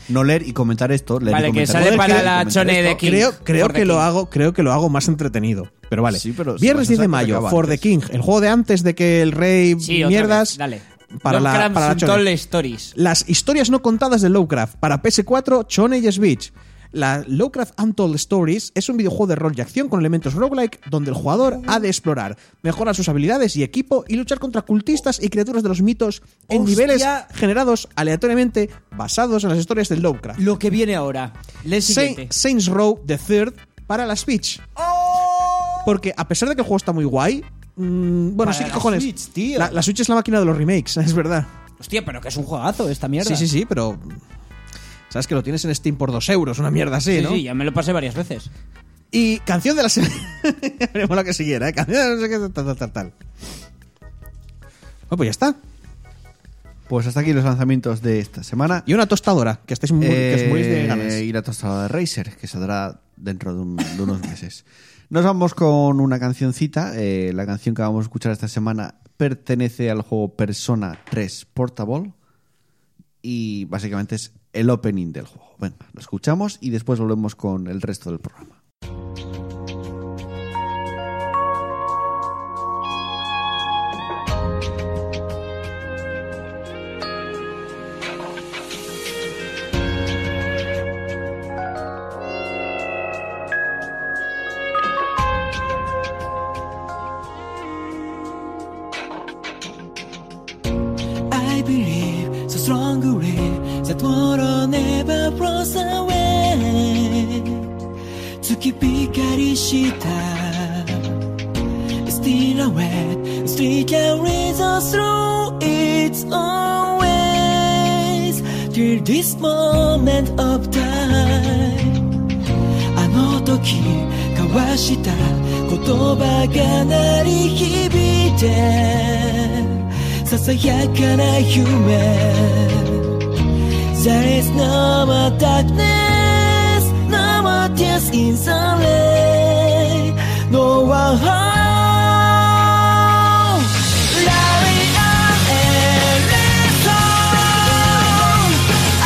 S2: No leer y comentar esto, leer
S4: Vale,
S2: y
S4: que
S2: comentar
S4: sale
S2: esto,
S4: para
S2: leer y
S4: la
S2: comentar
S4: chone
S2: esto.
S4: de King.
S3: Creo, creo
S4: For the
S3: que lo
S4: King.
S3: hago, creo que lo hago más entretenido. Pero vale.
S2: Sí, pero pues si vas
S3: Viernes
S2: a
S3: 10 de
S2: saco,
S3: mayo,
S2: acaba
S3: For the
S2: antes.
S3: King, el juego de antes de que el rey
S4: Sí, otra
S3: mierdas.
S4: vez, Dale.
S3: Para la,
S4: Lovecraft
S3: para la
S4: Untold
S3: Shonen.
S4: Stories.
S3: Las historias no contadas de Lovecraft para PS4, Chone y Switch. La Lovecraft Untold Stories es un videojuego de rol y acción con elementos roguelike donde el jugador ha de explorar, mejorar sus habilidades y equipo y luchar contra cultistas y criaturas de los mitos en
S4: Hostia.
S3: niveles generados aleatoriamente basados en las historias de Lovecraft.
S4: Lo que viene ahora. Lee el siguiente.
S3: Saint- Saints Row the Third para la Switch. Porque a pesar de que el juego está muy guay, mm, bueno,
S4: Para
S3: sí, ¿qué
S4: la
S3: cojones?
S4: Switch, tío.
S3: La, la Switch es la máquina de los remakes, es verdad.
S4: Hostia, pero que es un juegazo esta mierda.
S3: Sí, sí, sí, pero. Sabes que lo tienes en Steam por dos euros, una mierda así,
S4: Sí,
S3: ¿no?
S4: sí, ya me lo pasé varias veces.
S3: Y canción de la semana. Veremos la que siguiera, ¿eh? Canción de la no sé qué, tal, tal, tal, tal. Bueno, pues ya está.
S2: Pues hasta aquí los lanzamientos de esta semana.
S3: Y una tostadora, que estáis muy, que os morís de ganas.
S2: Eh, y la tostada de Razer, que saldrá dentro de, un- de unos meses. Nos vamos con una cancioncita. eh, la canción que vamos a escuchar esta semana pertenece al juego Persona 3 Portable y básicamente es el opening del juego. Venga, lo escuchamos y después volvemos con el resto del programa.
S5: I believe so strongly that water never runs away. 月光りした Still away, still carries us through its own ways. Till this moment of time. あの時交わした言葉が鳴り響いてささやかな夢 There is no more darkness, no more tears in the rain, no one home. Lying on endless song,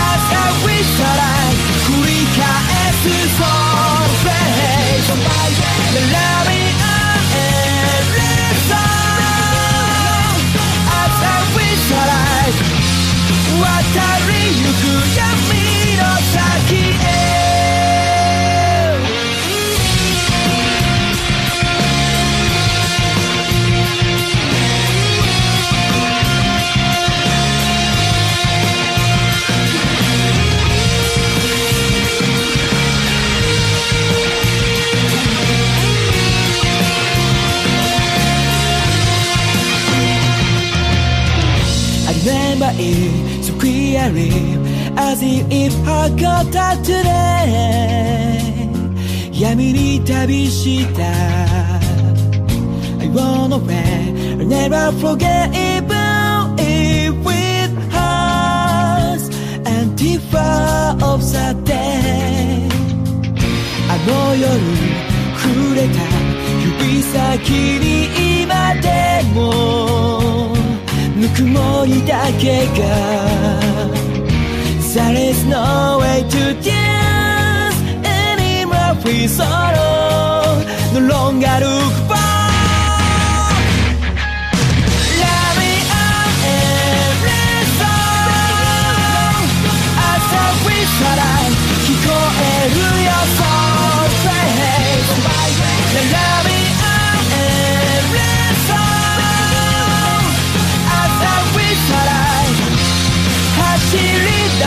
S5: as I wish that I could recast this all face. Lying on endless song, as I wish that I 渡りゆく闇の先へありえないそクアリ As if it had got that today 闇に旅した I wanna wait I'll never forget even if with us And the far of the day あの夜触れた指先に今でもぬくもりだけが There is no way to dance anymore free sorrow No longer look back Love me up every song 朝日から聞こえるよ So say Love me up every song 朝日から走り出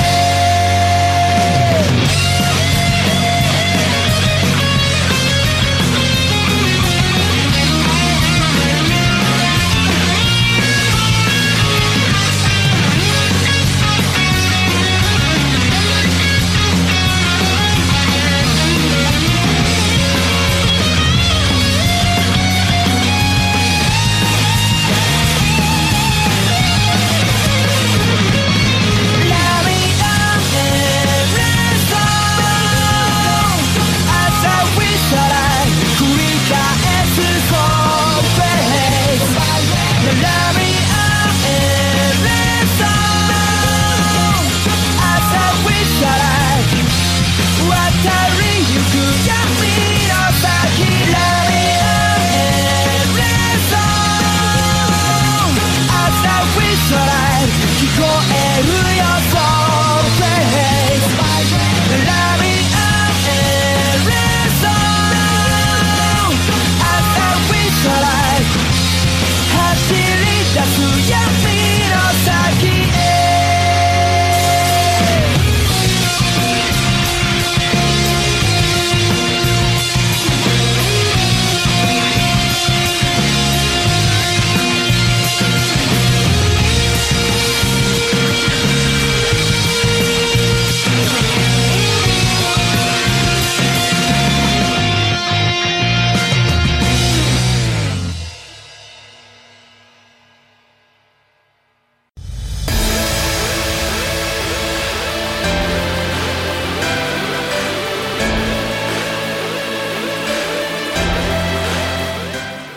S5: へ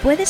S6: Puedes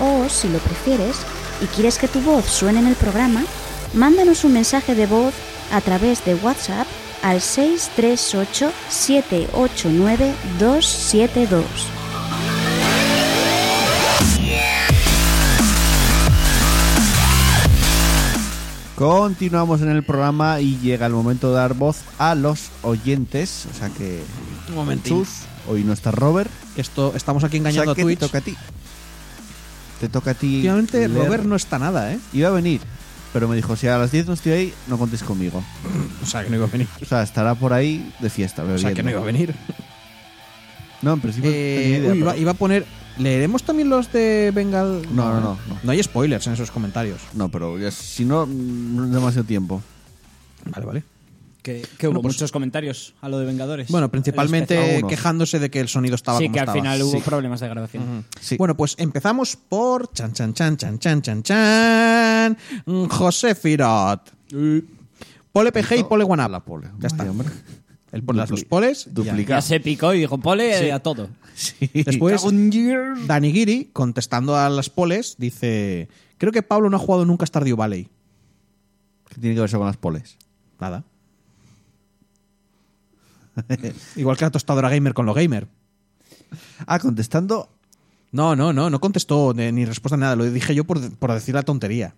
S6: o, si lo prefieres y quieres que tu voz suene en el programa, mándanos un mensaje de voz a través de WhatsApp al 638 789 272.
S2: Continuamos en el programa y llega el momento de dar voz a los oyentes. O sea que.
S3: Un momentín.
S2: Chus, hoy no está Robert.
S3: Que Esto, estamos aquí
S2: O sea
S3: engañando
S2: que
S3: a
S2: te
S3: Twitch.
S2: toca a ti. Te toca a ti.
S3: Últimamente
S2: leer.
S3: Robert no está nada, ¿eh?
S2: Iba a venir, pero me dijo: si a las 10 no estoy ahí, no contéis conmigo.
S3: O sea, que no iba a venir.
S2: O sea, estará por ahí de fiesta.
S3: O sea, que no iba a venir. Eh,
S2: No, en principio. tenía idea,
S3: uy, iba,
S2: pero-
S3: iba a poner... ¿Leeremos también los de Bengal?
S2: No, no, no, no.
S3: No hay spoilers en esos comentarios.
S2: No, pero ya si no, mm, demasiado tiempo.
S3: Vale, vale.
S4: Que, que hubo
S3: Bueno, pues-
S4: muchos comentarios a lo de Vengadores.
S3: Bueno,
S4: El especial.
S3: principalmente
S2: Algunos.
S3: quejándose de que el sonido estaba
S4: Sí,
S3: como
S4: que al
S3: estaba.
S4: final hubo
S3: Sí.
S4: problemas de grabación.
S2: Sí.
S3: Bueno, pues empezamos por chan chan chan chan chan chan chan Mm, José Firot. Pole PG y Pole One Up.
S2: La pole.
S3: Ya está.
S2: Vaya, hombre.
S3: El pole- las dos
S2: Dupli-
S3: poles. y ya.
S4: Ya
S2: Duplicado.
S4: se picó y dijo, pole eh, a todo.
S3: Después,
S4: Dragon Year.
S3: Dani Giri, contestando a las poles, dice: Creo que Pablo no ha jugado nunca Stardew Valley.
S2: ¿Qué tiene que ver eso con las poles?
S3: Nada. Igual que la tostadora gamer con lo gamer.
S2: Ah, contestando.
S3: No, no, no, no contestó de- ni respuesta nada. Lo dije yo por, por decir la tontería.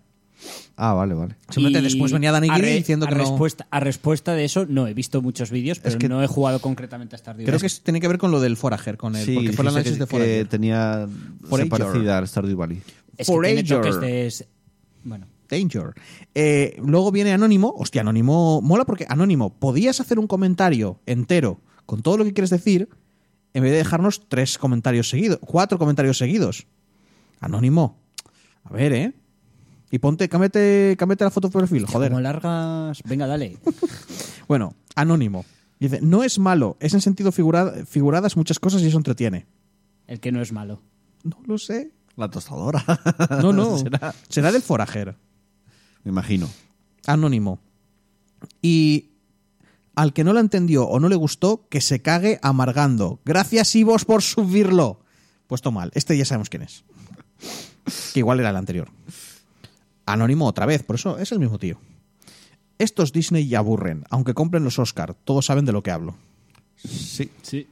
S2: Ah, vale, vale.
S3: Simplemente
S4: Y
S3: después venía Dani
S4: a
S3: Giri
S4: re-
S3: diciendo
S4: a
S3: que no.
S4: respuesta, A respuesta de eso, no he visto muchos vídeos, pero
S2: que-
S4: no he jugado concretamente a Stardew
S3: Creo
S4: Valley.
S3: que eso tiene que ver con lo del Forager, con el, porque fue el
S2: dijiste
S3: análisis
S2: que, que
S3: de Forager.
S2: tenía se
S3: Forager.
S2: parecida al Stardew Valley.
S4: Es que tiene
S3: Forager.
S4: toques de... es- Bueno,
S3: Danger. Eh, luego viene Anónimo. Hostia, Anónimo. Mola porque Anónimo, podías hacer un comentario entero con todo lo que quieres decir en vez de dejarnos tres comentarios seguidos, cuatro comentarios seguidos. Anónimo. A ver, ¿eh? Y ponte, cámbiate, cámbiate la foto de perfil, joder.
S4: como largas... Venga, dale.
S3: Bueno, Anónimo. Dice, no es malo, es en sentido figura- figuradas muchas cosas y eso entretiene.
S4: El que no es malo.
S3: No lo sé.
S2: La tostadora.
S3: No, no. Será del forajer.
S2: Me imagino.
S3: Anónimo. Y al que no la entendió o no le gustó, que se cague amargando. Gracias, Ivos, por subirlo. Puesto mal. Este ya sabemos quién es. Que igual era el anterior. Anónimo otra vez, por eso es el mismo tío. Estos Disney ya aburren, aunque compren los Oscar. Todos saben de lo que hablo.
S2: Sí.
S4: Sí.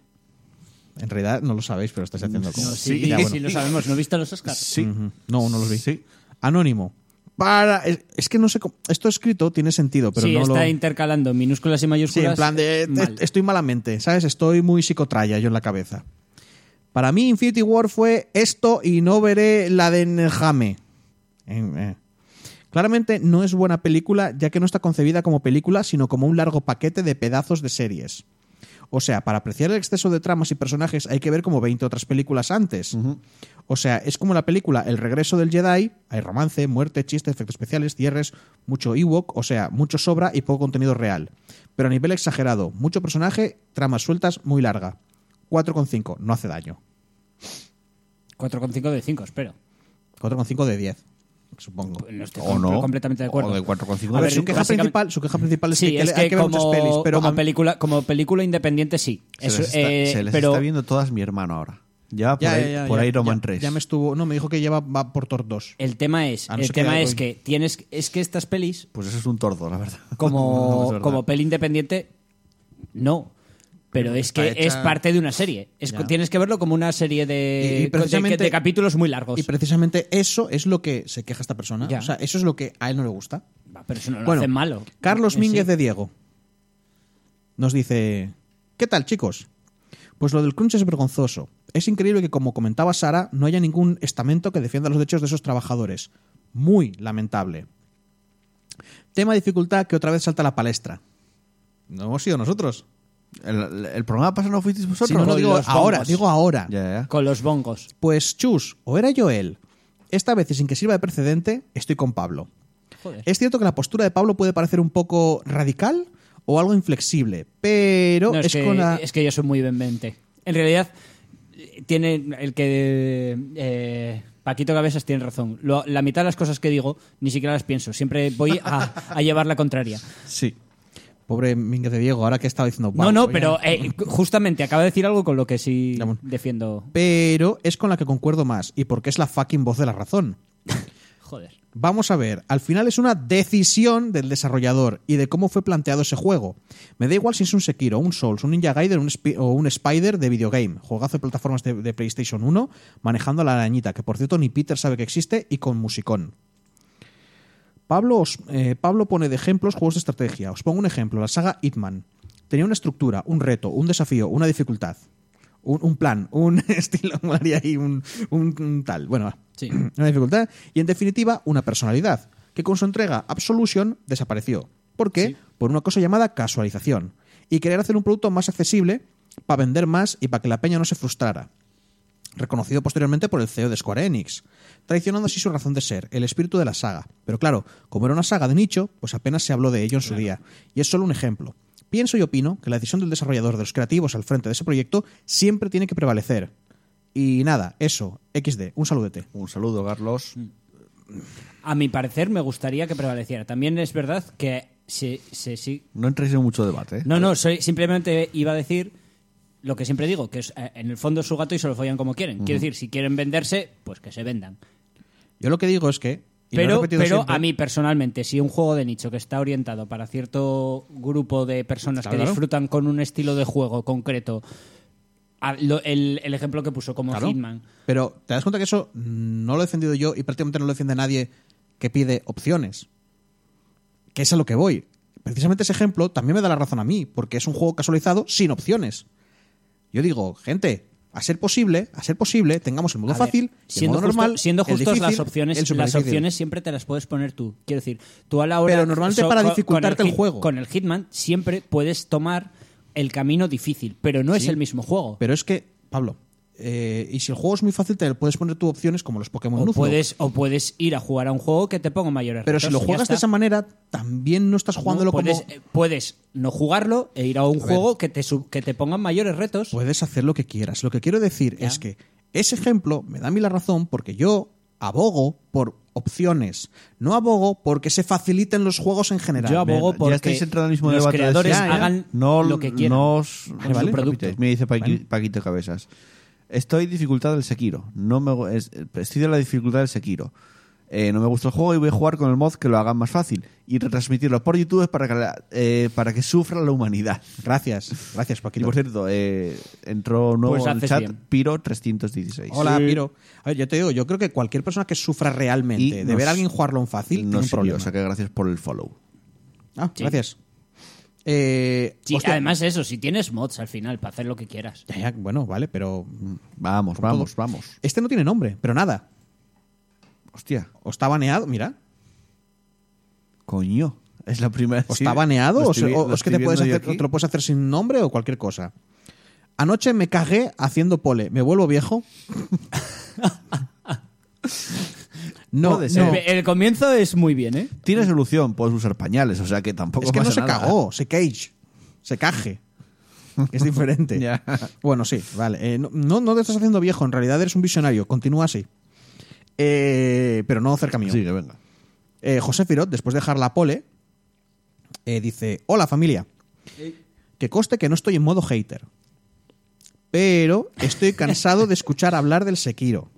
S3: En realidad no lo sabéis, pero estáis haciendo como...
S4: No, sí,
S3: Ya, bueno.
S4: sí lo sabemos. ¿No viste los Oscars?
S2: Sí.
S3: Ujú. No, no los vi.
S2: Sí.
S3: Anónimo. Para... Es, es que no sé cómo... Esto escrito tiene sentido, pero
S4: sí,
S3: no
S4: está
S3: lo...
S4: intercalando minúsculas y
S3: Sí,
S4: mayúsculas.
S3: en plan de.
S4: mal.
S3: Estoy malamente, ¿sabes? Estoy muy psicotraya yo en la cabeza. Para mí, Infinity War fue esto y no veré la de Nejame. Eh, eh. Claramente no es buena película, ya que no está concebida como película, sino como un largo paquete de pedazos de series. O sea, para apreciar el exceso de tramas y personajes hay que ver como 20 otras películas antes. O sea, es como la película El regreso del Jedi, hay romance, muerte, chiste, efectos especiales, cierres, mucho Ewok, o sea, mucho sobra y poco contenido real. Pero a nivel exagerado, mucho personaje, tramas sueltas, muy larga. 4,5, no hace daño.
S4: 4,5 de 5, espero.
S3: 4,5 de 10, supongo.
S4: Pues No estoy
S2: O no.
S4: completamente de acuerdo.
S2: O de 4,5.
S3: A
S4: A
S3: ver,
S4: ver,
S3: su, queja
S4: básicamente-
S3: principal, su queja principal es
S4: sí,
S3: que,
S4: es
S3: hay que ver
S4: como,
S3: muchas pelis, pero
S4: a película, como película independiente sí.
S2: Se
S4: Eso,
S2: les, está,
S4: eh,
S2: se les
S4: pero
S2: está viendo todas mi hermano ahora. Ya por,
S3: Ya,
S2: ahí,
S3: ya, ya,
S2: por
S3: ya,
S2: Iron Man
S3: ya,
S2: 3.
S3: Ya me estuvo, no, me dijo que lleva va por Thor 2.
S4: el tema es,
S3: A no
S4: el
S3: ser que
S4: tema
S3: algo-
S4: es que tienes es que estas pelis
S2: Pues eso es un tordo, la verdad. No,
S4: como
S2: es verdad.
S4: como peli independiente no, pero es que
S3: está
S4: es
S3: hecha-
S4: parte de una serie. Es
S3: Ya.
S4: co- tienes que verlo como una serie de,
S3: Y- y precisamente-
S4: de- de capítulos muy largos.
S3: Y precisamente eso es lo que se queja esta persona.
S4: Ya.
S3: O sea, eso es lo que a él no le gusta.
S4: Va, pero eso no lo
S3: Bueno,
S4: hace malo.
S3: Carlos
S4: En sí.
S3: Mínguez de Diego nos dice: ¿Qué tal, chicos? Pues lo del crunch es vergonzoso. Es increíble que, como comentaba Sara, no haya ningún estamento que defienda los derechos de esos trabajadores. Muy lamentable. Tema de dificultad que otra vez salta a la palestra. No hemos sido nosotros.
S2: El, el programa pasado no fuisteis vosotros.
S3: Sí, no, no,
S4: con
S3: digo
S4: los
S3: ahora,
S4: bongos.
S3: digo ahora.
S2: Ya, ya.
S4: con los bongos.
S3: Pues chus, o era yo él, Esta vez, y sin que sirva de precedente, estoy con Pablo.
S4: Joder.
S3: Es cierto que la postura de Pablo puede parecer un poco radical o algo inflexible, pero
S4: No, es,
S3: es,
S4: que,
S3: con la...
S4: es que yo soy muy vehemmente. En realidad, tiene el que. eh, Paquito Cabezas tiene razón. Lo- la mitad de las cosas que digo ni siquiera las pienso. Siempre voy a, a llevar la contraria.
S3: Sí. Pobre Mínguez de Diego, ahora que estaba diciendo...
S4: No,
S3: "Vamos,
S4: no,
S3: oye".
S4: pero eh, justamente acaba de decir algo con lo que sí
S3: Ramón.
S4: defiendo.
S3: Pero es con la que concuerdo más y porque es la fucking voz de la razón.
S4: Joder.
S3: Vamos a ver, al final es una decisión del desarrollador y de cómo fue planteado ese juego. Me da igual si es un Sekiro, un Souls, un Ninja Gaiden un Spi- o un Spider de videogame, juegazo de plataformas de, de PlayStation 1, manejando la arañita, que por cierto ni Peter sabe que existe, y con musicón. Pablo, os- eh, Pablo pone de ejemplos juegos de estrategia. Os pongo un ejemplo, la saga Hitman. Tenía una estructura, un reto, un desafío, una dificultad, un, un plan, un estilo, molaría ahí un, un- un tal. Bueno, va
S4: Sí.
S3: una dificultad y en definitiva una personalidad que con su entrega Absolution desapareció. ¿Por qué? Por una cosa llamada casualización y querer hacer un producto más accesible para vender más y para que la peña no se frustrara. Reconocido posteriormente por el CEO de Square Enix, traicionando así su razón de ser, el espíritu de la saga. Pero claro, como era una saga de nicho, pues apenas se habló de ello en su día. Y es solo un ejemplo. Pienso y opino que la decisión del desarrollador de los creativos al frente de ese proyecto siempre tiene que prevalecer. Y nada, eso, XD, un saludete.
S2: Un saludo, Carlos.
S4: Mm. A mi parecer me gustaría que prevaleciera. También es verdad que se, se, sí-
S2: No entréis en mucho debate. ¿eh?
S4: No, no, soy- simplemente iba a decir lo que siempre digo, que es, eh, en el fondo es su gato y se lo follan como quieren. Quiero decir, si quieren venderse, pues que se vendan.
S3: Yo lo que digo es que. y lo he
S4: Pero,
S3: repetido
S4: pero
S3: siempre,
S4: a mí personalmente, si un juego de nicho que está orientado para cierto grupo de personas
S3: Claro,
S4: que
S3: claro.
S4: disfrutan con un estilo de juego concreto, a- lo- el, el ejemplo que puso como
S3: claro,
S4: Hitman,
S3: Pero te das cuenta que eso no lo he defendido yo y prácticamente no lo defiende nadie que pide opciones. Que es a lo que voy. Precisamente ese ejemplo también me da la razón a mí, porque es un juego casualizado sin opciones. Yo digo, gente, a ser posible, a ser posible, tengamos el modo
S4: A ver,
S3: fácil, el
S4: siendo
S3: modo
S4: justo-
S3: normal,
S4: siendo
S3: el
S4: justos las
S3: difícil, el
S4: opciones, las
S3: superdifícil.
S4: opciones siempre te las puedes poner tú. Quiero decir, tú a la hora
S3: Pero normalmente para
S4: con-
S3: dificultarte
S4: con
S3: el
S4: Hit-
S3: juego.
S4: Con el Hitman siempre puedes tomar el camino difícil, pero no es
S3: Sí.
S4: el mismo juego.
S3: Pero es que, Pablo, eh, y si el juego es muy fácil, te puedes poner tú opciones como los Pokémon
S4: o
S3: Nuzlocke.
S4: puedes o puedes ir a jugar a un juego que te ponga mayores
S3: Pero
S4: retos,
S3: si lo
S4: ya
S3: juegas de
S4: está.
S3: esa manera, también no estás jugándolo
S4: No, puedes,
S3: como.
S4: eh, puedes no jugarlo e ir a un juego que te, sub- que te pongan mayores retos.
S3: Puedes hacer lo que quieras. Lo que quiero decir
S4: Ya.
S3: es que ese ejemplo me da a mí la razón porque yo abogo por opciones. No abogo porque se faciliten los juegos en general.
S4: Yo abogo
S2: Ya
S4: por
S2: estáis entrando en el mismo
S4: los
S2: debate de
S4: creadores
S2: siempre.
S4: hagan
S2: no,
S4: lo que quieran.
S2: No os
S4: Vale,
S2: no os
S4: vale.
S2: repitáis.
S4: Producto.
S2: Me dice Paqui-
S3: Vale.
S2: Paquito Cabezas. Estoy dificultad del Sekiro. No me, es- estoy de la dificultad del Sekiro. Eh, no me gusta el juego y voy a jugar con el mod que lo hagan más fácil y retransmitirlo por YouTube para que, la- eh, para que sufra la humanidad.
S3: Gracias, gracias,
S2: Y
S3: Paquito.
S2: por cierto, eh, entró nuevo
S4: Pues
S2: en el
S4: haces
S2: chat
S4: bien.
S2: Piro316.
S3: Hola, Piro. A ver, yo te digo, yo creo que cualquier persona que sufra realmente
S2: Y
S3: de
S2: nos-
S3: ver a alguien jugarlo en fácil
S2: No
S3: tiene un
S2: sirvió,
S3: problema.
S2: o sea que gracias por el follow.
S3: Ah,
S4: Sí.
S3: gracias. Eh,
S4: Sí,
S3: hostia.
S4: además eso, si tienes mods al final para hacer lo que quieras.
S3: Ya, ya, bueno, vale, pero.
S2: Vamos,
S3: Como
S2: vamos,
S3: todo.
S2: vamos.
S3: Este no tiene nombre, pero nada.
S2: Hostia,
S3: O está baneado, mira.
S2: coño. Es la primera.
S3: ¿O
S2: sí,
S3: está baneado?
S2: lo
S3: o
S2: estoy
S3: se-
S2: vi-
S3: o
S2: lo
S3: es que
S2: estoy
S3: te, puedes
S2: viendo yo
S3: hacer-
S2: aquí.
S3: te lo puedes hacer sin nombre o cualquier cosa. Anoche me cagué haciendo pole. ¿Me vuelvo viejo? no,
S2: Puede ser.
S3: no.
S4: El, el comienzo es muy bien, ¿eh?
S2: Tiene solución, puedes usar pañales, o sea que tampoco
S3: Es que no
S2: pasa
S3: se
S2: nada.
S3: cagó, se cage. Se caje. Es diferente.
S2: Ya.
S3: Bueno, sí, vale. Eh, no- no, no te estás haciendo viejo, en realidad eres un visionario. Continúa así. Eh, pero no cerca mío.
S2: Sí, que venga.
S3: Eh, José Firot, después de dejar la pole, eh, dice: Hola familia. Que coste que no estoy en modo hater. Pero estoy cansado de escuchar hablar del Sekiro.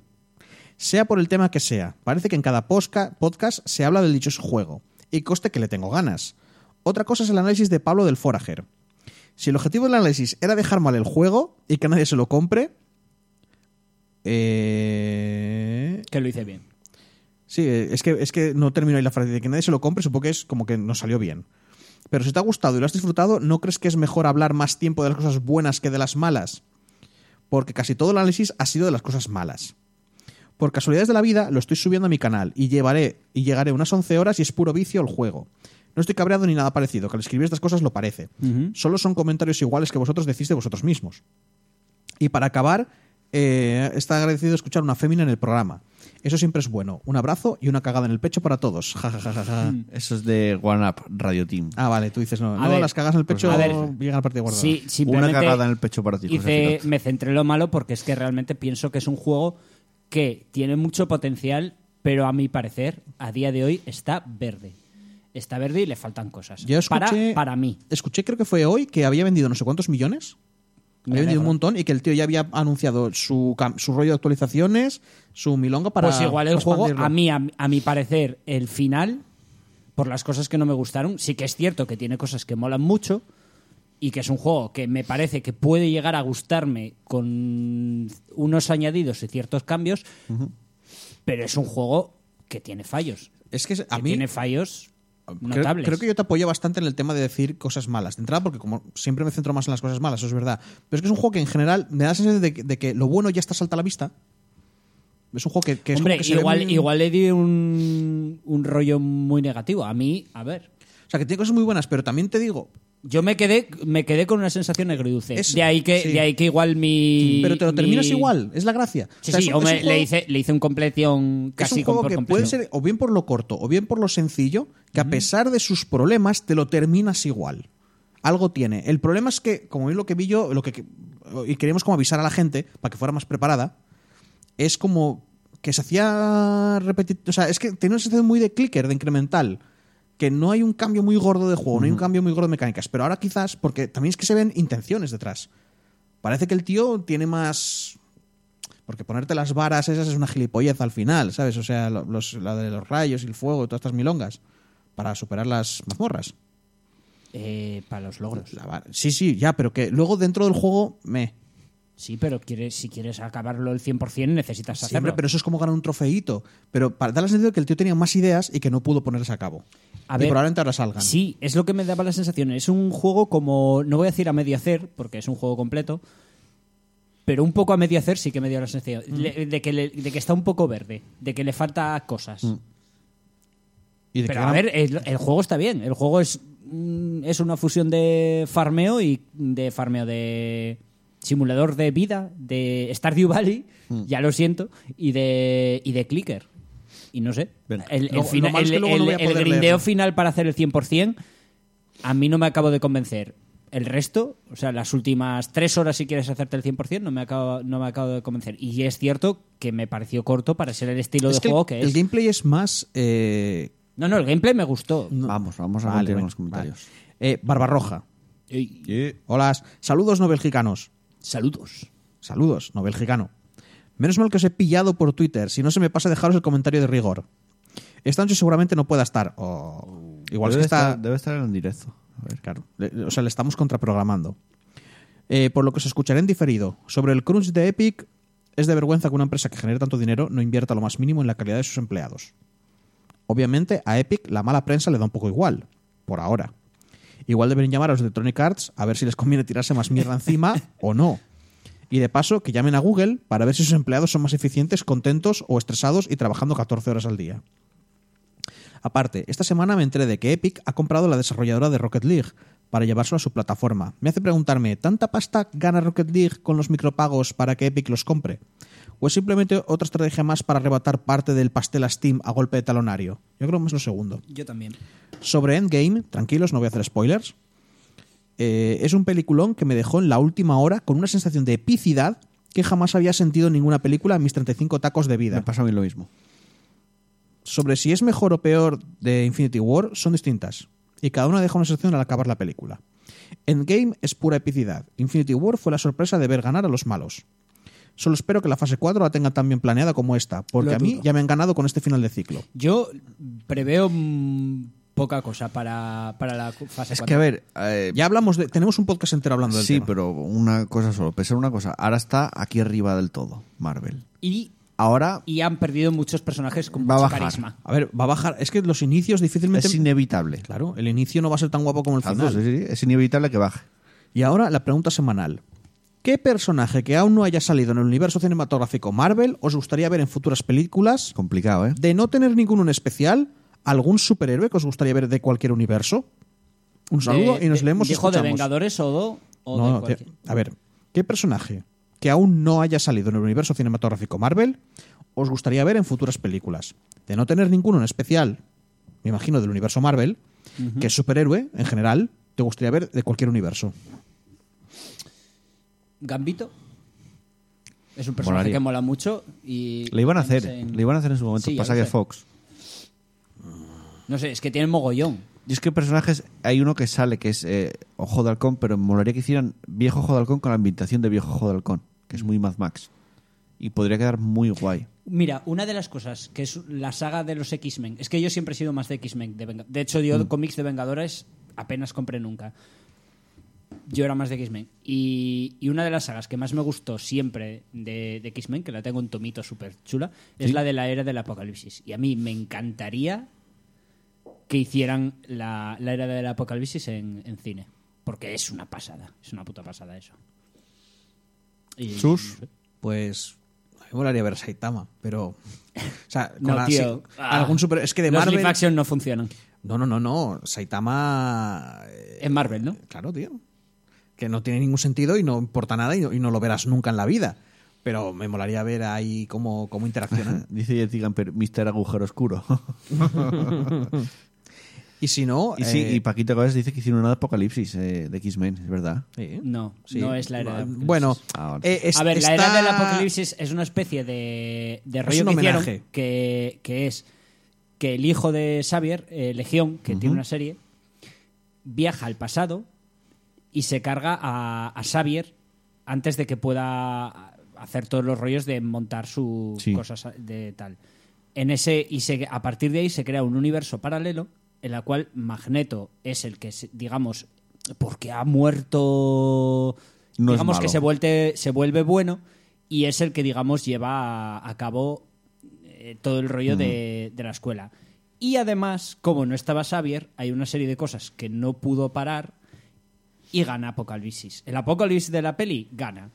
S3: Sea por el tema que sea, parece que en cada posca- podcast se habla del dichoso juego. Y coste que le tengo ganas. Otra cosa es el análisis de Pablo del Forager. Si el objetivo del análisis era dejar mal el juego y que nadie se lo compre. Eh...
S4: Que lo hice bien.
S3: Sí, eh, es que, es que no termino ahí la frase de que nadie se lo compre, supongo que es como que nos salió bien. Pero si te ha gustado y lo has disfrutado, ¿no crees que es mejor hablar más tiempo de las cosas buenas que de las malas? Porque casi todo el análisis ha sido de las cosas malas. Por casualidades de la vida, lo estoy subiendo a mi canal y llevaré y llegaré unas 11 horas y es puro vicio el juego. No estoy cabreado ni nada parecido, que al escribir estas cosas lo parece. Solo son comentarios iguales que vosotros decís de vosotros mismos. Y para acabar, eh, está agradecido escuchar una fémina en el programa. Eso siempre es bueno. Un abrazo y una cagada en el pecho para todos. Ja, ja, ja, ja, ja.
S2: Eso es de One Up Radio Team.
S3: Ah, vale, tú dices no.
S4: A
S3: no,
S4: ver, pues
S3: las cagas en el pecho
S4: a ver,
S3: llegan a partir guardada.
S4: Sí,
S2: Una
S4: simplemente
S2: cagada en el pecho para ti, José
S3: pues,
S4: hice-
S2: Firot.
S4: me centré en lo malo porque es que realmente pienso que es un juego que tiene mucho potencial, pero a mi parecer, a día de hoy, está verde. Está verde y le faltan cosas.
S3: Yo
S4: para,
S3: escuché-
S4: para mí.
S3: Escuché, creo que fue hoy, que había vendido no sé cuántos millones.
S4: Me
S3: Había vendido un
S4: alegro.
S3: montón y que el tío ya había anunciado su, cam- su rollo de actualizaciones, su milonga para.
S4: pues igual el juego,
S3: expandirlo.
S4: a mí, a, a mi parecer, el final, por las cosas que no me gustaron, sí que es cierto que tiene cosas que molan mucho y que es un juego que me parece que puede llegar a gustarme con unos añadidos y ciertos cambios, pero es un juego que tiene fallos.
S3: Es que a
S4: que
S3: mí.
S4: tiene fallos
S3: Creo-
S4: notables.
S3: Creo, que yo te apoyo bastante en el tema de decir cosas malas. De entrada, porque como siempre me centro más en las cosas malas, eso es verdad. Pero es que es un juego que en general me da la sensación de, que- de que lo bueno ya está salta a la vista. Es un juego que, que es
S4: Hombre,
S3: como que se ve
S4: igual,
S3: muy-
S4: igual le di un, un rollo muy negativo. A mí, a ver.
S3: O sea, que tiene cosas muy buenas, pero también te digo,
S4: Yo me quedé, me quedé con una sensación agridulce.
S3: Es-
S4: de, ahí que,
S3: sí.
S4: de ahí que igual mi.
S3: pero te lo terminas
S4: mi-
S3: igual, es la gracia.
S4: Sí,
S3: O sea,
S4: sí,
S3: es
S4: o
S3: un- es un
S4: me- le,
S3: juego-
S4: hice, le hice un completion casi
S3: es un juego
S4: con- por
S3: que
S4: completo.
S3: puede ser o bien por lo corto o bien por lo sencillo, que a pesar de sus problemas te lo terminas igual. Algo tiene. El problema es que, como es lo que vi yo, lo que y queríamos como avisar a la gente para que fuera más preparada, es como que se hacía repetitivo, o sea, es que tenía una sensación muy de clicker, de incremental, que no hay un cambio muy gordo de juego, no hay un cambio muy gordo de mecánicas, pero ahora quizás porque también es que se ven intenciones detrás. Parece que el tío tiene más porque ponerte las varas esas es una gilipollez al final, ¿sabes? O sea, lo- los, la de los rayos y el fuego y todas estas milongas. Para superar las mazmorras.
S4: Eh, para los logros.
S3: La vara- Sí, sí, ya, pero que luego dentro del juego me.
S4: Sí, pero quieres, si quieres acabarlo el 100% necesitas
S3: Sí,
S4: hacerlo.
S3: hombre, pero eso es como ganar un trofeíto. Pero para dar la sensación de que el tío tenía más ideas y que no pudo ponerlas a cabo.
S4: A
S3: y
S4: ver,
S3: probablemente ahora salgan.
S4: Sí, es lo que me daba la sensación. Es un juego como, no voy a decir a medio hacer, porque es un juego completo, pero un poco a medio hacer sí que me dio la sensación
S3: Mm.
S4: le- de, que le- de que está un poco verde, de que le falta cosas.
S3: Mm. Y de
S4: Pero
S3: que
S4: a
S3: ganan-
S4: ver, el, el juego está bien. El juego es, mm, es una fusión de farmeo y de farmeo de simulador de vida, de Stardew Valley,
S3: Mm.
S4: ya lo siento, y de, y de clicker. Y no sé.
S2: Ven.
S4: El, el
S3: Luego-
S4: fina-
S3: lo malo es que
S4: el-
S3: luego no
S4: el-
S3: voy a
S4: el
S3: poder
S4: grindeo
S3: leerlo.
S4: final para hacer el 100%, a mí no me acabo de convencer. El resto, o sea, las últimas tres horas si quieres hacerte el 100%, no me acabo, no me acabo de convencer. Y es cierto que me pareció corto para ser el estilo
S3: Es
S4: de
S3: que el-
S4: juego que
S3: el
S4: es.
S3: gameplay es más. eh,
S4: No, no, el gameplay me gustó.
S2: Vamos, vamos a
S3: vale,
S2: continuar
S3: bueno,
S2: con los comentarios.
S3: vale. Eh, Barbarroja.
S4: Ey,
S3: Hola. Saludos no belgicanos.
S4: saludos.
S3: Saludos, no belgicano. Menos mal que os he pillado por Twitter, si no se me pasa dejaros el comentario de rigor. Esta noche seguramente no pueda estar. o Igual es
S2: debe,
S3: que está.
S2: estar, debe estar en directo. A ver.
S3: Claro, le- o sea, le estamos contraprogramando. Eh, por lo que os escucharé en diferido. Sobre el crunch de Epic, es de vergüenza que una empresa que genera tanto dinero no invierta lo más mínimo en la calidad de sus empleados. Obviamente, a Epic la mala prensa le da un poco igual, por ahora. Igual deberían llamar a los de Electronic Arts a ver si les conviene tirarse más mierda encima o no. Y de paso, que llamen a Google para ver si sus empleados son más eficientes, contentos o estresados y trabajando 14 horas al día. Aparte, esta semana me enteré de que Epic ha comprado la desarrolladora de Rocket League para llevárselo a su plataforma. Me hace preguntarme, ¿tanta pasta gana Rocket League con los micropagos para que Epic los compre? ¿O es simplemente otra estrategia más para arrebatar parte del pastel a Steam a golpe de talonario? Yo creo más lo segundo.
S4: Yo también.
S3: Sobre Endgame, tranquilos, no voy a hacer spoilers. eh, es un peliculón que me dejó en la última hora con una sensación de epicidad que jamás había sentido en ninguna película en mis 35 tacos de vida
S2: Me pasa a mí lo mismo.
S3: sobre si es mejor o peor de Infinity War son distintas, y cada una deja una sensación al acabar la película. Endgame es pura epicidad, Infinity War fue la sorpresa de ver ganar a los malos. Solo espero que la fase 4 la tengan tan bien planeada como esta, porque
S4: Lo
S3: a mí
S4: dudo.
S3: ya me han ganado con este final de ciclo.
S4: Yo preveo mm, poca cosa para, para la cu- fase
S2: Es
S4: 4.
S2: que, a ver, eh,
S3: Ya hablamos de. Tenemos un podcast entero hablando del
S2: sí,
S3: tema.
S2: pero una cosa solo. Pensar una cosa. Ahora está aquí arriba del todo, Marvel.
S4: y,
S2: Ahora
S4: y han perdido muchos personajes con
S2: Va a
S4: mucho
S2: bajar.
S4: carisma.
S3: A ver, va a bajar. Es que los inicios difícilmente.
S2: es inevitable.
S3: Claro, el inicio no va a ser tan guapo como el
S2: Tanto,
S3: final.
S2: sí, sí, sí, Es inevitable que baje.
S3: Y ahora la pregunta semanal. ¿Qué personaje que aún no haya salido en el universo cinematográfico Marvel os gustaría ver en futuras películas?
S2: Complicado, ¿eh?
S3: de no tener ninguno en especial, algún superhéroe que os gustaría ver de cualquier universo. Un saludo
S4: De-
S3: y nos
S4: de-
S3: leemos y
S4: ¿Dijo de
S3: escuchamos.
S4: Vengadores o, do, o
S3: No,
S4: de
S3: no, te-
S4: cualquier-
S3: a ver, ¿qué personaje que aún no haya salido en el universo cinematográfico Marvel os gustaría ver en futuras películas. De no tener ninguno en especial, me imagino del universo Marvel, que es superhéroe en general, te gustaría ver de cualquier universo.
S4: Gambito es un personaje
S2: Molaría.
S4: que mola mucho y
S2: Le iban a hacer,
S4: en-
S2: le iban a hacer en su momento.
S4: Sí, ya
S2: pasa
S4: lo
S2: que
S4: sé.
S2: Fox.
S4: No sé, es que tiene mogollón.
S2: Y es que personajes, hay uno que sale que es eh, Ojo de Halcón, pero molaría que hicieran Viejo Ojo de Halcón con la ambientación de Viejo Ojo de Halcón, que es muy Mad Max. Y podría quedar muy guay.
S4: Mira, una de las cosas que es la saga de los X-Men, es que yo siempre he sido más de X-Men. De, Venga- de hecho, yo
S3: Mm.
S4: cómics de Vengadores apenas compré nunca. Yo era más de X-Men. Y, y una de las sagas que más me gustó siempre de, de X-Men, que la tengo en tomito súper chula, es la de la era del apocalipsis. Y a mí me encantaría que hicieran la, la era del apocalipsis en, en cine. Porque es una pasada, es una puta pasada eso. Y-
S2: Sus.
S3: Pues a mí me molaría ver a Saitama, pero. O sea, con
S4: No,
S3: la-
S4: tío.
S3: sí,
S4: Ah.
S3: algún super- es que de
S4: Los
S3: Marvel.
S4: live action no funcionan.
S3: No, no, no, no. Saitama. eh,
S4: En Marvel, ¿no?
S3: Claro, tío. Que no tiene ningún sentido y no importa nada y no, y no lo verás nunca en la vida. Pero me molaría ver ahí cómo, cómo interaccionan.
S2: Dice Jet Gamper, Mr. Agujero Oscuro.
S3: y si no.
S2: y sí,
S3: eh,
S2: y Paquito Cabezas dice que hicieron una de Apocalipsis eh, de X-Men, es verdad.
S3: sí.
S4: No,
S3: Sí.
S4: no es la era del apocalipsis.
S3: Bueno,
S2: Ah, vale.
S3: eh, es-
S4: a ver, la era
S3: está-
S4: del apocalipsis es una especie de, de rollo
S3: un
S4: que hicieron,
S3: homenaje.
S4: que, que es que el hijo de Xavier, eh, Legión, que tiene una serie, viaja al pasado y se carga a, a Xavier antes de que pueda hacer todos los rollos de montar su
S2: Sí.
S4: cosas de tal. En ese y se- a partir de ahí se crea un universo paralelo en la cual Magneto es el que se- digamos porque ha muerto
S2: No es
S4: digamos
S2: malo.
S4: que se vuelve se vuelve bueno y es el que digamos lleva a, a cabo eh, todo el rollo de,
S2: Mm.
S4: de la escuela. Y además, como no estaba Xavier, hay una serie de cosas que no pudo parar y gana Apocalipsis. El Apocalipsis de la peli gana.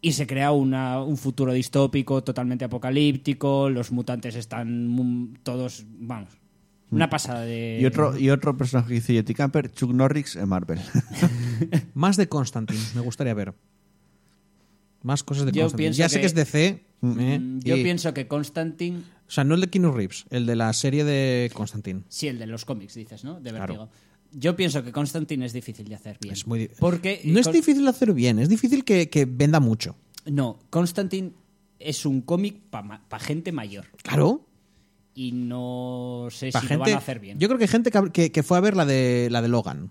S4: Y se crea una- un futuro distópico, totalmente apocalíptico, los mutantes están mm, todos, vamos, una pasada de...
S2: Mm. Y otro, y otro personaje que dice Yeti Camper, Chuck Norris en Marvel.
S3: Más de Constantine, me gustaría ver. Más cosas de
S4: Yo
S3: Constantine.
S4: pienso
S3: Ya sé que,
S4: que-
S3: es DC. eh,
S4: Mm, Yo
S3: y-
S4: pienso que Constantine...
S3: O sea, no el de Keanu Reeves, el de la serie de Constantine.
S4: Sí, el de los cómics, dices, ¿no? De
S3: Claro.
S4: Vertigo. Yo pienso que Constantine es difícil de hacer bien.
S3: Es muy di-
S4: Porque eh,
S3: No es
S4: Con-
S3: difícil hacer bien, es difícil que, que venda mucho.
S4: No, Constantine es un cómic para gente mayor.
S3: Claro.
S4: Y no sé
S3: pa'
S4: si
S3: gente,
S4: lo van a hacer bien.
S3: Yo creo que hay gente que, que- que fue a ver la de, la de Logan.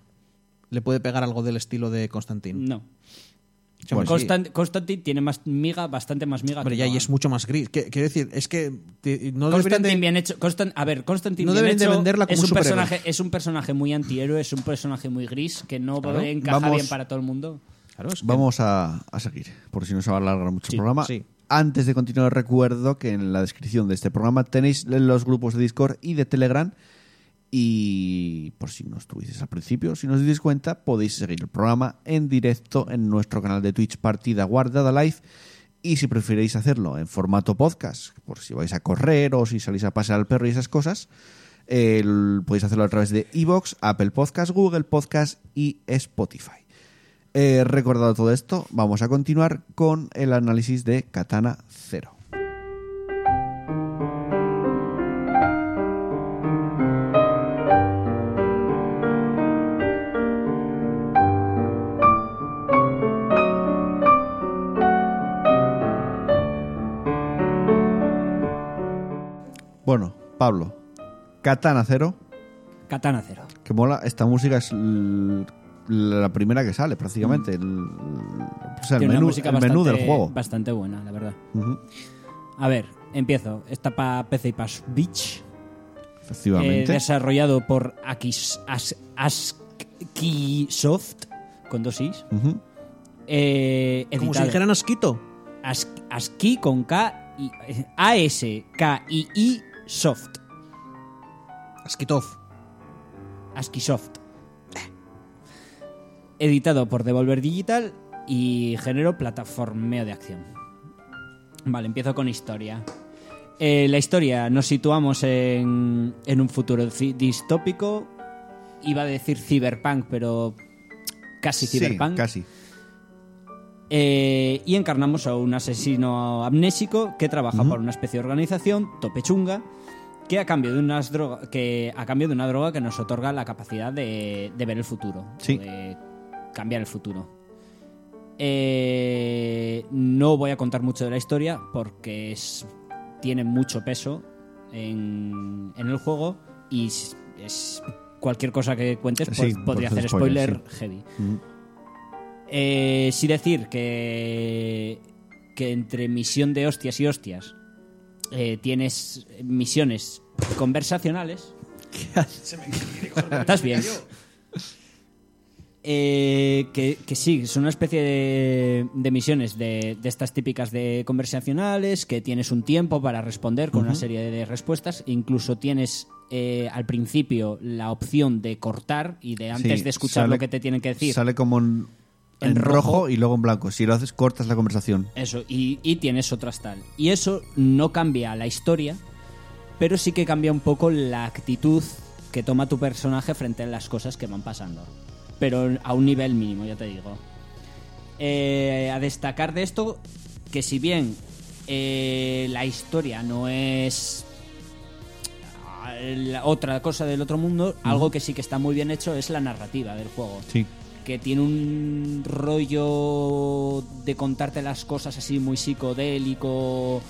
S3: Le puede pegar algo del estilo de Constantine.
S4: No.
S3: O sea,
S2: Bueno,
S3: pues sí.
S4: Constan- Constantine tiene más miga, bastante más miga.
S3: Hombre,
S4: que
S3: ya, y
S4: Logan.
S3: es mucho más gris. Que- Quiero decir, es que te- no deberían
S4: Constantine
S3: de-
S4: bien hecho. Constan- a ver, Constantine
S3: No
S4: bien
S3: deberían de
S4: hecho
S3: venderla como
S4: es un
S3: superhéroe.
S4: personaje, es un personaje muy antihéroe, es un personaje muy gris que no
S3: Claro.
S4: encaja
S2: Vamos-
S4: bien para todo el mundo.
S3: Claro, es que-
S2: Vamos a, a seguir, por si no se va a alargar mucho
S3: Sí,
S2: el programa.
S3: sí.
S2: Antes de continuar, recuerdo que en la descripción de este programa tenéis los grupos de Discord y de Telegram. Y por si no estuvisteis al principio, si no os dais cuenta, podéis seguir el programa en directo en nuestro canal de Twitch Partida Guardada Live. Y si preferís hacerlo en formato podcast, por si vais a correr o si salís a pasear al perro y esas cosas, el- podéis hacerlo a través de Evox, Apple Podcast, Google Podcast y Spotify. Eh, recordado todo esto, vamos a continuar con el análisis de Katana Zero. Bueno, Pablo, Katana Zero,
S4: Katana Cero.
S2: que mola, esta música es l- la primera que sale prácticamente, el, o sea, el
S4: Tiene una
S2: menú,
S4: música
S2: el menú
S4: bastante- eh,
S2: del juego.
S4: Bastante buena, la verdad.
S2: Ujú,
S4: A ver, empiezo. Está para PC y para Switch. Eh,
S2: efectivamente.
S4: desarrollado por Akis, As- Askisoft, con dos is.
S2: Ujú.
S4: Eh,
S3: Como si
S4: editado.
S3: dijeran asquito.
S4: As- Aski con K y eh, A S K I I Soft.
S3: Asquitov.
S4: Askisoft. Editado por Devolver Digital y género plataformeo de acción. Vale, empiezo con historia. Eh, la historia nos situamos en, en un futuro ci- distópico. Iba a decir cyberpunk, pero casi
S2: Sí,
S4: cyberpunk.
S2: casi.
S4: eh, y encarnamos a un asesino amnésico que trabaja para una especie de organización, topechunga, que a cambio de unas droga, que a cambio de una droga que nos otorga la capacidad de, de ver el futuro,
S2: Sí.
S4: o de cambiar el futuro. Eh, no voy a contar mucho de la historia porque es- tiene mucho peso en, en el juego y es, es- cualquier cosa que cuentes pues,
S2: Sí,
S4: podría
S2: pues
S4: hacer
S2: es
S4: spoiler,
S2: spoiler,
S4: heavy. Eh, sí decir que, que entre misión de hostias y hostias eh, tienes misiones conversacionales. ¿Estás bien? Eh, que, que sí, son una especie de, de misiones de, de estas típicas de conversacionales, que tienes un tiempo para responder con una serie de respuestas, incluso tienes eh, al principio la opción de cortar y de antes
S2: Sí,
S4: de escuchar
S2: sale-
S4: lo que te tienen que decir.
S2: Sale como en,
S4: En
S2: en rojo.
S4: rojo.
S2: y luego en blanco. Si lo haces, cortas la conversación.
S4: Eso, y, y tienes otras tal. Y eso no cambia la historia, pero sí que cambia un poco la actitud que toma tu personaje frente a las cosas que van pasando. Pero a un nivel mínimo, ya te digo. Eh, a destacar de esto que si bien eh, la historia no es ah, la otra cosa del otro mundo, algo que sí que está muy bien hecho es la narrativa del juego
S2: Sí.
S4: que tiene un rollo de contarte las cosas así muy psicodélico.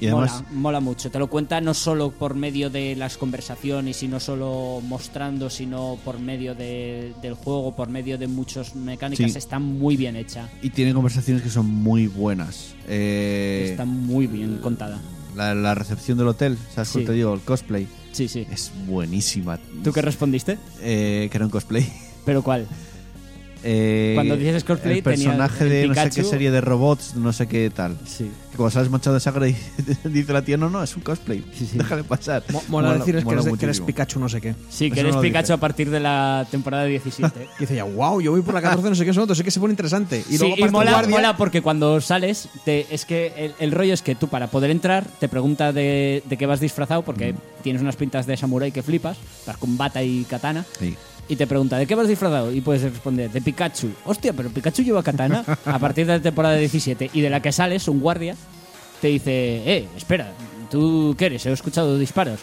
S2: Y además,
S4: mola, mola mucho. Te lo cuenta no solo por medio de las conversaciones y no solo mostrando, sino por medio de- del juego, por medio de muchas mecánicas.
S2: Sí.
S4: Está muy bien hecha.
S2: y tiene conversaciones que son muy buenas. Eh,
S4: Está muy bien contada.
S2: la, la recepción del hotel, ¿sabes
S4: Sí.
S2: cómo te digo? El cosplay.
S4: Sí, sí.
S2: Es buenísima.
S4: ¿Tú qué respondiste?
S2: Eh, que era un cosplay.
S4: ¿Pero cuál?
S2: Eh,
S4: Cuando dices cosplay,
S2: el
S4: tenía
S2: personaje
S4: el
S2: de no sé
S4: Pikachu.
S2: qué serie de robots, no sé qué tal.
S4: Sí.
S2: Que Como sales manchado de sangre, dice la tía, no, no, es un cosplay. Déjale pasar.
S3: Mo- mola, decir es que
S2: mola
S3: eres, que eres
S2: muchísimo.
S3: Pikachu no sé qué.
S4: Sí,
S2: Eso
S4: que eres
S2: no lo
S4: Pikachu
S2: dice.
S4: a partir de la temporada 17.
S3: Y dice ya, wow, yo voy por la 14 no sé qué, eso otro, sí que se pone interesante. Y
S4: Sí,
S3: luego
S4: y
S3: aparece un
S4: mola,
S3: guardia.
S4: mola porque cuando sales, te- es que el, el rollo es que tú para poder entrar te pregunta de, de qué vas disfrazado porque
S3: Mm.
S4: tienes unas pintas de samurái que flipas, vas con bata y katana.
S2: Sí.
S4: Y te pregunta, ¿de qué vas disfrazado? Y puedes responder, de Pikachu. Hostia, pero Pikachu lleva katana a partir de la temporada 17. Y de la que sales, un guardia te dice, eh, espera, ¿tú qué eres? He escuchado disparos.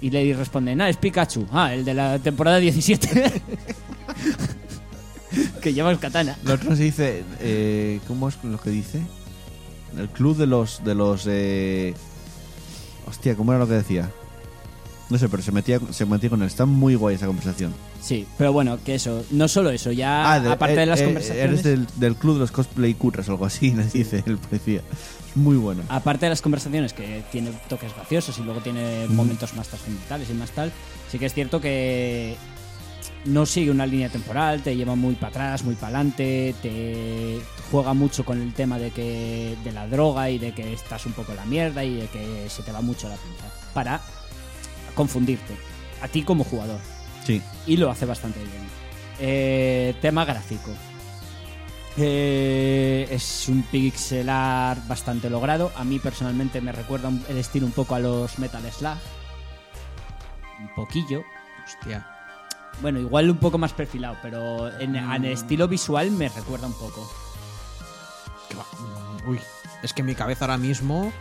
S4: Y le responde, ah, es Pikachu. Ah, el de la temporada 17. que llevas katana.
S2: Lo otro se dice, eh, ¿cómo es lo que dice? El club de los, de los, eh, hostia, ¿cómo era lo que decía? No sé, pero se metía, se metía con él. Está muy guay esa conversación.
S4: Sí, pero bueno, que eso, no solo eso, ya
S2: de-
S4: Ah, aparte de
S2: eh,
S4: las
S2: eh,
S4: conversaciones,
S2: Eres del, del club de los cosplay cutres o algo así, les dice el policía. Es muy bueno.
S4: aparte de las conversaciones que tiene toques graciosos y luego tiene momentos más trascendentales y más tal, sí que es cierto que no sigue una línea temporal, te lleva muy para atrás, muy para adelante, te juega mucho con el tema de que de la droga y de que estás un poco en la mierda y de que se te va mucho la pinza para confundirte a ti como jugador.
S2: Sí.
S4: y lo hace bastante bien. Eh, tema gráfico. Eh, es un pixelar bastante logrado. A mí personalmente me recuerda un- el estilo un poco a los Metal Slug. Un poquillo.
S3: Hostia.
S4: Bueno, igual un poco más perfilado, pero en, en estilo visual me recuerda un poco.
S3: que va. Mm, Uy, es que en mi cabeza ahora mismo.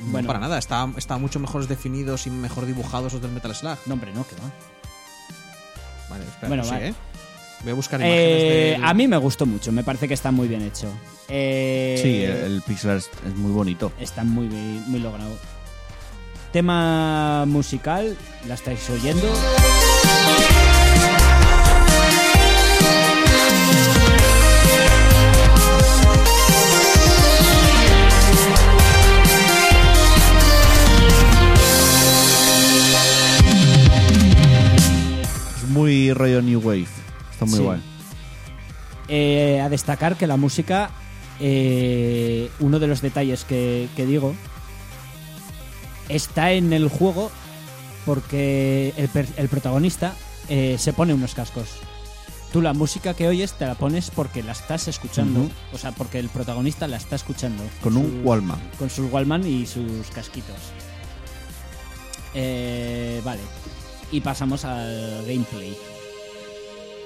S3: no
S4: Bueno.
S3: para nada, está, está mucho mejor definidos y mejor dibujados los del Metal Slug.
S4: No, hombre, no, que va.
S3: Vale, espera,
S4: Bueno,
S3: no sé,
S4: vale.
S3: ¿eh? Voy a buscar imágenes
S4: Eh,
S3: del-
S4: a mí me gustó mucho, me parece que está muy bien hecho. Eh,
S2: Sí, el, el pixel art es, es muy bonito.
S4: está muy, bien- muy logrado. Tema musical, la estáis oyendo.
S2: Es muy rollo New Wave. Está muy
S4: Sí.
S2: guay.
S4: Eh, a destacar que la música, eh, uno de los detalles que, que digo, está en el juego porque el, per- el protagonista eh, se pone unos cascos. Tú la música que oyes te la pones porque la estás escuchando,
S2: Ujú.
S4: o sea, porque el protagonista la está escuchando.
S2: Con un
S4: Su-
S2: Wallman.
S4: con sus Wallman y sus casquitos. Eh, vale. Y pasamos al gameplay.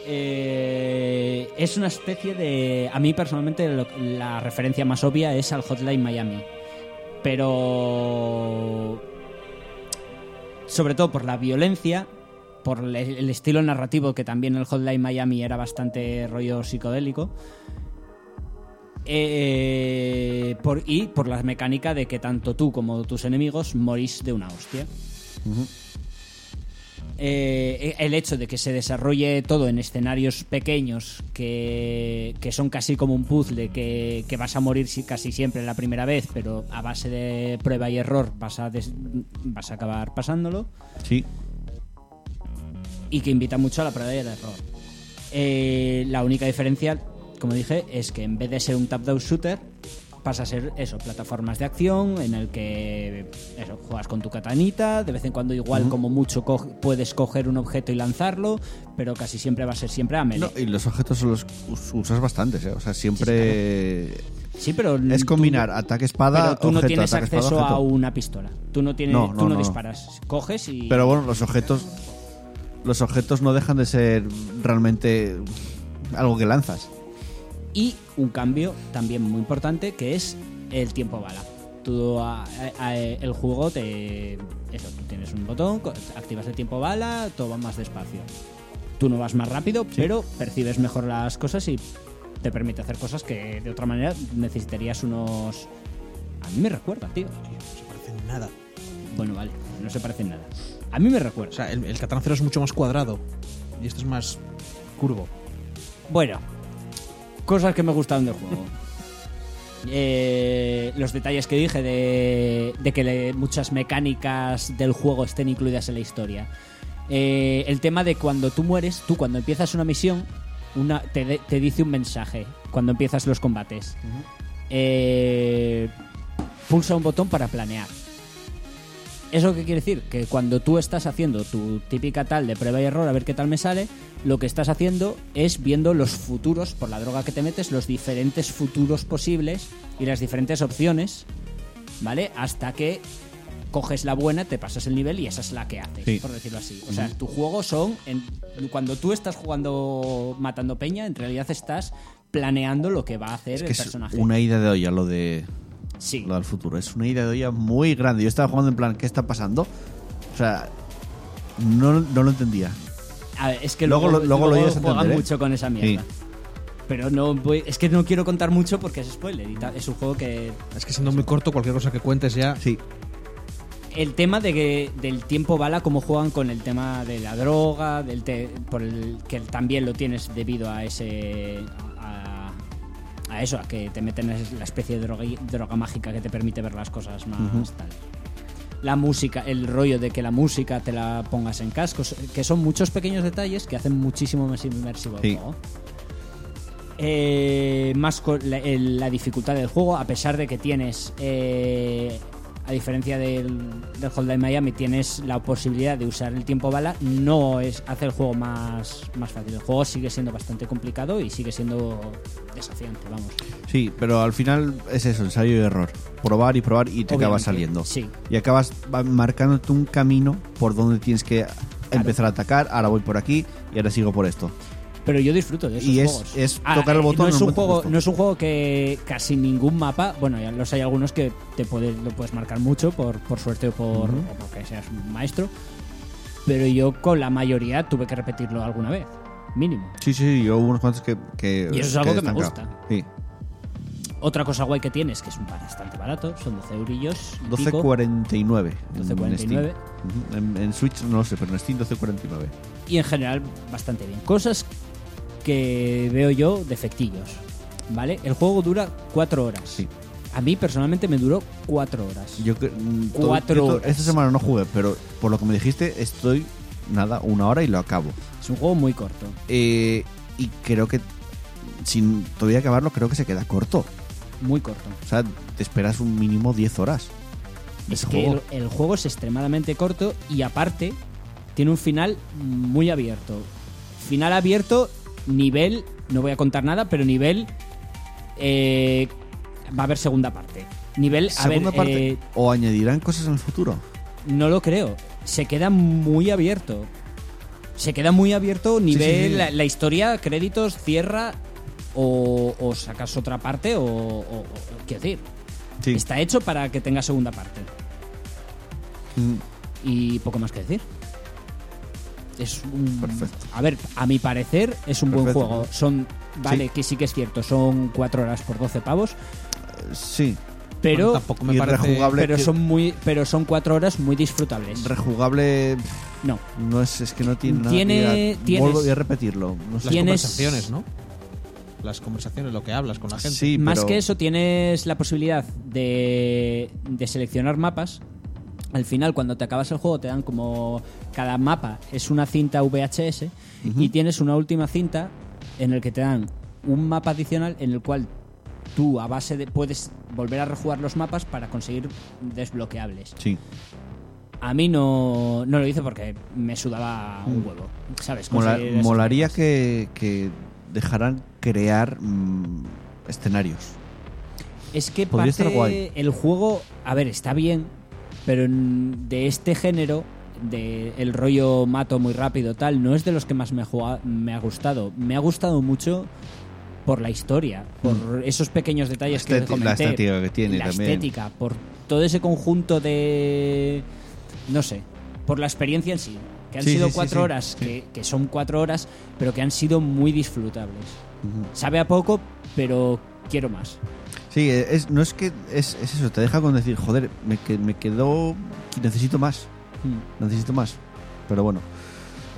S4: Eh, Es una especie de. A mí personalmente lo- la referencia más obvia es al Hotline Miami. Pero. Sobre todo por la violencia, por el- el estilo narrativo, que también el Hotline Miami era bastante rollo psicodélico. Eh, por, y por la mecánica de que tanto tú como tus enemigos morís de una hostia. Eh, el hecho de que se desarrolle todo en escenarios pequeños que, que son casi como un puzzle que, que vas a morir si- casi siempre la primera vez pero a base de prueba y error vas a, des- vas a acabar pasándolo
S2: Sí.
S4: y que invita mucho a la prueba y el error. Eh, la única diferencia, como dije, es que en vez de ser un tap-down shooter, pasa a ser eso, plataformas de acción en el que eso, juegas con tu katanita, de vez en cuando igual como mucho co- puedes coger un objeto y lanzarlo, pero casi siempre va a ser siempre a melee.
S2: No, y los objetos son los us- usas bastantes, ¿eh? O sea, siempre
S4: sí, pero
S2: es
S4: tú-
S2: combinar ataque espada,
S4: pero tú no
S2: objeto,
S4: tienes
S2: ataque, espada,
S4: acceso a
S2: objeto.
S4: una pistola. Tú no tienes
S2: No,
S4: tú
S2: no,
S4: no,
S2: no, no.
S4: disparas, coges y
S2: Pero bueno, los objetos los objetos no dejan de ser realmente algo que lanzas.
S4: y un cambio también muy importante que es el tiempo bala. Tú, a- a- a- el juego te. Eso, tú tienes un botón, co- activas el tiempo bala, todo va más despacio. Tú no vas más rápido, pero percibes mejor las cosas y te permite hacer cosas que de otra manera necesitarías unos. A mí me recuerda, tío.
S3: No se parece en nada.
S4: Bueno, vale, no se parecen nada. A mí me recuerda.
S3: O sea, el, el Catán 0 es mucho más cuadrado y este es más curvo.
S4: Bueno, cosas que me gustaron del juego. Eh, los detalles que dije de, de que le- muchas mecánicas del juego estén incluidas en la historia. Eh, el tema de cuando tú mueres, tú cuando empiezas una misión, una, te, de- te dice un mensaje cuando empiezas los combates. Eh, pulsa un botón para planear. ¿Eso qué quiere decir? Que cuando tú estás haciendo tu típica tal de prueba y error, a ver qué tal me sale, lo que estás haciendo es viendo los futuros, por la droga que te metes, los diferentes futuros posibles y las diferentes opciones, ¿vale? Hasta que coges la buena, te pasas el nivel y esa es la que haces,
S2: Sí.
S4: por decirlo así. O sea, tu juego son. en- cuando tú estás jugando matando peña, en realidad estás planeando lo que va a hacer
S2: Es que
S4: el
S2: es
S4: personaje.
S2: una ida de olla lo de
S4: Sí.
S2: lo del futuro. Es una idea de olla muy grande. Yo estaba jugando en plan, ¿qué está pasando? O sea, no, no lo entendía.
S4: A ver, es que
S2: Luego
S4: luego,
S2: lo- luego lo llegas a
S4: juegan
S2: entender, ¿eh?
S4: mucho con esa mierda. Pero no voy- es que no quiero contar mucho porque es spoiler. y tal. es un juego que.
S3: Es que siendo muy corto, cualquier cosa que cuentes ya.
S2: Sí.
S4: El tema de que, del tiempo bala, cómo juegan con el tema de la droga, del te- por el, que también lo tienes debido a ese. A, a eso, a que te meten es- la especie de droga, droga mágica que te permite ver las cosas más tal. La música, el rollo de que la música te la pongas en cascos, que son muchos pequeños detalles que hacen muchísimo más inmersivo el
S2: Sí.
S4: juego. Eh, más co- la, el- la dificultad del juego, a pesar de que tienes, eh, a diferencia del, del Hotline Miami, tienes la posibilidad de usar el tiempo bala, no es hace el juego más, más fácil. El juego sigue siendo bastante complicado y sigue siendo desafiante, vamos.
S2: Sí, pero al final es eso, ensayo y error. Probar y probar y te acabas saliendo.
S4: Obviamente, sí.
S2: Y acabas va- marcándote un camino por donde tienes que empezar a atacar. Ahora voy por aquí y ahora sigo por esto.
S4: Pero yo disfruto de esos
S2: Y es-
S4: juegos.
S2: es tocar el
S4: eh,
S2: botón
S4: No es,
S2: en un buen
S4: un juego,
S2: gusto.
S4: no es un juego que casi ningún mapa. Bueno, ya los hay algunos que te puedes, lo puedes marcar mucho por, por suerte o, por, o porque seas un maestro. Pero yo con la mayoría tuve que repetirlo alguna vez, mínimo.
S2: Sí, sí, yo hubo unos cuantos que. que
S4: Y eso es algo que me
S2: he
S4: gusta.
S2: estancado. Sí.
S4: Otra cosa guay que tienes, que es un- bastante barato, son 12 eurillos. y pico.
S2: 12.49 en- en,
S4: 12.49.
S2: Steam. Ujú, en- en Switch no lo sé, pero en Steam 12.49.
S4: y en general bastante bien. Cosas que veo yo defectillos, ¿vale? El juego dura cuatro horas.
S2: Sí.
S4: A mí personalmente me duró cuatro horas.
S2: Yo que- mm, todo-
S4: Cuatro
S2: yo to-
S4: horas.
S2: Esta semana no jugué, pero por lo que me dijiste, estoy nada, una hora y lo acabo.
S4: Es un juego muy corto.
S2: Eh, y creo que sin todavía acabarlo, creo que se queda corto.
S4: Muy corto.
S2: O sea, te esperas un mínimo 10 horas. de
S4: Es
S2: ese
S4: que
S2: juego.
S4: el, el juego es extremadamente corto y aparte tiene un final muy abierto. Final abierto, nivel, no voy a contar nada, pero nivel... eh, va a haber segunda parte. Nivel, a
S2: Segunda
S4: ver,
S2: parte.
S4: eh,
S2: ¿O añadirán cosas en el futuro?
S4: No lo creo. Se queda muy abierto. Se queda muy abierto nivel,
S2: sí, sí.
S4: La, la historia, créditos, cierra o, o sacas otra parte o, o- o- quiero decir,
S2: Sí.
S4: está hecho para que tenga segunda parte.
S2: Mm,
S4: Y poco más que decir. Es un
S2: Perfecto.
S4: A ver, a mi parecer es un buen
S2: Perfecto.
S4: juego. Son vale
S2: Sí.
S4: que sí que es cierto, son 4 horas por 12 pavos,
S2: Sí.
S4: pero
S3: tampoco me
S2: y
S3: parece.
S2: rejugable.
S4: pero
S2: que-
S4: son muy pero son 4 horas muy disfrutables.
S2: Rejugable
S4: No.
S2: no es, es que no tiene nada.
S4: Tiene-
S2: que dar.
S4: tienes-
S2: Vuelvo voy a repetirlo. No sé.
S3: Las
S4: Tienes-
S3: conversaciones, ¿no? Las conversaciones, lo que hablas con la gente.
S2: Sí,
S4: Más
S2: pero-
S4: que eso, tienes la posibilidad de, de seleccionar mapas. Al final, cuando te acabas el juego, te dan como. Cada mapa es una cinta VHS y tienes una última cinta en el que te dan un mapa adicional en el cual tú, a base de. puedes volver a rejugar los mapas para conseguir desbloqueables.
S2: Sí.
S4: A mí no, no lo hice porque me sudaba un huevo. ¿Sabes?
S2: Mm. Mola-
S4: Conseguir esas
S2: molaría
S4: cosas.
S2: que, que dejaran crear mm, escenarios.
S4: Es que
S2: Podría
S4: parte
S2: estar guay.
S4: el juego, a ver, está bien, pero en- de este género, de el rollo mato muy rápido tal, no es de los que más me, ha jugado- me ha gustado. Me ha gustado mucho por la historia, por esos pequeños detalles
S2: Mm. La
S4: que
S2: esteti-
S4: comenté,
S2: la estética que tiene
S4: la
S2: también.
S4: estética, por todo ese conjunto de, no sé, por la experiencia en sí, que han
S2: Sí,
S4: sido
S2: sí, sí,
S4: cuatro
S2: sí,
S4: horas,
S2: sí.
S4: Que, que son cuatro horas, pero que han sido muy disfrutables. Sabe a poco, pero quiero más.
S2: Sí, e, es, no es que. Es, es eso, te deja con decir, joder, me, que- me quedó. Necesito más.
S4: Mm.
S2: Necesito más. Pero bueno.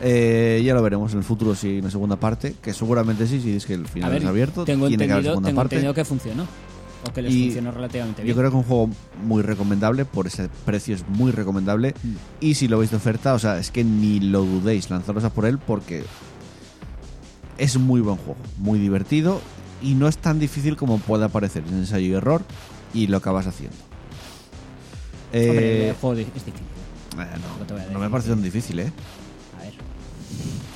S2: Eh, ya lo veremos en el futuro si una segunda parte, que seguramente sí, si es que el
S4: A
S2: final
S4: ver,
S2: es abierto.
S4: Tengo,
S2: tiene que haber
S4: entendido,
S2: segunda
S4: tengo
S2: parte.
S4: entendido que funcionó. O que les
S2: Y
S4: funcionó relativamente bien.
S2: Yo creo que es un juego muy recomendable, por ese precio es muy recomendable.
S4: Mm.
S2: Y si lo veis de oferta, o sea, es que ni lo dudéis, lanzaros a por él porque es muy buen juego, muy divertido y no es tan difícil como pueda parecer. Es ensayo y error y lo acabas haciendo.
S4: Hombre,
S2: Eh,
S4: el juego di- es difícil.
S2: eh, no,
S4: no te voy a
S2: no me
S4: decir
S2: parece
S4: que-
S2: tan difícil, ¿eh?
S4: A ver.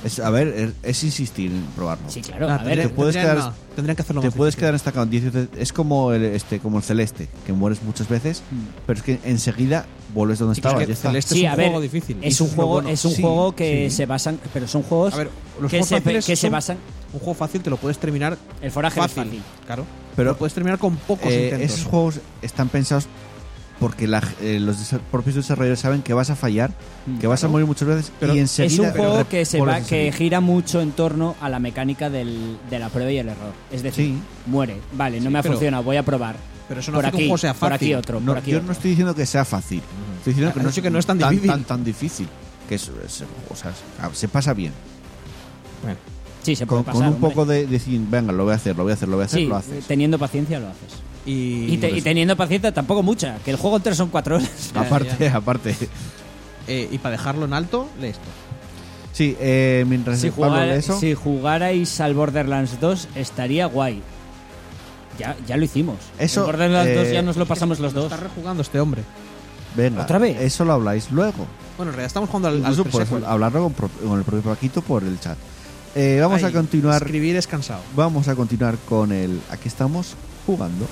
S2: Es, a ver, es, es insistir en probarlo.
S4: Sí, claro.
S3: Ah,
S4: a ver,
S3: tendría-
S2: te puedes
S3: tendrían-
S2: quedar-
S3: no, tendrían que hacerlo
S2: Te
S3: más
S2: puedes
S3: difícil.
S2: quedar estancado en 10 veces. Es como el, este, como el celeste, que mueres muchas veces, pero es que enseguida vuelves donde
S3: que
S2: estabas. ya está.
S3: Celeste- este es
S4: Mm. sí,
S3: un
S4: a ver,
S3: juego difícil.
S4: Es
S3: Eso
S4: un
S3: es lo
S4: juego,
S3: bueno.
S4: es un
S2: Sí,
S4: juego que
S2: sí.
S4: se basan. Pero son juegos
S3: A ver, los
S4: que,
S3: juegos
S4: se,
S3: fáciles
S4: que se
S3: son-
S4: basan.
S3: Un juego fácil te lo puedes terminar.
S4: El foraje no es
S3: fácil,
S4: fácil.
S3: Claro.
S2: Pero-
S3: Pero lo puedes terminar con pocos
S2: Eh,
S3: intentos.
S2: esos juegos están pensados porque la- eh, los desa- propios desarrolladores saben que vas a fallar, que vas a morir muchas veces
S3: Pero
S2: y
S4: Mm, Es
S2: enseguida
S4: un juego
S2: rep-
S4: que, se
S2: vuelves
S4: va,
S2: a
S4: que
S2: salir.
S4: gira mucho en torno a la mecánica del- de la prueba y el error. Es decir,
S2: Sí.
S4: muere, vale, no
S3: Sí,
S4: me ha
S3: pero-
S4: funcionado, voy a probar.
S3: pero eso no
S4: por
S3: hace que
S4: aquí,
S3: un juego sea
S4: por aquí
S3: fácil.
S4: otro,
S2: No,
S4: por aquí
S2: yo
S4: otro.
S2: no estoy diciendo que sea fácil. Estoy diciendo que
S3: Ha
S2: no,
S3: dicho que no es tan
S2: tan,
S3: difícil.
S2: tan, tan difícil. Que es- es- o sea, es- ah, se pasa bien.
S4: Sí, se
S2: Con,
S4: puede
S2: con
S4: pasar,
S2: un
S4: hombre.
S2: poco de, decir, venga, lo voy a hacer, lo voy a hacer, lo voy a hacer,
S4: Sí,
S2: lo haces.
S4: teniendo paciencia lo haces.
S3: Y,
S4: Y, te- y teniendo paciencia tampoco mucha, que el juego entero son cuatro horas.
S3: Ah,
S2: aparte, aparte.
S3: eh, y para dejarlo en alto, lee esto.
S2: Sí, eh, mientras
S4: Si,
S2: Pablo
S4: jugar-
S2: lee eso.
S4: si jugarais al Borderlands 2 estaría guay. Ya, ya lo hicimos.
S2: Eso,
S4: El Borderlands 2
S2: eh,
S4: ya nos lo pasamos los dos.
S3: Está rejugando este hombre.
S2: Venga,
S4: ¿Otra vez?
S2: eso lo habláis luego.
S3: Bueno, en realidad estamos jugando al, al
S2: Incluso puedes
S3: pre-sequel.
S2: hablarlo con, pro- con el propio Paquito por el chat. Eh, vamos a
S3: Ay,
S2: continuar.
S3: Escribir es cansado.
S2: Vamos a continuar con el. Aquí estamos jugando.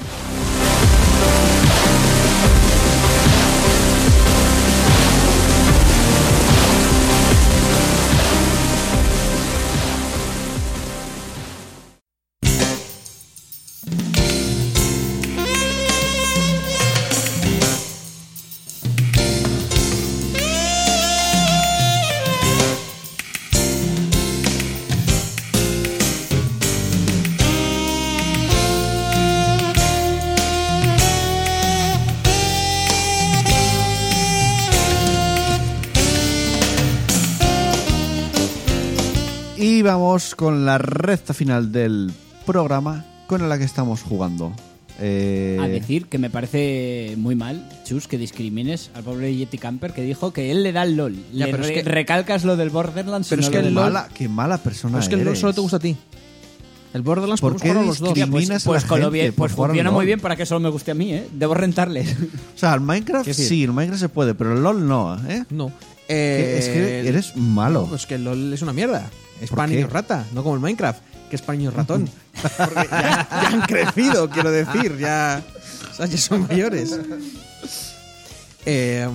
S2: Y vamos con la recta final del programa con la que estamos jugando. Eh,
S4: A decir que me parece muy mal, Chus, que discrimines al pobre Yeti Camper que dijo que él le da el LOL.
S3: Ya,
S4: le
S3: pero es
S4: re-
S3: que-
S4: recalcas lo del Borderlands. y
S3: Pero
S4: no
S3: es que
S4: lo
S2: qué
S3: el
S4: del-
S3: LOL-
S2: mala, qué mala persona.
S3: Pero es que el LoL
S2: eres.
S3: solo te gusta a ti. El Borderlands
S2: ¿Por
S3: podemos
S2: qué
S3: jugar a los dos.
S4: Hostia, pues,
S2: discriminas a
S4: pues
S2: la
S4: con lo
S2: gente
S4: bien,
S2: por
S4: pues
S2: jugar al
S4: funciona muy
S2: LOL?
S4: bien para que solo me guste a mí, ¿eh? Debo rentarles.
S2: O sea, el Minecraft
S3: Quiero decir-
S2: sí, el Minecraft se puede, pero el LOL no, ¿eh?
S3: No. Eh,
S2: Es que eres malo.
S3: No, pues que el LOL es una mierda. Es
S2: ¿Por
S3: para
S2: qué?
S3: niños rata, no como el Minecraft, que es para niños ratón. Porque ya, ya han crecido, quiero decir, ya, o sea, ya son mayores. Eh,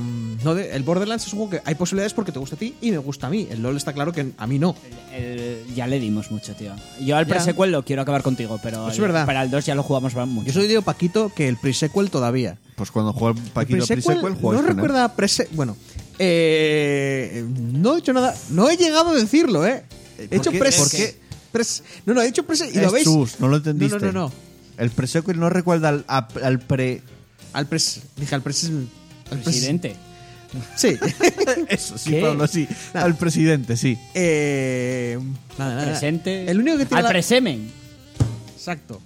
S3: no de- el Borderlands es un juego que hay posibilidades porque te gusta a ti y me gusta a mí. El LOL está claro que a mí no.
S4: El- Eh, ya le dimos mucho, tío. Yo al
S3: Ya.
S4: pre-sequel lo quiero acabar contigo, pero
S3: Es
S4: el-
S3: verdad.
S4: para el 2 ya lo jugamos mucho.
S3: Yo soy de Paquito que el pre-sequel todavía.
S2: Pues cuando juega Paquito
S3: El pre-sequel
S2: Pre-Sequel,
S3: no
S2: juegas con él.
S3: recuerda a pre-se- Bueno, eh, no he hecho nada. No he llegado a decirlo, ¿eh? He
S2: ¿Por
S3: hecho
S2: qué?
S3: pre
S2: ¿Por qué?
S3: pres- no, no, he hecho pre-sequel. ¿Y lo
S2: Es
S3: veis?
S2: chus, no lo entendiste.
S3: No, no, no. no.
S2: El pre-sequel no recuerda al, a- al pre.
S3: Al pres- Dije al pres- al pres-
S4: presidente.
S3: Sí.
S2: Eso sí,
S4: ¿Qué?
S2: Pablo, sí.
S3: Nada.
S2: Al presidente, sí.
S3: Eh, nada, nada.
S4: Presente.
S3: El único que tiene.
S4: Al
S3: la-
S4: presemen.
S3: Exacto.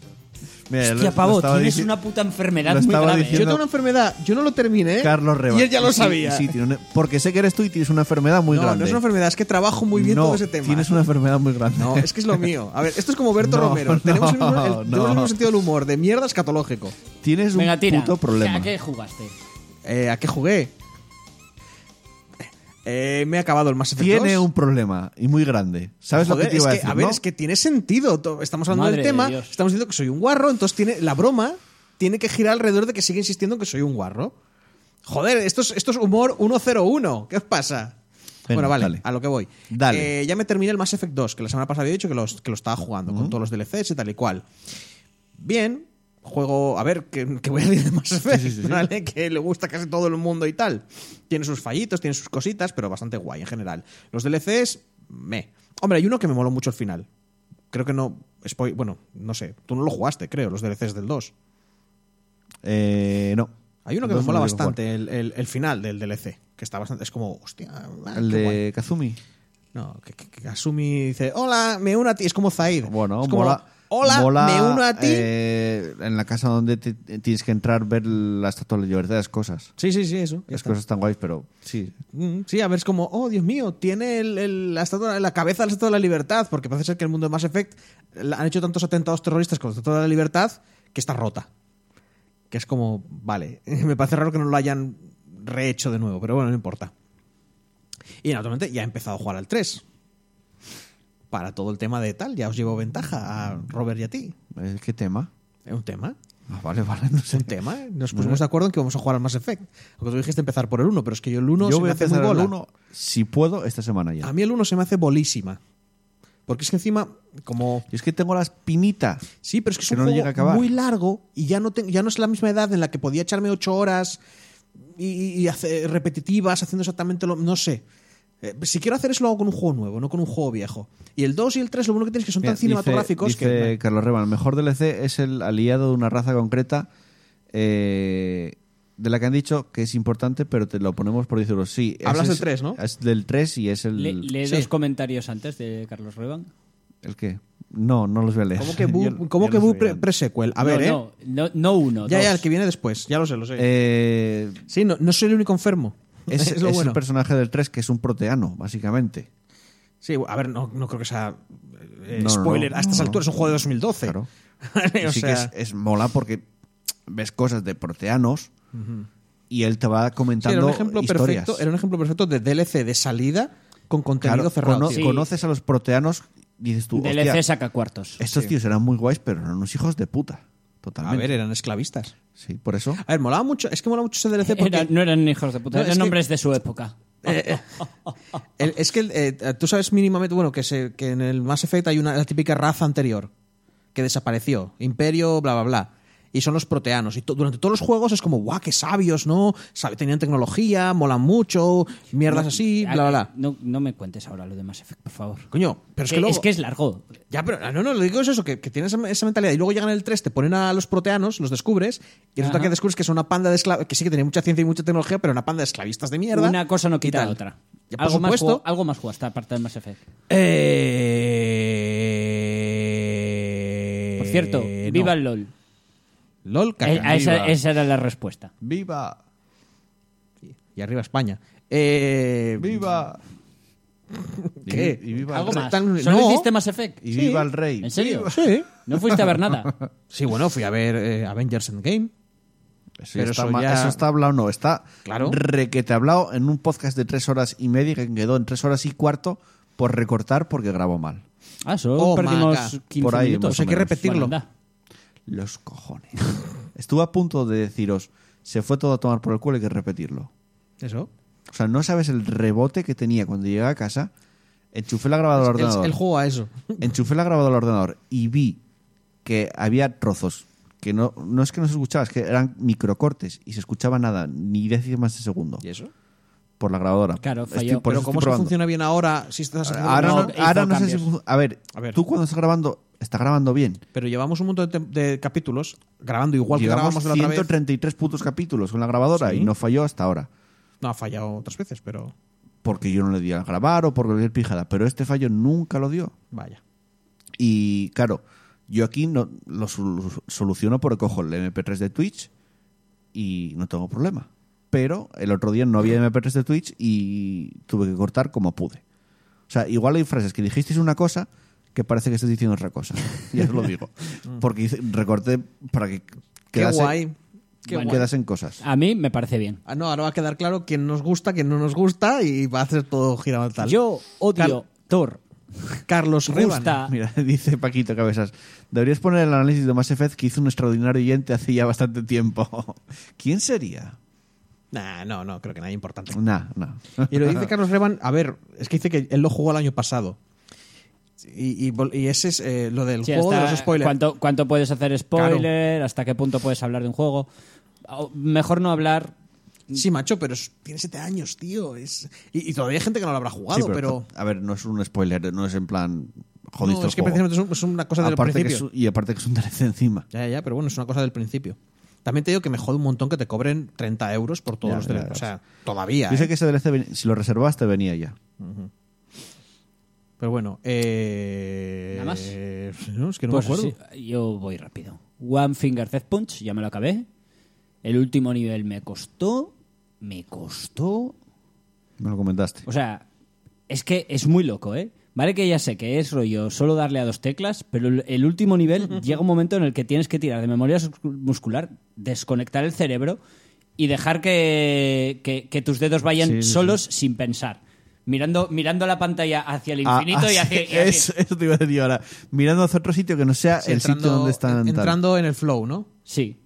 S2: Mira, Eh, lo-
S4: Hostia,
S2: lo
S4: pavo,
S2: estaba
S4: tienes
S2: dici-
S4: una puta enfermedad
S2: lo
S4: muy
S2: estaba
S4: grave. ¿eh?
S3: Yo
S2: diciendo-
S3: tengo una enfermedad, yo no lo terminé.
S2: Carlos Reba.
S3: ¿Eh? Y él ya lo
S2: Sí,
S3: sabía.
S2: Sí, tiene una- porque sé que eres tú y tienes una enfermedad muy
S3: no,
S2: grande.
S3: no es una enfermedad, es que trabajo muy bien
S2: No,
S3: todo ese tema. ¿eh?
S2: Tienes una enfermedad muy grande.
S3: No, es que es lo mío. A ver, esto es como Berto
S2: No,
S3: Romero. tenemos, el mismo, el-
S2: no,
S3: tenemos el
S2: no.
S3: mismo sentido del humor, de mierda escatológico.
S2: Tienes un
S4: Venga, tira.
S2: puto problema.
S4: ¿A qué jugaste?
S3: Eh, ¿A qué jugué? Eh, me he acabado el Mass Effect 2.
S2: Tiene un problema y muy grande. ¿Sabes
S3: Joder,
S2: lo que te
S3: es
S2: iba
S3: que,
S2: a decir?
S3: a ver,
S2: no?
S3: es que tiene sentido. To- Estamos hablando
S4: Madre
S3: del
S4: de
S3: tema,
S4: Dios.
S3: estamos diciendo que soy un guarro, entonces tiene la broma tiene que girar alrededor de que sigue insistiendo en que soy un guarro. Joder, esto es, esto es humor 101. ¿Qué os pasa?
S2: Venga,
S3: bueno, vale,
S2: dale.
S3: a lo que voy.
S2: Dale.
S3: Eh, ya me terminé el Mass Effect 2, que la semana pasada había dicho que, los, que lo estaba jugando con todos los DLCs y tal y cual. Bien, juego. A ver, que, que voy a decir de Mass Effect,
S2: sí, sí, sí.
S3: ¿vale? Que le gusta casi todo el mundo y tal. Tiene sus fallitos, tiene sus cositas, pero bastante guay en general. Los DLCs, me. Hombre, hay uno que me moló mucho el final. Creo que no. spoil- bueno, no sé. Tú no lo jugaste, creo, los DLCs del 2.
S2: Eh, no.
S3: Hay uno que me
S2: Entonces
S3: mola
S2: no lo digo
S3: bastante, el, el- el final del DLC. Que está bastante. Es como, hostia. ah,
S2: cuál. El
S3: qué guay.
S2: de Kazumi.
S3: No, que, que- que Kasumi dice: Hola, me uno a ti. Es como Zaid.
S2: Bueno,
S3: Es como,
S2: mola.
S3: Hola,
S2: mola,
S3: me uno a ti.
S2: eh, en la casa donde te- te tienes que entrar, ver las estatuas de la libertad, esas cosas.
S3: Sí, sí, sí, eso. ya
S2: Las
S3: está.
S2: cosas tan guays, pero sí.
S3: Mm, Sí, a ver, es como, oh, Dios mío, tiene el- el- la, estatua- la cabeza de la Estatua de la Libertad, porque parece ser que el mundo de Mass Effect eh, la- han hecho tantos atentados terroristas con la Estatua de la Libertad que está rota. Que es como, vale, me parece raro que no lo hayan rehecho de nuevo, pero bueno, no importa. Y naturalmente ya he empezado a jugar al 3. Para todo el tema de tal, ya os llevo ventaja a Robert y a ti.
S2: Eh, ¿Qué tema?
S3: Es un tema.
S2: Ah, vale, vale, no sé.
S3: Un tema. ¿eh? Nos pusimos de acuerdo en que vamos a jugar al Mass Effect. Lo que tú dijiste empezar por el 1, pero es que yo el 1
S2: Yo
S3: se
S2: voy
S3: me
S2: a
S3: hace muy
S2: empezar el
S3: bola. Ah.
S2: 1, si puedo, esta semana ya.
S3: A mí el 1 se me hace bolísima. Porque es que encima, como.
S2: Y es que tengo las pinitas.
S3: Sí, pero es que es
S2: Que
S3: un
S2: no
S3: juego
S2: llega a acabar.
S3: muy largo y ya no, te- ya no es la misma edad en la que podía echarme ocho horas y, y hacer repetitivas, haciendo exactamente lo. No sé. Eh, si quiero hacer eso, lo hago con un juego nuevo, no con un juego viejo. Y el 2 y el 3, lo bueno que tienes es que son
S2: Mira,
S3: tan cinematográficos
S2: dice,
S3: que.
S2: dice Carlos Reba, el mejor DLC es el aliado de una raza concreta eh, de la que han dicho que es importante, pero te lo ponemos por 10 euros. Sí, ese
S3: Hablas del
S2: es-
S3: 3, ¿no?
S2: Es del 3 y es el...
S4: Le, lee
S3: sí.
S4: dos comentarios antes de Carlos Reban.
S2: ¿El qué? No, no los voy a leer.
S3: ¿Cómo que
S2: Yo-
S3: Bu, cómo
S2: yo
S3: que
S2: no
S3: Bu
S2: soy
S3: pre-
S2: grande.
S3: pre-sequel? A ver, ¿eh?
S4: no, No, no uno,
S3: ya,
S4: dos.
S3: ya, el que viene después, ya lo sé, lo sé.
S2: Eh,
S3: sí, no, no soy el único enfermo.
S2: es
S3: es lo
S2: es
S3: bueno.
S2: el personaje del 3 que es un proteano, básicamente.
S3: Sí, a ver, no, no creo que sea eh,
S2: No, no,
S3: spoiler
S2: no,
S3: a estas
S2: no, no.
S3: alturas, es un juego de 2012.
S2: Claro.
S3: Vale, o
S2: Así
S3: sea,
S2: que es, eh, es mola porque ves cosas de proteanos y él te va
S3: sí, era,
S2: comentando
S3: un ejemplo
S2: historias.
S3: perfecto, era un ejemplo perfecto de DLC de salida con contenido
S2: Claro,
S3: cerrado.
S2: cono-
S3: tío.
S4: Sí.
S2: Conoces a los proteanos y dices tú,
S4: DLC
S2: hostia,
S4: saca cuartos.
S2: estos tíos eran muy guays, pero eran unos hijos de puta.
S3: A
S2: Totalmente.
S3: ver, eh. eran esclavistas.
S2: sí, por eso.
S3: A ver, molaba mucho, es que molaba mucho ese DLC porque
S4: Era- no eran hijos de puta,
S3: No, es
S4: eran
S3: que-
S4: hombres de su época.
S3: el- es que eh, tú sabes mínimamente, bueno, que, se, que en el Mass Effect hay una la típica raza anterior que desapareció, imperio, bla, bla, bla. Y son los proteanos. Y to- durante todos los juegos es como, guau, qué sabios, ¿no? Sabe- Tenían tecnología, molan mucho, mierdas así, bla, bla, bla.
S4: Ah, No, no me cuentes ahora lo de Mass Effect, por favor.
S3: Coño, pero es que,
S4: Eh,
S3: luego...
S4: es que es largo.
S3: Ya, pero ah, no, no, lo digo es eso, que, que tienes esa mentalidad. Y luego llegan el 3, te ponen a los proteanos, los descubres, y resulta
S4: Ajá.
S3: que descubres que son una panda de esclavistas, que sí que tienen mucha ciencia y mucha tecnología, pero una panda de esclavistas de mierda.
S4: Una cosa
S3: y
S4: no quita
S3: tal.
S4: la otra.
S3: Ya, por
S4: Algo más,
S3: supuesto.
S4: jugó- algo más jugaste aparte del Mass Effect.
S3: Eh,
S4: Por cierto,
S3: no.
S4: viva el LOL.
S3: LOL, caca.
S4: Eh, a esa,
S2: viva.
S4: esa era la respuesta.
S2: ¡Viva!
S3: Y arriba España. Eh,
S2: ¡Viva! Y
S3: ¿Qué?
S2: vi- Y, viva,
S4: Algo
S2: el,
S4: más.
S3: tan-
S4: ¿Solo
S3: no.
S4: hiciste Mass Effect?
S2: y viva el rey.
S4: ¿En serio?
S2: ¡Viva!
S3: Sí.
S4: No fuiste a ver nada.
S3: Sí, bueno, fui a ver eh, Avengers Endgame.
S2: Eso,
S3: Pero
S2: ya está,
S3: eso
S2: ma-
S3: ya-
S2: eso está hablado, no. Está
S3: Claro.
S2: requete hablado en un podcast de tres horas y media que quedó en tres horas y cuarto por recortar porque grabó mal.
S4: Ah, solo
S3: Oh,
S4: perdimos
S3: maca.
S4: 15
S2: Por ahí,
S4: minutos.
S2: más o Hay que menos.
S3: repetirlo.
S4: Bueno, anda.
S2: Los cojones. Estuve a punto de deciros, se fue todo a tomar por el culo, hay que repetirlo.
S3: Eso.
S2: O sea, no sabes el rebote que tenía cuando llegué a casa. Enchufé la grabadora al
S3: El,
S2: ordenador.
S3: el juego a eso.
S2: Enchufé la grabadora al ordenador y vi que había trozos que no, no es que no se escuchaba, es que eran microcortes y se escuchaba nada, ni décimas de segundo
S3: ¿Y eso?
S2: por la grabadora.
S4: Claro,
S2: Estoy-
S4: falló.
S2: por
S3: Pero
S2: eso estoy
S3: ¿cómo es que
S2: probando.
S3: funciona bien ahora si estás haciendo
S2: Ahora no,
S3: un-
S4: hizo
S2: ahora no sé si.
S4: cambios.
S2: fu- A ver,
S3: A ver.
S2: tú cuando estás grabando, está grabando bien.
S3: Pero llevamos un montón de, tem- de capítulos grabando igual
S2: Llevamos
S3: que grabamos de la otra vez.
S2: 133 putos capítulos con la grabadora
S3: Sí.
S2: y no falló hasta ahora.
S3: No, ha fallado otras veces, pero
S2: Porque yo no le di a grabar o por cualquier pijada. Pero este fallo nunca lo dio.
S3: vaya.
S2: Y claro, yo aquí no, lo sol- soluciono porque cojo el MP3 de Twitch y no tengo problema. Pero el otro día no había MP3 de Twitch y tuve que cortar como pude. O sea, igual hay frases que dijisteis una cosa que parece que estáis diciendo otra cosa. Ya os lo digo. Porque hice- recorté para que quedase,
S3: Mm. qué guay. Qué
S4: Bueno,
S3: guay.
S2: quedasen cosas.
S4: A mí me parece bien.
S3: Ah, no, ahora va a quedar claro quién nos gusta, quién no nos gusta y va a hacer todo girado tal.
S4: Yo odio Thor.
S3: Carlos Reban.
S4: Gusta.
S2: Mira, dice Paquito Cabezas, deberías poner el análisis de Mass Effect que hizo un extraordinario oyente hace ya bastante tiempo. ¿Quién sería?
S3: Nah, no, no, creo que nadie importante.
S2: Nah, nah.
S3: Y lo dice Carlos Reban, a ver, es que dice que él lo jugó el año pasado. Y, y vol- y ese es eh, lo del
S4: Sí,
S3: juego de
S4: hasta
S3: los spoilers.
S4: ¿cuánto, cuánto puedes hacer spoiler? ¿Hasta qué punto puedes hablar de un juego? O mejor no hablar.
S3: Sí, macho, pero es- tiene siete años, tío. Es... Y, y todavía hay gente que no lo habrá jugado,
S2: Sí,
S3: pero...
S2: A ver, no es un spoiler, no es en plan. Jodiste
S3: No, es
S2: el
S3: que
S2: juego.
S3: precisamente es, un- es una cosa del
S2: Aparte que
S3: principio.
S2: es un- y aparte que es un DLC encima.
S3: Ya, ya, ya, pero bueno, es una cosa del principio. También te digo que me jode un montón que te cobren 30 euros por todos
S2: Ya,
S3: los
S2: ya,
S3: teléfonos. O
S2: ya.
S3: sea, todavía.
S2: Yo
S3: ¿eh?
S2: sé que ese DLC, ven- si lo reservaste, venía ya.
S3: Pero bueno, eh...
S4: ¿Nada más?
S3: No, es que no
S4: Pues
S3: me acuerdo.
S4: sí, yo voy rápido. One Finger Death Punch, ya me lo acabé. El último nivel me costó. Me costó.
S2: Me lo comentaste.
S3: Pues
S4: O sea, es que es muy loco, ¿eh? Vale que ya sé que es rollo solo darle a dos teclas, pero el- el último nivel llega un momento en el que tienes que tirar de memoria sus- muscular, desconectar el cerebro y dejar que, que- que tus dedos vayan
S2: Sí, sí,
S4: solos sin pensar. Mirando, mirando la pantalla hacia el
S2: Ah,
S4: infinito
S2: ah,
S4: y
S2: sí,
S4: hacia... y hacia-
S2: eso, eso te iba a decir ahora. Mirando hacia otro sitio que no sea
S3: Sí,
S2: el sitio donde están. tal.
S3: entrando en el flow, ¿no?
S4: Sí.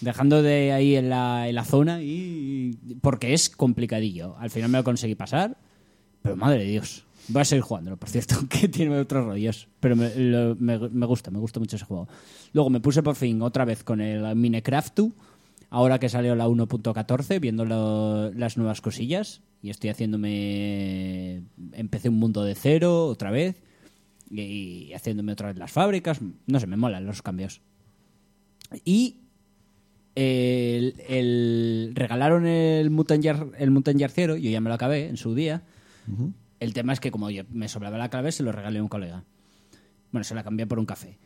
S4: Dejando de ahí en la, en la zona y. Porque es complicadillo. Al final me lo conseguí pasar. Pero madre de Dios. Voy a seguir jugándolo, por cierto, que tiene otros rollos. Pero me, lo- me- me gusta, me gusta mucho ese juego. Luego me puse por fin otra vez con el Minecraft 2. Ahora que salió la 1.14, viendo lo- las nuevas cosillas. Y estoy haciéndome. Empecé un mundo de cero otra vez. Y, y haciéndome otra vez las fábricas. No sé, me molan los cambios. Y el, el- regalaron el Mutant, Yar- el Mutant Yarciero, yo ya me lo acabé en su día. El tema es que como yo- me sobraba la clave, se lo regalé a un colega. Bueno, se la cambié por un café.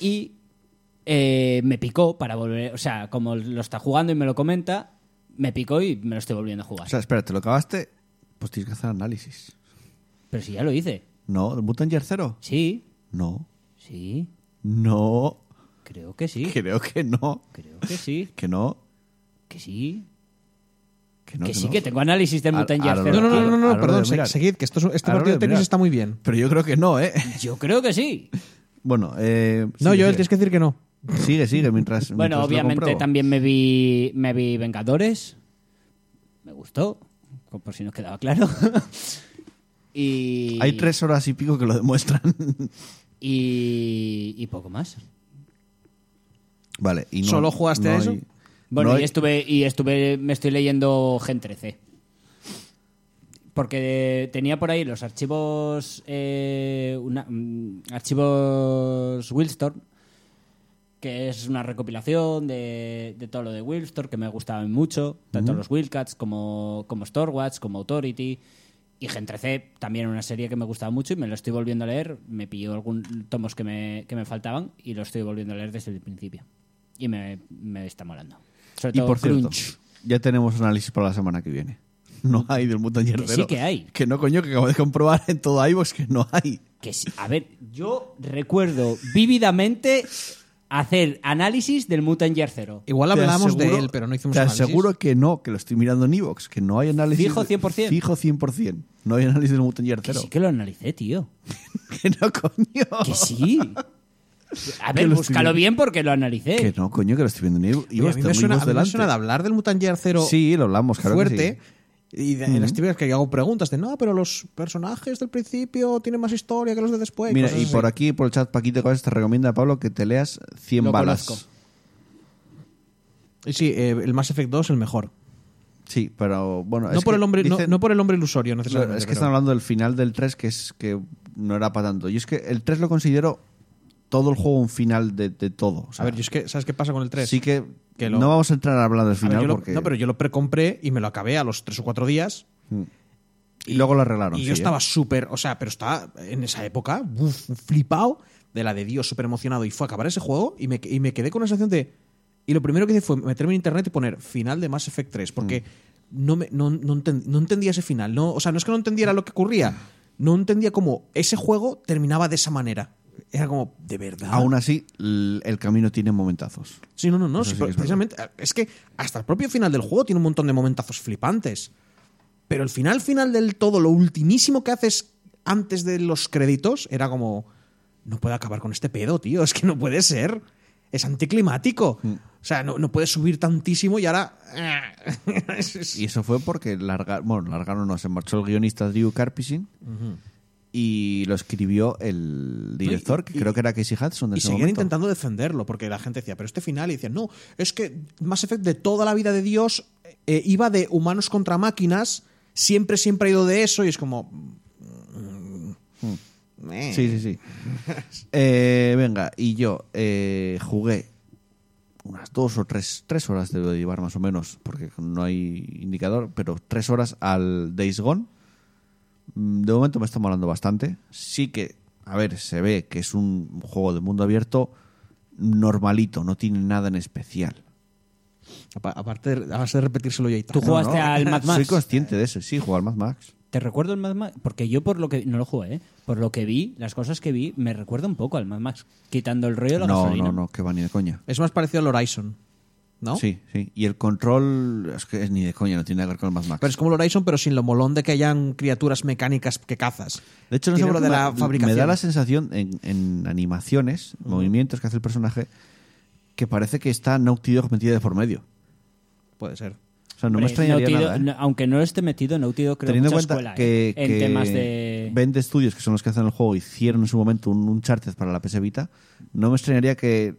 S4: Y eh, me picó para volver, o sea, como lo está jugando y me lo comenta, me picó y me lo estoy volviendo a jugar.
S2: O sea, espera, te lo acabaste. Pues tienes que hacer análisis.
S4: Pero si ya lo hice.
S2: No, ¿el Mutant Year Zero?
S4: Sí,
S2: No.
S4: sí,
S2: No.
S4: creo que sí.
S2: Creo que no.
S4: Creo que sí,
S2: Que no.
S4: que sí.
S2: Que no.
S4: que
S2: que
S4: sí,
S2: no.
S4: que tengo análisis de Mutant
S2: ahora
S4: Year
S2: lo-
S4: Zero.
S3: No, no, no,
S2: ahora-
S3: no, no,
S2: ahora lo
S3: perdón,
S2: voy a mirar.
S3: se- seguid, que esto es- este
S2: Ahora lo
S3: partido
S2: voy a
S3: de tenis
S2: mirar.
S3: está muy bien.
S2: Pero yo creo que no, ¿eh?
S4: Yo creo que sí.
S2: Bueno, eh.
S3: No,
S2: sigue,
S3: yo
S2: sigue.
S3: tienes que decir que no.
S2: Sigue, sigue, mientras. mientras
S4: Bueno,
S2: lo
S4: obviamente
S2: compruebo.
S4: también me vi, me vi Vengadores. Me gustó, co- por si nos quedaba claro. y,
S2: Hay tres horas y pico que lo demuestran.
S4: Y, y poco más.
S2: vale, y no,
S3: ¿Solo jugaste
S2: no
S3: a eso?
S2: hay-
S4: Bueno,
S2: no
S4: y
S2: hay-
S4: estuve, y estuve, me estoy leyendo Gen 13. Porque tenía por ahí los archivos, eh, una- mm, archivos Wildstorm, que es una recopilación de, de todo lo de Wildstorm, que me gustaban mucho, tanto los Wildcats como, como Storewatch, como Authority. Y Gen 13 también una serie que me gustaba mucho y me lo estoy volviendo a leer. Me pilló algún tomos que me, que me faltaban y lo estoy volviendo a leer desde el principio. Y me, me está molando. Sobre
S2: Y
S4: todo
S2: por cierto,
S4: Crunch.
S2: ya tenemos análisis para la semana que viene. No hay del Mutant Year
S4: Que sí
S2: Zero.
S4: que hay.
S2: Que no, coño, que acabo de comprobar en todo iVoox que no hay.
S4: Que sí. A ver, yo recuerdo vívidamente hacer análisis del Mutant Year Zero.
S3: Igual
S2: Te
S3: hablamos
S2: aseguro-
S3: de él, pero no hicimos
S2: Te
S3: análisis.
S2: aseguro que no, que lo estoy mirando en iVoox, que no hay análisis.
S4: Fijo 100%.
S2: Fijo 100%. No hay análisis del Mutant Year
S4: Que
S2: Zero.
S4: sí que lo analicé, tío.
S2: Que no, coño.
S4: Que sí. A
S2: Que
S4: ver,
S2: lo
S4: búscalo
S2: estoy-
S4: bien porque lo analicé.
S2: Que no, coño, que lo estoy viendo en Ivo.
S3: Oye, a mí me suena, a mí me suena de hablar del Mutant Year Zero
S2: Sí, lo hablamos, claro. que
S3: fuerte.
S2: sí.
S3: Y de, en las típicas que yo hago preguntas de no, pero los personajes del principio tienen más historia que los de después.
S2: Mira,
S3: cosas
S2: y
S3: así.
S2: por aquí, por el chat, Paquito Cabezas te recomienda, Pablo, que te leas 100
S4: Lo
S2: balas.
S4: conozco.
S3: Y Sí, eh, el Mass Effect 2 es el mejor.
S2: Sí, pero bueno.
S3: no,
S2: es
S3: por
S2: que
S3: el hombre, no-
S2: dicen-
S3: no por el hombre ilusorio
S2: Es
S3: necesariamente.
S2: que
S3: pero-
S2: están hablando del final del 3, que es que no era para tanto. Yo es que el 3 lo considero todo el juego un final de, de todo. o sea,
S3: a ver, yo es que, ¿sabes qué pasa con el 3?
S2: sí que,
S3: que lo-
S2: no vamos a entrar a hablar del
S3: A ver,
S2: final
S3: yo lo-
S2: porque
S3: No, pero yo lo precompré y me lo acabé a los 3 o 4 días.
S2: y luego lo arreglaron.
S3: Y
S2: sí,
S3: yo
S2: ¿eh?
S3: estaba súper, o sea, pero estaba en esa época uf, flipado de la de Dios, súper emocionado. Y fue a acabar ese juego y me, y me quedé con una sensación de. Y lo primero que hice fue meterme en internet y poner final de Mass Effect 3, porque
S2: Mm.
S3: no, me, no, no enten- no entendía ese final. No, o sea, no es que no entendiera lo que ocurría, no entendía cómo ese juego terminaba de esa manera. Era como, de verdad.
S2: Aún así, l- el camino tiene momentazos.
S3: Sí, no, no, no.
S2: Eso
S3: sí,
S2: sí
S3: pero
S2: que es
S3: precisamente, es que hasta el propio final del juego tiene un montón de momentazos flipantes. Pero el final final del todo, lo ultimísimo que haces antes de los créditos, era como. No puedo acabar con este pedo, tío. Es que no puede ser. Es anticlimático.
S2: Mm.
S3: O sea, no, no puedes subir tantísimo y ahora. Es- es-
S2: Y eso fue porque larga- bueno, largaron, no, se marchó el guionista Drew Carpishin y lo escribió el director, que
S3: y-
S2: creo que era Casey Hudson. en
S3: Y
S2: ese
S3: seguían
S2: momento.
S3: intentando defenderlo, porque la gente decía, pero este final, y decían, no, es que Mass Effect de toda la vida de Dios eh, iba de humanos contra máquinas, siempre, siempre ha ido de eso, y es como. mm, eh.
S2: Sí, sí, sí. Eh, venga, y yo eh, jugué unas dos o tres, tres horas debo de llevar más o menos, porque no hay indicador, pero tres horas al Days Gone. Mm, De momento me está molando bastante. Sí que, a ver, se ve que es un juego de mundo abierto normalito, no tiene nada en especial.
S3: Apa- Aparte, de- a base de repetírselo ya y
S4: Tú
S3: tal.
S4: jugaste al Mad Max.
S2: Soy consciente de eso, sí, juego al Mad Max.
S4: ¿Te recuerdo el Mad Max? Porque yo por lo que... No lo jugué, ¿eh? Por lo que vi, las cosas que vi, me recuerda un poco al Mad Max. Quitando el rollo de la
S2: No,
S4: gasolina.
S2: no, no, que va ni de coña.
S3: Es más parecido al Horizon, ¿no?
S2: Sí, sí. Y el control es que es ni de coña, no tiene nada que ver con el Mad Max.
S3: Pero es como el Horizon, pero sin lo molón de que hayan criaturas mecánicas que cazas.
S2: De hecho, no sé
S3: Tiene
S2: por
S3: lo
S2: qué
S3: de
S2: me-
S3: la fabricación.
S2: Me da la sensación en, en animaciones, movimientos que hace el personaje, que parece que está Naughty Dog metida de por medio.
S3: Puede ser.
S2: O sea, no me
S4: Hombre,
S2: extrañaría
S4: Naughty
S2: nada.
S4: Dog-
S2: ¿eh?
S4: no- aunque no lo esté metido, Naughty Dog creo
S2: Teniendo en
S4: mucha
S2: cuenta
S4: escuela,
S2: que,
S4: ¿eh? En
S2: que
S4: temas de...
S2: Bend Studios, que son los que hacen el juego, hicieron en su momento un Uncharted para la PS Vita, no me extrañaría que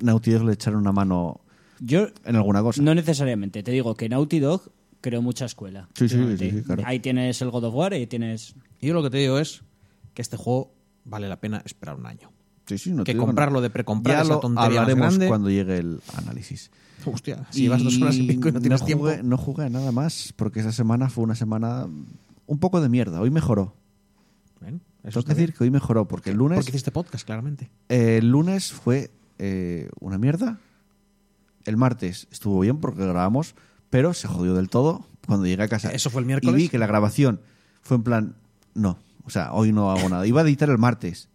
S2: Naughty Dog le echara una mano
S4: Yo
S2: en alguna cosa.
S4: No necesariamente. Te digo que Naughty Dog creó mucha escuela.
S2: Sí, sí,
S4: Realmente.
S2: sí, sí, claro.
S4: Ahí tienes el God of War y tienes...
S3: Y yo lo que te digo es que este juego vale la pena esperar un año.
S2: Sí, sí, no
S3: que
S2: te digo
S3: comprarlo de precomprar
S2: Ya
S3: es la
S2: lo
S3: tontería más
S2: hablaremos
S3: grande.
S2: cuando llegue el análisis.
S3: Hostia, si vas dos horas y pico y no tienes tiempo.
S2: jugué, No jugué a nada más porque esa semana fue una semana un poco de mierda. Hoy mejoró.
S3: Bueno, eso
S2: Tengo que
S3: está bien.
S2: decir que hoy mejoró porque el lunes,
S3: Porque hiciste podcast, claramente.
S2: eh, el lunes fue eh, una mierda. El martes estuvo bien porque grabamos, pero se jodió del todo cuando llegué a casa.
S3: ¿Eso fue el miércoles?
S2: Y vi que la grabación fue en plan, no, o sea, hoy no hago nada. Iba a editar el martes.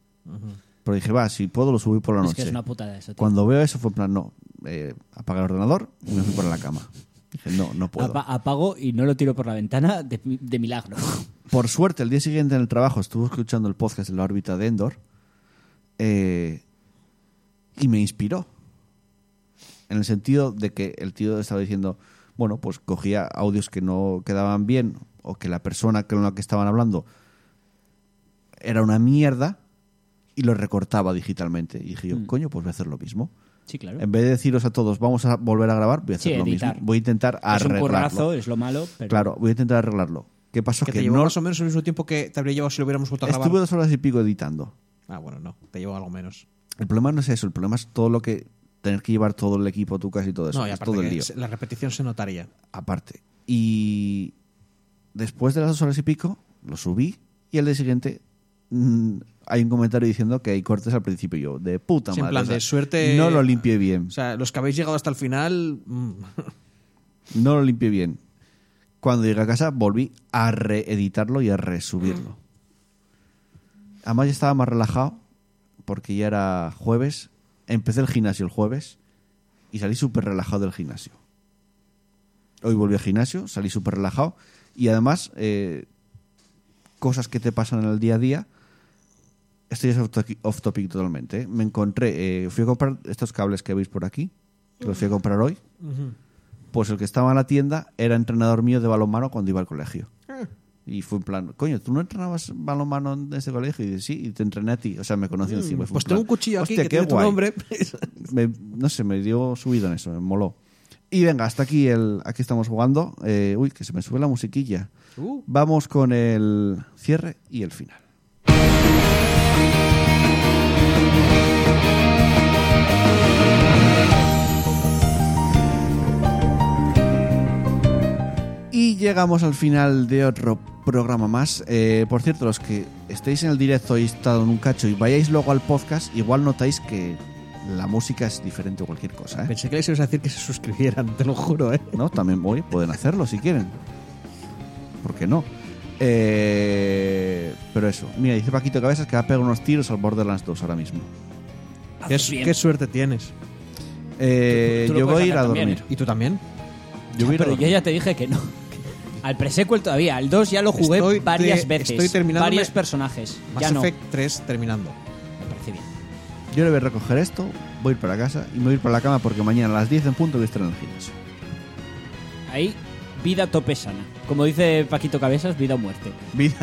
S2: Pero dije, va, si puedo lo subí por la
S4: Es
S2: noche.
S4: que es una putada eso. tío.
S2: Cuando veo eso fue en plan, no, eh, apaga el ordenador y me fui para la cama. Dije, no, no puedo.
S4: Apa- apago y no lo tiro por la ventana de, de milagro.
S2: Por suerte, el día siguiente en el trabajo estuve escuchando el podcast de la órbita de Endor eh, y me inspiró. En el sentido de que el tío estaba diciendo, bueno, pues cogía audios que no quedaban bien o que la persona con la que estaban hablando era una mierda y lo recortaba digitalmente. Y dije yo, coño, pues voy a hacer lo mismo.
S4: Mm. Sí, claro.
S2: En vez de deciros a todos, vamos a volver a grabar, voy a
S4: Sí,
S2: hacer lo mismo.
S4: editar.
S2: Voy a intentar
S4: es un
S2: arreglarlo.
S4: currazo, es lo malo, pero...
S2: Claro, voy a intentar arreglarlo. ¿Qué pasó?
S3: Que
S2: Que,
S3: te llevó
S2: no
S3: más o menos el mismo tiempo que te habría llevado si lo hubiéramos vuelto a grabar.
S2: Estuve dos horas y pico editando.
S3: Ah, bueno, no. Te llevó algo menos.
S2: El problema no es eso, el problema es todo lo que. tener que llevar todo el equipo a tu casa y todo eso.
S3: no, y
S2: es
S3: aparte
S2: todo el
S3: que
S2: lío.
S3: se- la repetición se notaría.
S2: Aparte. Y. después de las dos horas y pico, lo subí y al día siguiente. mm, hay un comentario diciendo que hay cortes al principio y yo, de puta
S3: Sí, en
S2: madre.
S3: plan
S2: o sea,
S3: de suerte-
S2: No lo limpié bien.
S3: O sea, los que habéis llegado hasta el final. mm,
S2: No lo limpié bien. Cuando llegué a casa volví a reeditarlo y a resubirlo. Además ya estaba más relajado porque ya era jueves. Empecé el gimnasio el jueves y salí súper relajado del gimnasio. Hoy volví al gimnasio, salí súper relajado y además eh, cosas que te pasan en el día a día Esto ya es off topic, off topic totalmente. ¿eh? Me encontré, eh, fui a comprar estos cables que veis por aquí, que los fui a comprar hoy. Pues el que estaba en la tienda era entrenador mío de balonmano cuando iba al colegio.
S3: Ah.
S2: Y fue en plan, coño, ¿tú no entrenabas balonmano en ese colegio? Y dice, sí, y te entrené a ti. O sea, me conocí encima. Y fue en
S3: Pues
S2: plan,
S3: tengo un cuchillo aquí
S2: "Hostia,
S3: que
S2: qué
S3: tiene tu
S2: guay".
S3: nombre.
S2: Me- no sé, me dio subido en eso, me moló. Y venga, hasta aquí el aquí estamos jugando. Eh, uy, que se me sube la musiquilla.
S3: Uh.
S2: Vamos con el cierre y el final. Y llegamos al final de otro programa más. Eh, por cierto, los que estéis en el directo y estado en un cacho y vayáis luego al podcast, igual notáis que la música es diferente o cualquier cosa. ¿eh?
S3: Pensé que les ibas a decir que se suscribieran, te lo juro, ¿eh?
S2: ¿no? También voy, pueden hacerlo si quieren. ¿Por qué no? Eh, pero eso, mira, dice Paquito Cabezas que va a pegar unos tiros al Borderlands 2 ahora mismo.
S3: Qué,
S4: Haces bien.
S3: qué suerte tienes.
S2: Eh,
S4: Tú- tú lo
S2: yo
S4: puedes
S2: voy a ir a
S4: hacer también,
S2: dormir.
S3: ¿Y tú también?
S2: Yo voy a ir a
S4: Pero yo
S2: dormir.
S4: ya te dije que no. Al pre-sequel todavía, al 2 ya lo jugué
S3: Estoy
S4: varias
S3: te-
S4: veces.
S3: estoy terminándome
S4: varios personajes.
S3: Mass
S4: Ya no.
S3: Effect 3 terminando.
S4: Me parece bien.
S2: Yo le voy a recoger esto, voy a ir para casa y me voy a ir para la cama porque mañana a las 10 en punto voy a estar en el gimnasio.
S4: Ahí, vida tope sana. Como dice Paquito Cabezas, vida o muerte.
S2: Vida-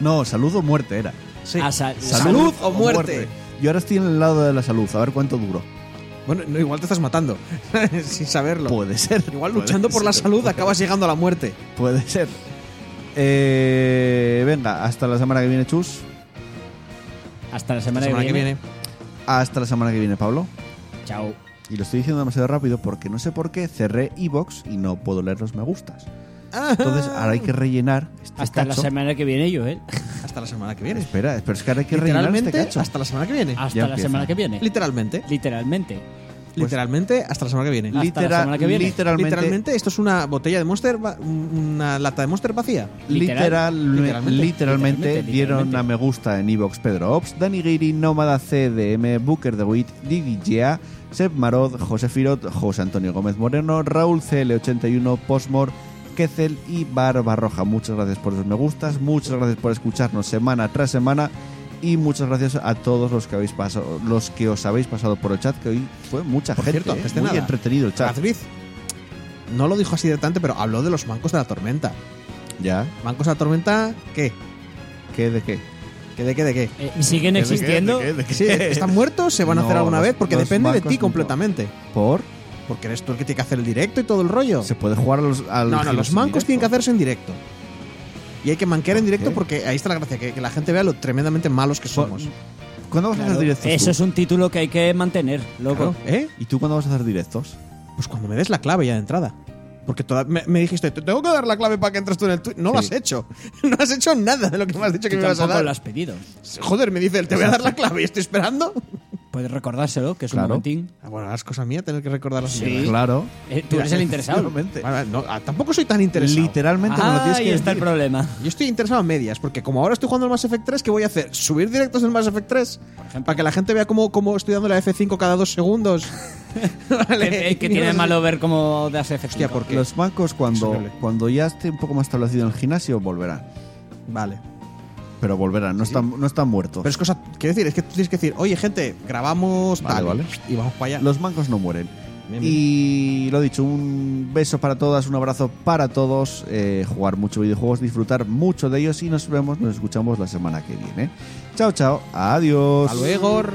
S2: No, salud o muerte era.
S3: Sí.
S4: Ah, sal-
S3: Salud o muerte.
S2: Yo ahora estoy en el lado de la salud, a ver cuánto duro.
S3: Bueno, no, igual te estás matando, sin saberlo.
S2: Puede ser.
S3: Igual
S2: puede
S3: luchando por la
S2: ser.
S3: salud acabas llegando a la muerte.
S2: Puede ser. Eh, venga, hasta la semana que viene, Chus.
S4: Hasta la
S3: La
S4: semana,
S3: semana
S4: que, viene.
S2: Hasta la semana que viene, Pablo.
S4: Chao.
S2: Y lo estoy diciendo demasiado rápido porque no sé por qué cerré Evox y no puedo leer los me gustas. Entonces
S3: Ah.
S2: ahora hay que rellenar este
S4: Ah. Hasta la
S2: cacho.
S4: semana que viene, Joel.
S3: Hasta la semana que viene.
S2: Espera, espera, es que ahora hay que rellenar este
S3: Literalmente,
S2: cacho. Ah,
S3: hasta la semana que viene.
S4: Hasta
S2: Ya
S4: la
S2: empieza.
S4: semana que viene.
S3: Literalmente.
S4: Literalmente.
S3: Literalmente, hasta la semana que viene.
S4: hasta la semana que viene.
S2: Pues Literalmente,
S3: Literalmente, esto es una botella de Monster, va- una lata de Monster vacía.
S2: literal-
S3: Literal-
S2: literalmente,
S4: literalmente,
S2: dieron
S4: literalmente.
S2: a me gusta en Evox Pedro Ops, Dani Guiri, Nómada CDM, Booker de Witt, Didi Gea, Seb Marod, José Firot, José Antonio Gómez Moreno, Raúl CL81, Postmor, Kezel y Barbarroja. Muchas gracias por esos me gustas, muchas gracias por escucharnos semana tras semana y muchas gracias a todos los que habéis pasado, los que os habéis pasado por el chat, que hoy fue mucha
S3: Por
S2: gente,
S3: cierto,
S2: ¿eh?
S3: antes de
S2: muy
S3: nada,
S2: entretenido el chat.
S3: Radriz no lo dijo así directamente, pero habló de los bancos de la tormenta.
S2: Ya,
S3: ¿Bancos de la tormenta qué?
S2: ¿qué de qué? ¿eh?
S3: ¿Qué de qué de qué?
S4: Eh, ¿Siguen existiendo?
S3: Sí, ¿Están muertos? ¿Se van a
S2: No,
S3: hacer alguna
S2: los-
S3: vez? Porque
S2: los
S3: depende de
S2: bancos
S3: ti
S2: no.
S3: completamente.
S2: Por
S3: Porque eres tú el que tiene que hacer el directo y todo el rollo.
S2: se puede jugar a los al
S3: No, no,
S2: giros
S3: los
S2: en
S3: mancos tienen que
S2: directo.
S3: hacerse en directo. Y hay que manquear en directo
S2: Ok.
S3: porque ahí está la gracia, que, que la gente vea lo tremendamente malos que somos.
S2: ¿Cuándo vas a hacer
S4: Claro,
S2: directos?
S4: Eso
S2: tú?
S4: es un título que hay que mantener, loco.
S3: Claro, ¿Eh?
S2: ¿Y tú cuándo vas a hacer directos?
S3: Pues cuando me des la clave ya de entrada. Porque toda- me, me dijiste, te tengo que dar la clave para que entres tú en el Twitch. No lo
S2: Sí.
S3: has hecho. No has hecho nada de lo que me has dicho que
S4: Tú
S3: me ibas a
S4: tampoco
S3: dar.
S4: lo has pedido.
S3: Joder, me dice, él, te voy a dar la clave y estoy esperando.
S4: Puedes recordárselo, que es
S2: Claro.
S4: un momentín.
S3: Ah, bueno, ahora es cosa mía tener que recordar las
S4: Sí.
S3: mierdas.
S2: Claro.
S4: Eh, tú eres el interesado.
S2: Efectivamente.
S3: Vale, vale, no, ah, tampoco soy tan interesado.
S2: Literalmente me lo
S4: Ah,
S2: tienes
S4: ahí
S2: que
S4: está el
S2: decir.
S4: problema.
S3: Yo estoy interesado a medias, porque como ahora estoy jugando al Mass Effect 3, ¿qué voy a hacer? ¿Subir directos del Mass Effect 3?
S4: ejemplo.
S3: Para que la gente vea cómo, cómo estoy dando la F5 cada dos segundos. Vale.
S4: Que, que tiene de malo ver cómo das efecto.
S3: Hostia, ¿por qué?
S2: Los mancos cuando,
S3: Insoluble.
S2: cuando ya esté un poco más establecido en el gimnasio volverán.
S3: Vale.
S2: Pero volverán, no están, no están muertos.
S3: Pero es cosa. Quiero decir, es que tú tienes que decir, oye, gente, grabamos
S2: Vale,
S3: tal,
S2: vale.
S3: y vamos para allá.
S2: Los mancos no mueren.
S3: Bien, bien.
S2: Y lo dicho, un beso para todas, un abrazo para todos, eh, jugar mucho videojuegos, disfrutar mucho de ellos y nos vemos, nos escuchamos la semana que viene. Chao, chao, adiós.
S3: Hasta luego.